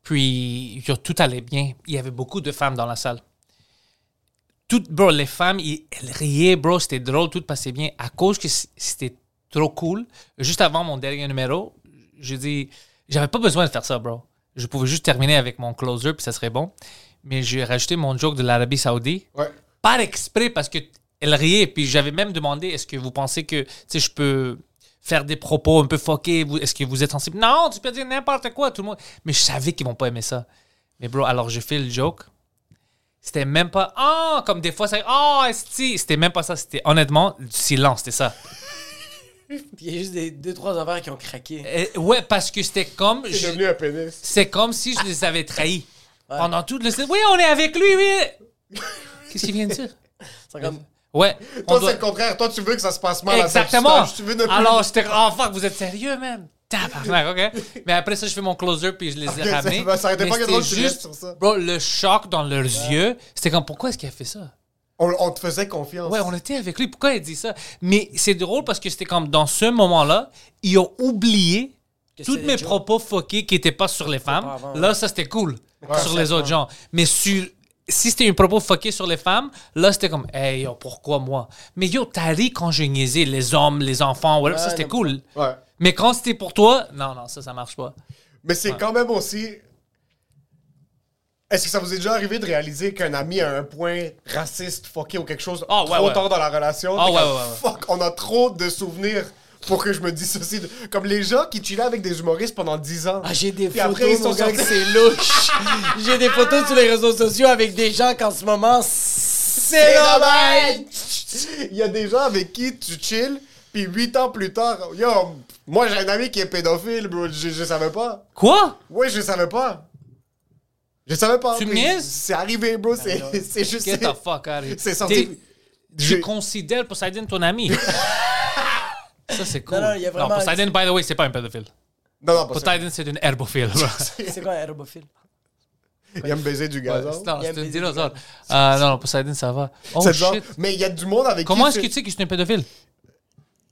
Speaker 3: Puis yo, tout allait bien. Il y avait beaucoup de femmes dans la salle. Toutes, bro, les femmes, ils- elles riaient, bro, c'était drôle, tout passait bien. À cause que c- c'était trop cool, juste avant mon dernier numéro, je dis, j'avais pas besoin de faire ça, bro. Je pouvais juste terminer avec mon closer, puis ça serait bon. Mais j'ai rajouté mon joke de l'Arabie Saoudite
Speaker 2: Ouais.
Speaker 3: par exprès parce que elle riait. Puis j'avais même demandé est-ce que vous pensez que tu sais, je peux faire des propos un peu fuckés vous- Est-ce que vous êtes sensible Non, tu peux dire n'importe quoi, tout le monde. Mais je savais qu'ils vont pas aimer ça. Mais bro, alors je fais le joke. C'était même pas ah comme des fois ça ah esti c'était même pas ça c'était honnêtement du silence c'était ça
Speaker 1: Puis il y a juste des deux, trois affaires qui ont
Speaker 2: Eh,
Speaker 1: craqué.
Speaker 3: Euh, ouais parce que c'était comme
Speaker 2: C'est
Speaker 3: je-
Speaker 2: devenu un pénis.
Speaker 3: c'est comme si je les avais trahis pendant tout le oui on est avec lui oui qu'est-ce qu'il vient de dire
Speaker 1: C'est
Speaker 2: eh.
Speaker 1: comme.
Speaker 3: ouais on
Speaker 2: Toi,
Speaker 3: doit-
Speaker 2: c'est le contraire. Toi, tu veux que ça se passe mal à
Speaker 3: Exactement.
Speaker 2: Saint-Eustache. Tu veux ne plus-
Speaker 3: Alors, j'étais oh fuck, vous êtes sérieux, man? Tabarnak, ok? Mais après ça, je fais mon closer puis je les
Speaker 2: Ok,
Speaker 3: ai
Speaker 2: ça
Speaker 3: ramenés.
Speaker 2: va, ça arrêtait
Speaker 3: Mais
Speaker 2: pas que drôle,
Speaker 3: c'était
Speaker 2: tu restes sur ça.
Speaker 3: Bro, le choc dans leurs yeux, c'était comme pourquoi est-ce qu'il a fait ça?
Speaker 2: on, on te faisait confiance.
Speaker 3: Ouais, on était avec lui, pourquoi il dit ça? Mais c'est drôle parce que c'était comme dans ce moment-là, ils ont oublié tous
Speaker 1: c'était
Speaker 3: mes
Speaker 1: des jokes.
Speaker 3: propos foqués qui n'étaient pas sur les femmes.
Speaker 1: avant,
Speaker 3: Là, ça c'était cool sur les autres gens. Mais sur. Si c'était un propos foqué sur les femmes, là, c'était comme, hey, yo, pourquoi moi? Mais yo, t'as ri quand j'ai niaisé les hommes, les enfants, whatever, ça, c'était cool.
Speaker 2: Ouais.
Speaker 3: Mais quand c'était pour toi, non, non, ça, ça marche pas.
Speaker 2: Mais c'est quand même aussi. Est-ce que ça vous est déjà arrivé de réaliser qu'un ami a un point raciste, fucké ou quelque chose
Speaker 3: Ah, ouais,
Speaker 2: trop
Speaker 3: ouais.
Speaker 2: tard dans la relation?
Speaker 3: Ah,
Speaker 2: T'es
Speaker 3: ouais,
Speaker 2: comme,
Speaker 3: ouais, ouais, ouais.
Speaker 2: Fuck, on a trop de souvenirs pour que je me dissocie. de- Comme les gens qui chillaient avec des humoristes pendant 10 ans.
Speaker 1: Ah, j'ai des
Speaker 2: Puis
Speaker 1: photos,
Speaker 2: après, ils
Speaker 1: mon
Speaker 2: sont
Speaker 1: gars, que
Speaker 2: sortis.
Speaker 1: c'est louche. j'ai des photos sur les réseaux sociaux avec des gens qu'en ce moment, c'est
Speaker 2: C'est
Speaker 1: normal.
Speaker 2: dommage! Il y a des gens avec qui tu chilles, puis 8 ans plus tard, yo, moi j'ai un ami qui est pédophile, bro, je, je savais pas.
Speaker 3: Quoi?
Speaker 2: Ouais, je savais pas. Je savais pas.
Speaker 3: Tu me
Speaker 2: Puis
Speaker 3: niaises?
Speaker 2: C'est arrivé, bro, c'est c'est juste.
Speaker 3: Ah, Get
Speaker 2: c'est-
Speaker 3: the fuck out of here.
Speaker 2: C'est
Speaker 3: T'es-
Speaker 2: sorti.
Speaker 3: Je
Speaker 2: J'ai-
Speaker 3: considère Poseidon ton ami. ça, c'est cool.
Speaker 1: Non, non, il y a vraiment-
Speaker 3: Poseidon, by the way, c'est pas un pédophile.
Speaker 2: Non, non, pas ça.
Speaker 3: Poseidon, c'est une herbophile. bro.
Speaker 1: C'est quoi un aérobophile?
Speaker 2: Il aime baiser du gazon.
Speaker 3: non,
Speaker 1: Il y a
Speaker 3: c'est
Speaker 1: des-
Speaker 3: une dinosaure. Euh, non, non, Poseidon, ça va. Oh,
Speaker 2: C'est
Speaker 3: shit.
Speaker 2: genre- Mais il y a du monde avec
Speaker 3: Comment est-ce
Speaker 2: qui.
Speaker 3: que tu sais que c'est un pédophile?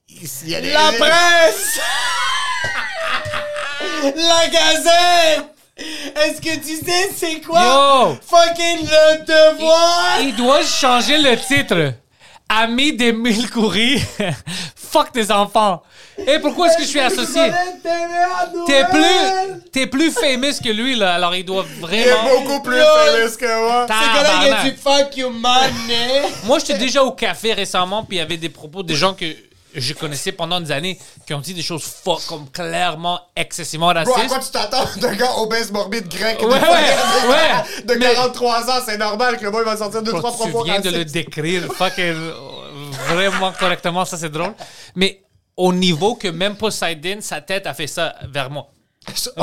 Speaker 2: tu. Il y a des-
Speaker 1: La presse! La gazette! Est-ce que tu sais c'est quoi?
Speaker 3: Yo!
Speaker 1: Fucking le devoir!
Speaker 3: Il doit changer le titre. Ami des mille couris. Fuck des enfants. Et pourquoi est-ce que je suis associé? T'es plus, t'es plus famous que lui, là. Alors, il doit
Speaker 2: Il est
Speaker 3: vraiment.
Speaker 2: beaucoup plus
Speaker 1: Yo.
Speaker 2: felice que moi.
Speaker 1: C'est quoi là, il y a
Speaker 3: Tabarnak.
Speaker 1: du fuck you money!
Speaker 3: Moi, j'étais déjà au café récemment, puis il y avait des propos des gens que je connaissais pendant des années qui ont dit des choses fuck, comme clairement excessivement
Speaker 2: Bro, à quoi
Speaker 3: racistes.
Speaker 2: tu t'attends d'un gars obèse morbide grec de,
Speaker 3: Ouais, ouais, ouais.
Speaker 2: de
Speaker 3: Mais-
Speaker 2: 43 ans? C'est normal que le boy va sortir deux, trois
Speaker 3: Quand tu
Speaker 2: propos
Speaker 3: viens de le
Speaker 2: racistes.
Speaker 3: décrire fucking euh, vraiment correctement, ça c'est drôle. Mais au niveau que même Poseidon, sa tête a fait ça vers moi.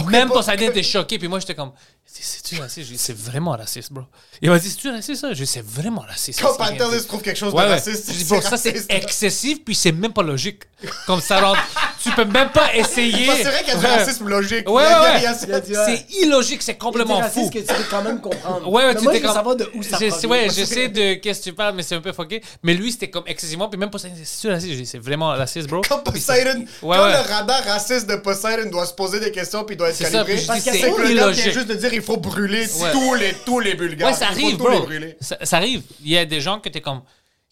Speaker 3: Même
Speaker 2: pas
Speaker 3: Poseidon
Speaker 2: que-
Speaker 3: était choqué, puis moi j'étais comme, c'est- c'est-tu raciste? J'ai dit, C'est vraiment raciste, bro. Il m'a dit, c'est-tu raciste ça? J'ai dit, c'est vraiment raciste.
Speaker 2: Quand
Speaker 3: ça, c'est
Speaker 2: Pantelis
Speaker 3: raciste.
Speaker 2: trouve quelque chose
Speaker 3: Ouais,
Speaker 2: de
Speaker 3: ouais.
Speaker 2: raciste,
Speaker 3: Je dis,
Speaker 2: c'est
Speaker 3: bro, ça c'est
Speaker 2: raciste.
Speaker 3: excessif, puis c'est même pas logique. Comme ça rend. tu peux même pas essayer.
Speaker 2: Bah, c'est vrai qu'il y a du
Speaker 3: Ouais.
Speaker 2: racisme logique.
Speaker 3: Ouais,
Speaker 2: Il y a- il y
Speaker 3: ouais,
Speaker 2: a-
Speaker 3: ouais.
Speaker 2: il y a-
Speaker 1: dit, ouais.
Speaker 3: C'est illogique, c'est
Speaker 1: C'est
Speaker 3: complètement fou.
Speaker 1: raciste que tu peux quand même comprendre.
Speaker 3: Ouais, ouais,
Speaker 1: Mais
Speaker 3: tu
Speaker 1: moi,
Speaker 3: t'es
Speaker 1: je veux
Speaker 3: comme-
Speaker 1: savoir de où ça
Speaker 3: Je-
Speaker 1: provient.
Speaker 3: Ouais, je sais de qu'est-ce que tu parles, mais c'est un peu fucké. Mais lui, c'était comme excessivement, puis même pas ça, c'est sûr raciste. J'ai dit, C'est vraiment raciste, bro.
Speaker 2: Quand
Speaker 3: Puis c'est-
Speaker 2: Poseidon,
Speaker 3: Ouais,
Speaker 2: quand
Speaker 3: ouais.
Speaker 2: le radar raciste de Poseidon doit se poser des questions puis doit être
Speaker 3: C'est ça,
Speaker 2: calibré,
Speaker 3: puis je
Speaker 2: parce
Speaker 3: dis,
Speaker 2: que
Speaker 3: c'est
Speaker 2: c'est que le gars vient
Speaker 3: illogique.
Speaker 2: juste de dire il faut brûler
Speaker 3: Ouais.
Speaker 2: tous les tous les Bulgares.
Speaker 3: Ouais, ça
Speaker 2: Il faut
Speaker 3: arrive,
Speaker 2: tous les
Speaker 3: bro.
Speaker 2: brûler.
Speaker 3: Ça, ça arrive. Il y a des gens que t'es comme,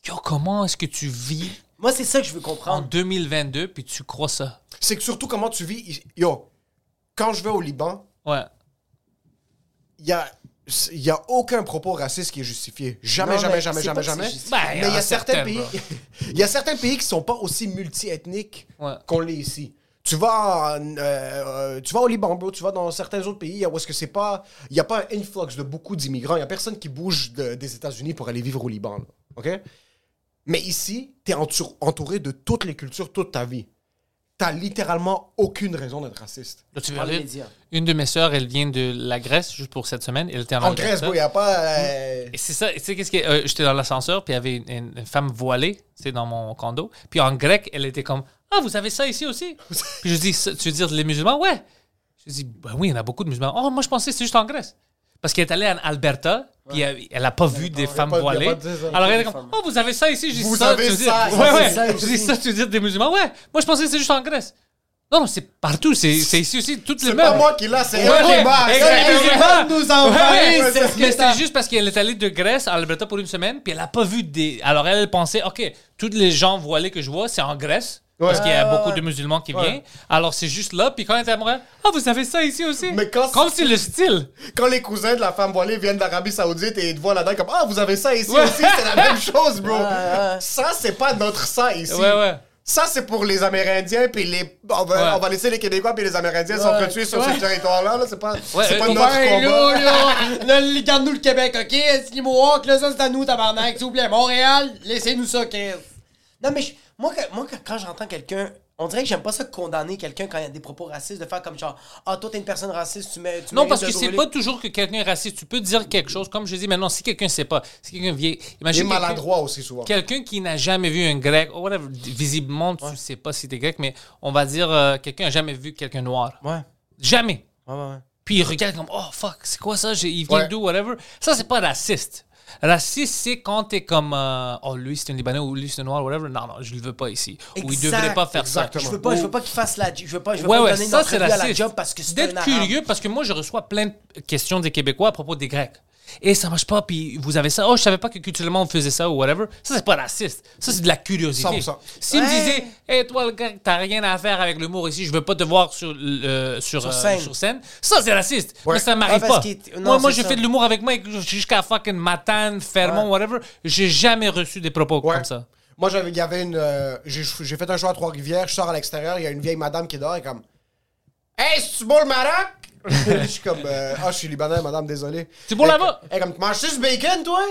Speaker 3: yo, comment est-ce que tu vis
Speaker 1: Moi, c'est ça que je veux
Speaker 3: en
Speaker 1: comprendre.
Speaker 3: 2022 puis tu crois ça?
Speaker 2: C'est que surtout comment tu vis. Yo, quand je vais au Liban,
Speaker 3: Ouais.
Speaker 2: il y a il y a aucun propos raciste qui est justifié. Jamais,
Speaker 1: Non,
Speaker 2: jamais,
Speaker 1: mais
Speaker 2: jamais,
Speaker 1: c'est
Speaker 2: jamais,
Speaker 1: pas que
Speaker 2: jamais.
Speaker 1: c'est justifié.
Speaker 3: Ben,
Speaker 2: mais il y a certains
Speaker 3: certaines,
Speaker 2: pays,
Speaker 3: bro.
Speaker 2: il y a certains pays qui sont pas aussi multiethniques
Speaker 3: Ouais.
Speaker 2: qu'on l'est ici. Tu Tu vas, en, euh, euh, tu vas au Liban, bro, tu vas dans certains autres pays où est-ce que c'est pas, il n'y a pas un influx de beaucoup d'immigrants. Il n'y a personne qui bouge de- des États-Unis pour aller vivre au Liban. là. OK? Mais ici, tu es entouré de toutes les cultures toute ta vie. T'as littéralement aucune raison d'être raciste.
Speaker 3: Là, tu
Speaker 1: Par les
Speaker 3: verrais,
Speaker 1: médias.
Speaker 3: une de mes sœurs, elle vient de la Grèce juste pour cette semaine. Elle était en,
Speaker 2: En Grèce,
Speaker 3: Alberta.
Speaker 2: bro, il n'y a pas. euh,
Speaker 3: Et c'est ça, tu sais, qu'est-ce que. euh, J'étais dans l'ascenseur, puis il y avait une, une femme voilée, c'est dans mon condo. Puis en grec, elle était comme Ah, vous avez ça ici aussi Puis je dis Ça, Tu veux dire les musulmans Ouais. Je dis Ben oui, il y en a beaucoup de musulmans. Oh, moi, je pensais que c'était juste en Grèce. Parce qu'elle est allée en Alberta, puis elle- elle n'a pas vu des
Speaker 2: pas-
Speaker 3: femmes
Speaker 2: y a pas- y a
Speaker 3: voilées.
Speaker 2: pas de- des
Speaker 3: Alors elle est
Speaker 2: femmes.
Speaker 3: comme Oh, vous avez ça ici Je dis
Speaker 2: Vous
Speaker 3: ça,
Speaker 2: avez
Speaker 3: tu veux dire.
Speaker 2: ça, ça,
Speaker 3: ouais,
Speaker 2: c'est
Speaker 3: ouais.
Speaker 1: ça
Speaker 3: je
Speaker 1: ici.
Speaker 3: dis ça, tu veux dire des musulmans Ouais. Moi, je pensais que c'était juste en Grèce. Non, non, c'est partout, c'est c'est ici aussi, toutes les
Speaker 2: C'est pas
Speaker 3: mêmes.
Speaker 2: moi qui l'a, c'est
Speaker 3: Ouais,
Speaker 2: elle qui m'a.
Speaker 3: ouais,
Speaker 2: C'est elle qui
Speaker 3: exactement.
Speaker 2: m'a. nous envahit,
Speaker 3: Ouais, ouais,
Speaker 2: c'est ce
Speaker 3: mais
Speaker 2: que t'as.
Speaker 3: c'était juste parce qu'elle est allée de Grèce à Alberta pour une semaine, puis elle a pas vu des. Alors elle, elle pensait, ok, tous les gens voilés que je vois, c'est en Grèce. Parce qu'il y a
Speaker 4: Ah.
Speaker 3: beaucoup de musulmans qui viennent. Alors, c'est juste là. Puis quand elle était à Montréal, ah, vous avez ça ici aussi?
Speaker 2: Mais quand-
Speaker 3: Comme c'est le style.
Speaker 2: Quand les cousins de la femme voilée viennent d'Arabie Saoudite et ils te voient là-dedans comme Ah, vous avez ça ici
Speaker 3: Ouais.
Speaker 2: aussi, c'est la même chose, bro.
Speaker 1: ouais.
Speaker 2: Ça, c'est pas notre ça ici.
Speaker 3: Ouais, ouais.
Speaker 2: Ça, c'est pour les Amérindiens, puis les... on, va,
Speaker 3: Ouais.
Speaker 2: on va laisser les Québécois puis les Amérindiens s'entretuer sur ce territoire-là. là. C'est pas,
Speaker 3: Ouais,
Speaker 2: c'est pas
Speaker 3: euh,
Speaker 2: notre combat.
Speaker 4: là, là, garde-nous le Québec, ok? C'est Mohawk, là, ça, c'est à nous, tabarnak. S'il vous plaît, Montréal, laissez-nous ça, Chris.
Speaker 1: Non, mais je- moi, que- moi que- quand j'entends quelqu'un, on dirait que j'aime pas ça condamner quelqu'un quand il y a des propos racistes, de faire comme genre, ah, toi, t'es une personne raciste, tu mets. tu
Speaker 3: Non,
Speaker 1: mérites
Speaker 3: parce
Speaker 1: de
Speaker 3: que c'est
Speaker 1: brûler.
Speaker 3: pas toujours que quelqu'un est raciste. Tu peux dire quelque chose. Comme je dis, mais non, si quelqu'un sait pas, si quelqu'un vient.
Speaker 2: Les
Speaker 3: Imagine. quelqu'un-
Speaker 2: maladroits aussi, souvent.
Speaker 3: Quelqu'un qui n'a jamais vu un grec, ou whatever, visiblement, tu sais pas si t'es grec, mais on va dire euh, quelqu'un n'a jamais vu quelqu'un noir.
Speaker 1: Ouais,
Speaker 3: Jamais.
Speaker 1: ouais, ouais. ouais.
Speaker 3: Puis il regarde comme oh fuck, c'est quoi ça J'ai- Il vient
Speaker 2: Ouais.
Speaker 3: d'où Whatever. Ça c'est pas raciste. Raciste c'est quand t'es comme euh, oh lui c'est un Libanais ou lui c'est un noir whatever. Non non, je le veux pas ici. ou il
Speaker 1: Exact,
Speaker 3: devrait pas faire
Speaker 2: exactement.
Speaker 1: Je
Speaker 3: ça.
Speaker 1: veux pas, je veux pas qu'il fasse la. Je veux pas, je veux
Speaker 3: Ouais,
Speaker 1: pas
Speaker 3: ouais,
Speaker 1: donner une
Speaker 3: ça c'est
Speaker 1: entrevue à la
Speaker 3: raciste.
Speaker 1: job parce que c'est un
Speaker 3: D'être
Speaker 1: arabe.
Speaker 3: curieux, parce que moi je reçois plein de questions des Québécois à propos des Grecs. Et ça marche pas, puis vous avez ça. Oh, je savais pas que culturellement on faisait ça ou whatever. Ça, c'est pas raciste. Ça, c'est de la curiosité.
Speaker 2: 100%.
Speaker 3: S'il me
Speaker 1: Ouais.
Speaker 3: disait, hey, toi, le grec, t'as rien à faire avec l'humour ici, je veux pas te voir sur, le- sur, euh, sur scène.
Speaker 1: scène.
Speaker 3: ça, c'est raciste. Mais ça m'arrive
Speaker 1: Ouais, Ah, parce
Speaker 3: pas.
Speaker 1: qu'il est- non,
Speaker 3: moi, moi
Speaker 1: c'est
Speaker 3: je
Speaker 1: ça.
Speaker 3: fais de l'humour avec moi jusqu'à fucking matin, fermont, whatever. J'ai jamais reçu des propos
Speaker 2: Ouais.
Speaker 3: comme ça.
Speaker 2: Moi, j'avais, il y avait une. euh, j'ai, j'ai fait un show à Trois-Rivières, je sors à l'extérieur, il y a une vieille madame qui est dehors, elle est comme. Hey, c'est-tu beau le Maroc? je suis comme. euh, Ah, je suis Libanais, madame, désolé.
Speaker 3: C'est beau
Speaker 2: Elle-
Speaker 3: là-bas?
Speaker 2: Elle est comme, tu manges du bacon, toi?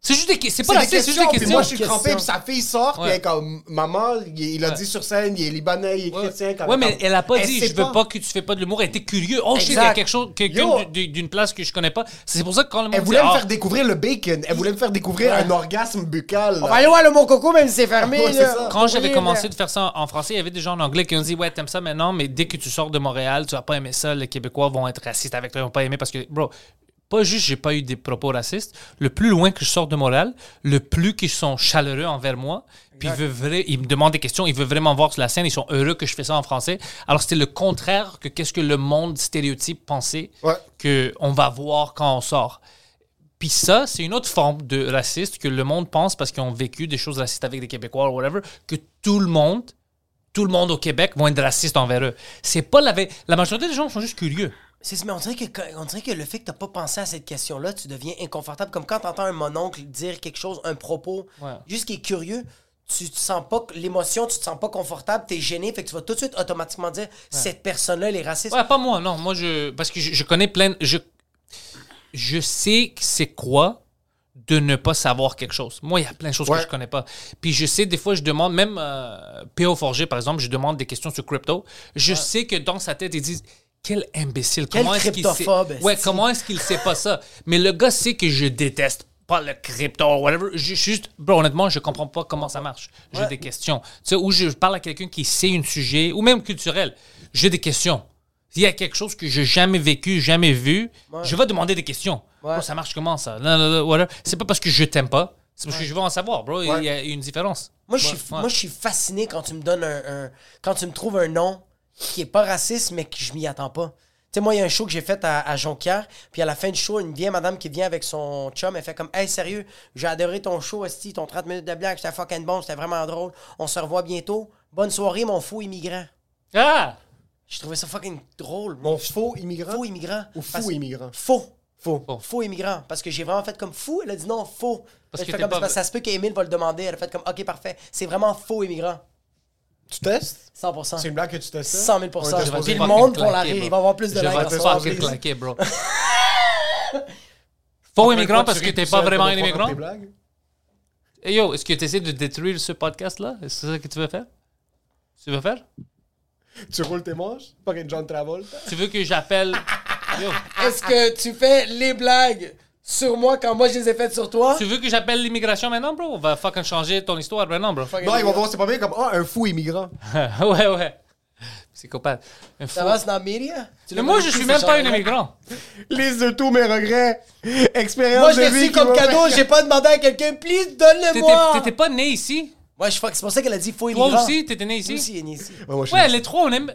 Speaker 3: C'est juste des, que- c'est
Speaker 2: C'est
Speaker 3: pas
Speaker 2: des
Speaker 3: raciste, c'est juste
Speaker 2: questions.
Speaker 3: des
Speaker 2: Puis
Speaker 3: questions.
Speaker 2: moi, je suis
Speaker 1: Question.
Speaker 2: crampé, puis sa fille sort, puis
Speaker 3: Ouais.
Speaker 2: elle est comme, maman, il, il a dit sur scène, il est Libanais, il est chrétien. Comme,
Speaker 3: Ouais, mais
Speaker 2: comme-
Speaker 3: elle a pas
Speaker 2: Elle
Speaker 3: dit,
Speaker 2: sait
Speaker 3: je veux pas que tu fais pas de l'humour. Elle était curieux. Oh, je sais qu'il y a
Speaker 1: Exact.
Speaker 3: quelque chose,
Speaker 2: Yo.
Speaker 3: quelqu'un d- d- d'une place que je connais pas. C'est pour ça que quand le monde
Speaker 2: Elle
Speaker 3: dit,
Speaker 2: voulait me
Speaker 3: ah,
Speaker 2: faire découvrir le bacon. Elle voulait me faire découvrir un orgasme buccal.
Speaker 4: On va aller voir le Mont Coco, même si c'est fermé,
Speaker 2: Ouais, c'est
Speaker 4: là.
Speaker 2: ça.
Speaker 3: Quand j'avais
Speaker 4: Oubliez,
Speaker 3: commencé
Speaker 4: là.
Speaker 3: de faire ça en français, il y avait des gens en anglais qui ont dit Ouais, t'aimes ça maintenant, mais dès que tu sors de Montréal, tu vas pas aimer ça, les Québécois vont être racistes avec toi, ils vont pas aimer parce que, bro, pas juste j'ai pas eu des propos racistes, le plus loin que je sors de Montréal, le plus qu'ils sont chaleureux envers moi, puis ils, veulent vrai- ils me demandent des questions, ils veulent vraiment voir sur la scène, ils sont heureux que je fais ça en français. Alors c'était le contraire que qu'est-ce que le monde stéréotype pensait
Speaker 2: Ouais.
Speaker 3: que qu'on va voir quand on sort. Puis ça, c'est une autre forme de raciste que le monde pense parce qu'ils ont vécu des choses racistes avec des Québécois ou whatever, que tout le monde, tout le monde au Québec vont être racistes envers eux. C'est pas la vé- La majorité des gens sont juste curieux.
Speaker 1: C'est- Mais on dirait, que, quand- on dirait que le fait que t'as pas pensé à cette question-là, tu deviens inconfortable. Comme quand t'entends un mononcle dire quelque chose, un propos,
Speaker 3: Ouais.
Speaker 1: juste qui est curieux, tu te sens pas que- l'émotion, tu te sens pas confortable, t'es gêné, fait que tu vas tout de suite automatiquement dire cette personne-là, elle est raciste.
Speaker 3: Ouais, pas moi, non. Moi, je. Parce que je, je connais plein. de- Je, je sais que c'est quoi de ne pas savoir quelque chose. Moi, il y a plein de choses
Speaker 2: Ouais.
Speaker 3: que je connais pas. Puis je sais, des fois, je demande, même euh, P.O. Forger, par exemple, je demande des questions sur crypto. Je sais que dans sa tête, ils disent. Quel imbécile.
Speaker 1: Quel
Speaker 3: comment est-ce qu'il sait...
Speaker 1: cryptophobe,
Speaker 3: Ouais,
Speaker 1: esti.
Speaker 3: comment est-ce qu'il sait pas ça? Mais le gars sait que je déteste pas le crypto whatever. Je, juste, bro, honnêtement, je comprends pas comment ça marche. J'ai des questions. Tu sais, ou je parle à quelqu'un qui sait un sujet, ou même culturel. J'ai des questions. S'il y a quelque chose que j'ai jamais vécu, jamais vu, je vais demander des questions. Bro, ça marche comment ça? Non, non, non, whatever. C'est pas parce que je t'aime pas, c'est parce que je veux en savoir, bro. Il y a une différence.
Speaker 1: Moi, je suis,
Speaker 3: Ouais.
Speaker 1: moi, je suis fasciné quand tu me donnes un, un- Quand tu me trouves un nom qui est pas raciste, mais que je m'y attends pas. Tu sais, moi, il y a un show que j'ai fait à, à Jonquière, puis à la fin du show, une vieille madame qui vient avec son chum, elle fait comme Hey, sérieux, j'ai adoré ton show, Esti, ton 30 minutes de blague, c'était fucking bon, c'était vraiment drôle. On se revoit bientôt. Bonne soirée, mon faux immigrant.
Speaker 3: Ah!
Speaker 1: J'ai trouvé ça fucking drôle. Mon
Speaker 2: Mon faux immigrant.
Speaker 1: faux immigrant.
Speaker 2: Ou
Speaker 1: Parce-
Speaker 2: faux immigrant.
Speaker 1: Faux. Faux.
Speaker 3: Faux.
Speaker 1: Faux immigrant. Parce que j'ai vraiment fait comme fou. Elle a dit non, faux. Parce
Speaker 3: Parce que
Speaker 1: que
Speaker 3: t'es pas-
Speaker 1: ça se peut qu'Émile va le demander. Elle a fait comme, OK, parfait. C'est vraiment faux immigrant.
Speaker 2: Tu testes
Speaker 1: 100%.
Speaker 2: C'est une blague que tu testes ça?
Speaker 1: 100 000
Speaker 2: On était
Speaker 1: Puis
Speaker 2: supposé-
Speaker 1: le monde pour la rire, il va avoir plus de
Speaker 3: likes.
Speaker 1: likes
Speaker 3: Je
Speaker 1: à
Speaker 3: vais
Speaker 1: son
Speaker 3: fucking
Speaker 1: release.
Speaker 3: claquer, bro. Faux immigrant parce que t'es pas vraiment un immigrant. Hey yo, est-ce que tu essaies de détruire ce podcast-là? Est-ce que c'est ça que tu veux faire? Tu veux faire?
Speaker 2: Tu roules tes manches Fucking John Travolta.
Speaker 3: Tu veux que j'appelle. Yo.
Speaker 1: Est-ce que tu fais les blagues sur moi quand moi je les ai faites sur toi?
Speaker 3: Tu veux que j'appelle l'immigration maintenant, bro? On va fucking changer ton histoire maintenant, bro.
Speaker 2: Non, ils vont voir, c'est pas bien comme Ah, un fou immigrant.
Speaker 3: ouais, ouais. Psychopathe. Un fou.
Speaker 1: Ça va, c'est dans media? Tu
Speaker 3: Mais
Speaker 1: l'as
Speaker 3: moi,
Speaker 1: même
Speaker 3: je
Speaker 1: dit,
Speaker 3: suis
Speaker 1: ça
Speaker 3: même
Speaker 1: change
Speaker 3: pas un
Speaker 1: rien.
Speaker 3: immigrant.
Speaker 2: Liste de tous mes regrets. Expérience
Speaker 1: Moi, je
Speaker 2: de
Speaker 1: l'ai
Speaker 2: vie
Speaker 1: reçu
Speaker 2: qui
Speaker 1: comme
Speaker 2: m'a fait-
Speaker 1: cadeau, j'ai pas demandé à quelqu'un, please,
Speaker 3: T'étais-
Speaker 1: donne-le-moi!
Speaker 3: T'étais pas né ici?
Speaker 1: Ouais, je fuck, c'est pour ça qu'elle a dit faux
Speaker 3: Toi
Speaker 1: immigrant.
Speaker 3: aussi, t'étais né
Speaker 1: Toi aussi,
Speaker 3: ici?
Speaker 1: t'es né ici.
Speaker 2: Ouais, moi, je suis-
Speaker 3: Ouais, les trois, on aime.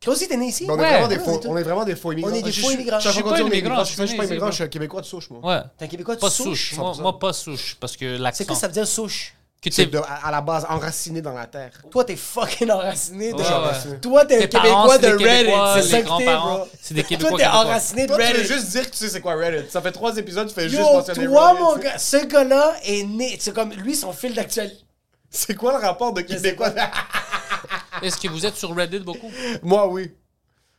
Speaker 1: Toi aussi, t'es né ici?
Speaker 2: Mais on, est
Speaker 3: Ouais.
Speaker 2: vraiment des
Speaker 3: Ouais,
Speaker 2: faux, on est vraiment des faux immigrants.
Speaker 1: est des
Speaker 2: Je-
Speaker 1: faux
Speaker 2: je-
Speaker 1: immigrants.
Speaker 2: chaque
Speaker 1: Je suis
Speaker 2: fois qu'on
Speaker 3: pas
Speaker 2: dit
Speaker 3: un immigrant,
Speaker 2: je suis- je suis pas
Speaker 3: je suis
Speaker 2: immigrant,
Speaker 3: né
Speaker 2: je suis un Québécois de souche, moi.
Speaker 3: Ouais.
Speaker 1: T'es un Québécois de
Speaker 3: Pas
Speaker 1: souche.
Speaker 3: souche. Moi, moi, pas souche. Parce que l'accent.
Speaker 1: C'est quoi ça veut dire souche?
Speaker 3: Que t'es-
Speaker 2: C'est de- à à la base enraciné dans la terre.
Speaker 1: Toi, t'es fucking enraciné. De...
Speaker 3: Ouais, ouais.
Speaker 1: Toi, t'es un
Speaker 3: Tes parents,
Speaker 1: Québécois
Speaker 3: c'est
Speaker 1: de
Speaker 3: des Québécois,
Speaker 1: Reddit. C'est
Speaker 3: les
Speaker 1: ça que t'es,
Speaker 3: grands-parents,
Speaker 1: bro.
Speaker 3: c'est des Québécois,
Speaker 1: Toi, t'es
Speaker 3: Québécois.
Speaker 1: enraciné de
Speaker 2: Toi, tu veux
Speaker 1: Reddit.
Speaker 2: juste dire que tu sais c'est quoi Reddit. Ça fait trois épisodes, tu fais juste
Speaker 1: Yo,
Speaker 2: mentionner
Speaker 1: toi,
Speaker 2: Reddit.
Speaker 1: mon gars, ce gars-là est né. C'est comme lui, son fil d'actualité.
Speaker 2: C'est quoi le rapport de Québécois
Speaker 3: Est-ce que vous êtes sur Reddit beaucoup?
Speaker 2: Moi, oui.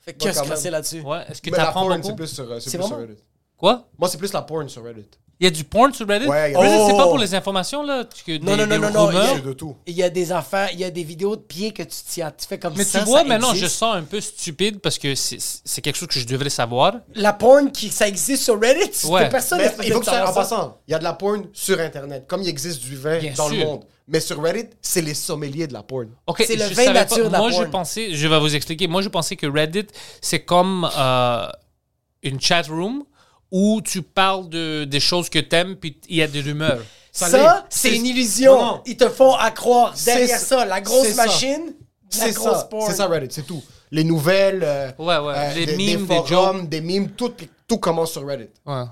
Speaker 1: Fait que qu'est-ce
Speaker 2: quand
Speaker 1: que c'est
Speaker 2: même.
Speaker 1: là-dessus?
Speaker 3: Ouais. Est-ce que
Speaker 2: Mais Ben, la
Speaker 3: t'apprends
Speaker 2: porn, c'est
Speaker 3: beaucoup?
Speaker 2: plus sur, euh, c'est
Speaker 1: C'est
Speaker 2: plus sur
Speaker 1: vraiment-
Speaker 2: Reddit.
Speaker 3: Quoi?
Speaker 2: Moi, c'est plus la porn sur Reddit.
Speaker 3: Il y a du porn sur Reddit?
Speaker 2: Ouais, il y a-
Speaker 3: Reddit, c'est
Speaker 1: Oh!
Speaker 3: pas pour les informations, là?
Speaker 1: Non,
Speaker 3: que des-
Speaker 1: non, non,
Speaker 3: des
Speaker 1: non, non,
Speaker 3: rumeurs?
Speaker 1: il y
Speaker 2: C'est de tout.
Speaker 1: Il y a des enfants, il y a des vidéos de pieds que tu tiens. Tu fais comme
Speaker 3: Mais
Speaker 1: ça.
Speaker 3: tu vois,
Speaker 1: ça
Speaker 3: maintenant, je
Speaker 1: existe.
Speaker 3: sens un peu stupide parce que c'est- c'est quelque chose que je devrais savoir.
Speaker 1: La porn qui ça existe sur Reddit, c'est
Speaker 3: Ouais.
Speaker 1: que personne
Speaker 2: Mais
Speaker 1: n'est
Speaker 2: il faut que ça, en
Speaker 1: savoir ça.
Speaker 2: passant, il y a de la porn sur Internet, comme il existe du vin
Speaker 3: Bien
Speaker 2: dans le
Speaker 3: sûr.
Speaker 2: monde. Mais sur Reddit, c'est les sommeliers de la porn.
Speaker 3: Ok,
Speaker 1: C'est le
Speaker 3: je
Speaker 1: vin
Speaker 3: savais
Speaker 1: nature de la
Speaker 3: Moi, je
Speaker 1: porn.
Speaker 3: pensais, je vais vous expliquer. Moi, je pensais que Reddit, c'est comme euh, une chat room où tu parles de, des choses que t'aimes, puis il y a des rumeurs.
Speaker 1: Ça, c'est une illusion.
Speaker 2: Non, non.
Speaker 1: Ils te font accroire derrière
Speaker 2: C'est-
Speaker 1: ça, la grosse
Speaker 2: c'est ça.
Speaker 1: machine, la
Speaker 2: C'est
Speaker 1: grosse
Speaker 2: ça.
Speaker 1: porn.
Speaker 2: C'est ça Reddit, c'est tout. Les nouvelles, euh,
Speaker 3: Ouais, ouais, les
Speaker 2: des,
Speaker 3: mimes,
Speaker 2: des
Speaker 3: des
Speaker 2: forums, des mimes, tout, tout commence sur Reddit.
Speaker 3: Ouais.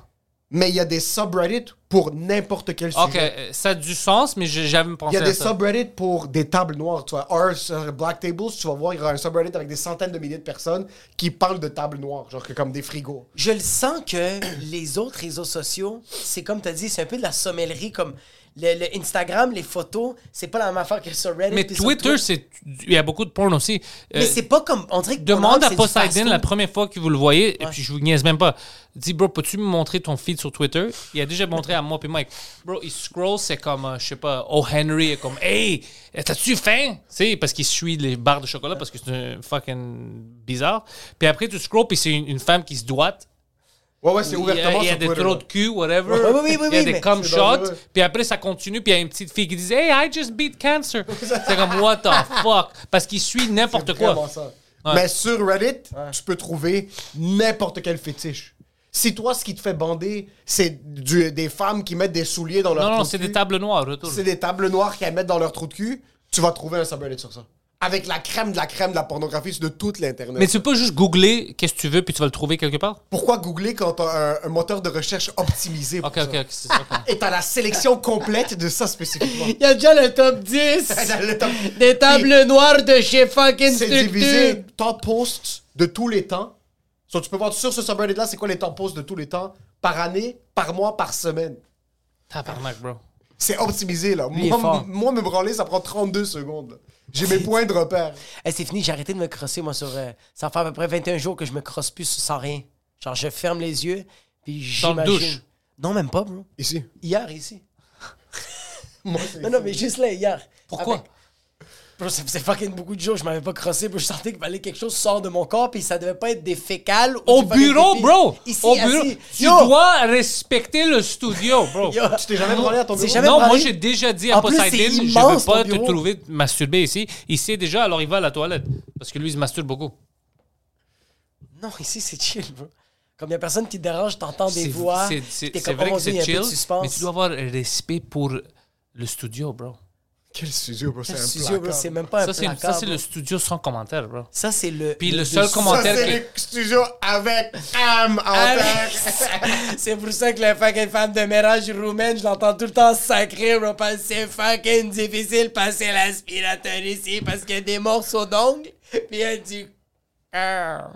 Speaker 2: Mais il y a des subreddits pour n'importe quel
Speaker 3: Ok,
Speaker 2: sujet.
Speaker 3: euh, ça a du sens, mais je- j'avais
Speaker 2: Il y
Speaker 3: pensé
Speaker 2: a
Speaker 3: à
Speaker 2: des
Speaker 3: ça.
Speaker 2: subreddits pour des tables noires. Tu vois, Or, sur Black Tables, tu vas voir, il y aura un subreddit avec des centaines de milliers de personnes qui parlent de tables noires, genre que comme des frigos.
Speaker 1: Je le sens que les autres réseaux sociaux, c'est comme tu as dit, c'est un peu de la sommellerie, comme le, le Instagram, les photos, c'est pas la même affaire que sur Reddit.
Speaker 3: mais
Speaker 1: puis sur
Speaker 3: Twitter, c'est il y a beaucoup de porn aussi. Euh,
Speaker 1: Mais c'est pas comme. On dirait que
Speaker 3: Demande à
Speaker 1: c'est du fast-food.
Speaker 3: Poseidon la première fois que vous le voyez, et puis je vous niaise même pas. Dis, bro, peux-tu me montrer ton feed sur Twitter? Il a déjà montré à moi puis Mike. Bro, il scroll, c'est comme, euh, je sais pas, O. Henry, est comme, hey, t'as-tu faim? Tu sais, parce qu'il suit les barres de chocolat parce que c'est un fucking bizarre. Puis après, tu scroll, puis c'est une, une femme qui se doite.
Speaker 2: Ouais, ouais, c'est
Speaker 3: Il y a,
Speaker 2: ouvertement
Speaker 3: il y a
Speaker 2: sur
Speaker 3: des
Speaker 2: Twitter,
Speaker 3: trous
Speaker 2: là.
Speaker 3: de cul, whatever.
Speaker 1: Oui, oui, oui, oui,
Speaker 3: il y a
Speaker 1: oui,
Speaker 3: des
Speaker 1: mais
Speaker 3: cum
Speaker 2: c'est
Speaker 3: shots.
Speaker 2: dangereux.
Speaker 3: Puis après, ça continue. Puis il y a une petite fille qui dit Hey, I just beat cancer. c'est comme, what the fuck? Parce qu'il suit n'importe
Speaker 2: C'est vraiment
Speaker 3: quoi.
Speaker 2: ça. Mais sur Reddit, tu peux trouver n'importe quel fétiche. Si toi, ce qui te fait bander, c'est du- des femmes qui mettent des souliers dans leur
Speaker 3: Non,
Speaker 2: trou
Speaker 3: non,
Speaker 2: de
Speaker 3: c'est
Speaker 2: cul,
Speaker 3: des tables noires. Retourne.
Speaker 2: C'est des tables noires qu'elles mettent dans leur trou de cul, tu vas trouver un subreddit sur ça. Avec la crème de la crème de la pornographie c'est de toute l'Internet.
Speaker 3: Mais tu peux pas juste googler qu'est-ce que tu veux puis tu vas le trouver quelque part?
Speaker 2: Pourquoi googler quand t'as un, un moteur de recherche optimisé pour
Speaker 3: Ok, ok,
Speaker 2: ça?
Speaker 3: ok. c'est ça, ok.
Speaker 2: Et t'as la sélection complète de ça spécifiquement.
Speaker 4: Il y a déjà le top 10
Speaker 2: Le top-
Speaker 4: des tables noires de chez fucking
Speaker 2: C'est
Speaker 4: Structure.
Speaker 2: divisé top posts de tous les temps. So, tu peux voir sur ce subreddit-là, c'est quoi les top posts de tous les temps, par année, par mois, par semaine.
Speaker 3: Tabarnak, bro.
Speaker 2: C'est optimisé, là.
Speaker 1: est
Speaker 2: Moi,
Speaker 1: fort.
Speaker 2: m- moi, me branler, ça prend 32 secondes. J'ai mes points de repère.
Speaker 1: Eh, c'est fini, j'ai arrêté de me crosser, moi, sur. euh, ça fait à peu près 21 jours que je me crosse plus sans rien. Genre, je ferme les yeux, puis
Speaker 3: Dans
Speaker 1: j'imagine.
Speaker 3: le douche.
Speaker 1: Non, même pas, bro.
Speaker 2: Ici.
Speaker 1: Hier, ici.
Speaker 2: Moi, c'est-
Speaker 1: Non, non, mais juste là, hier.
Speaker 3: Pourquoi?
Speaker 1: Avec- Bro, ça faisait fucking beaucoup de jours, je m'avais pas crossé, bro. Je sentais qu'il fallait quelque chose sort de mon corps, puis ça devait pas être des fécales. ou
Speaker 3: Au
Speaker 1: du fucking
Speaker 3: bureau,
Speaker 1: pipi.
Speaker 3: bro!
Speaker 1: Ici,
Speaker 3: Au bureau.
Speaker 1: assis.
Speaker 3: Tu
Speaker 1: Yo!
Speaker 3: dois respecter le studio, bro.
Speaker 1: Yo!
Speaker 2: Tu t'es jamais branlé à ton
Speaker 1: C'est
Speaker 2: bureau?
Speaker 1: jamais-
Speaker 3: Non, moi
Speaker 1: parlé.
Speaker 3: j'ai déjà dit à
Speaker 1: En plus,
Speaker 3: Poseidon,
Speaker 1: c'est
Speaker 3: je
Speaker 1: immense,
Speaker 3: veux pas
Speaker 1: ton
Speaker 3: te
Speaker 1: bureau.
Speaker 3: trouver masturber ici. Il sait déjà, alors il va à la toilette. Parce que lui, il se masturbe beaucoup.
Speaker 1: Non, ici, c'est chill, bro. Comme il y a personne qui te dérange, t'entends des
Speaker 3: C'est-
Speaker 1: voix.
Speaker 3: c'est-
Speaker 1: puis
Speaker 3: C'est
Speaker 1: t'es
Speaker 3: c'est
Speaker 1: comme,
Speaker 3: vrai
Speaker 1: oh mon
Speaker 3: que
Speaker 1: Dieu, il y
Speaker 3: c'est
Speaker 1: a un peu de
Speaker 3: chill,
Speaker 1: suspense.
Speaker 3: mais tu dois avoir un respect pour le studio, bro.
Speaker 2: Quel studio, bro, c'est un
Speaker 1: Le studio, bro,
Speaker 2: placard.
Speaker 1: c'est même pas
Speaker 3: Ça,
Speaker 1: un
Speaker 3: c'est ça,
Speaker 1: placard,
Speaker 3: c'est
Speaker 1: bro.
Speaker 3: le studio sans commentaire, bro.
Speaker 1: Ça, c'est le.
Speaker 3: Puis le seul
Speaker 1: dessous.
Speaker 2: Ça,
Speaker 3: commentaire
Speaker 2: c'est
Speaker 3: qui...
Speaker 2: le studio avec âme en tête.
Speaker 1: c'est pour ça que la fucking femme de ménage roumaine, je l'entends tout le temps sacrer, bro, parce que c'est fucking difficile de passer l'aspirateur ici, parce qu'il y a des morceaux d'ongles, puis elle dit... Ah.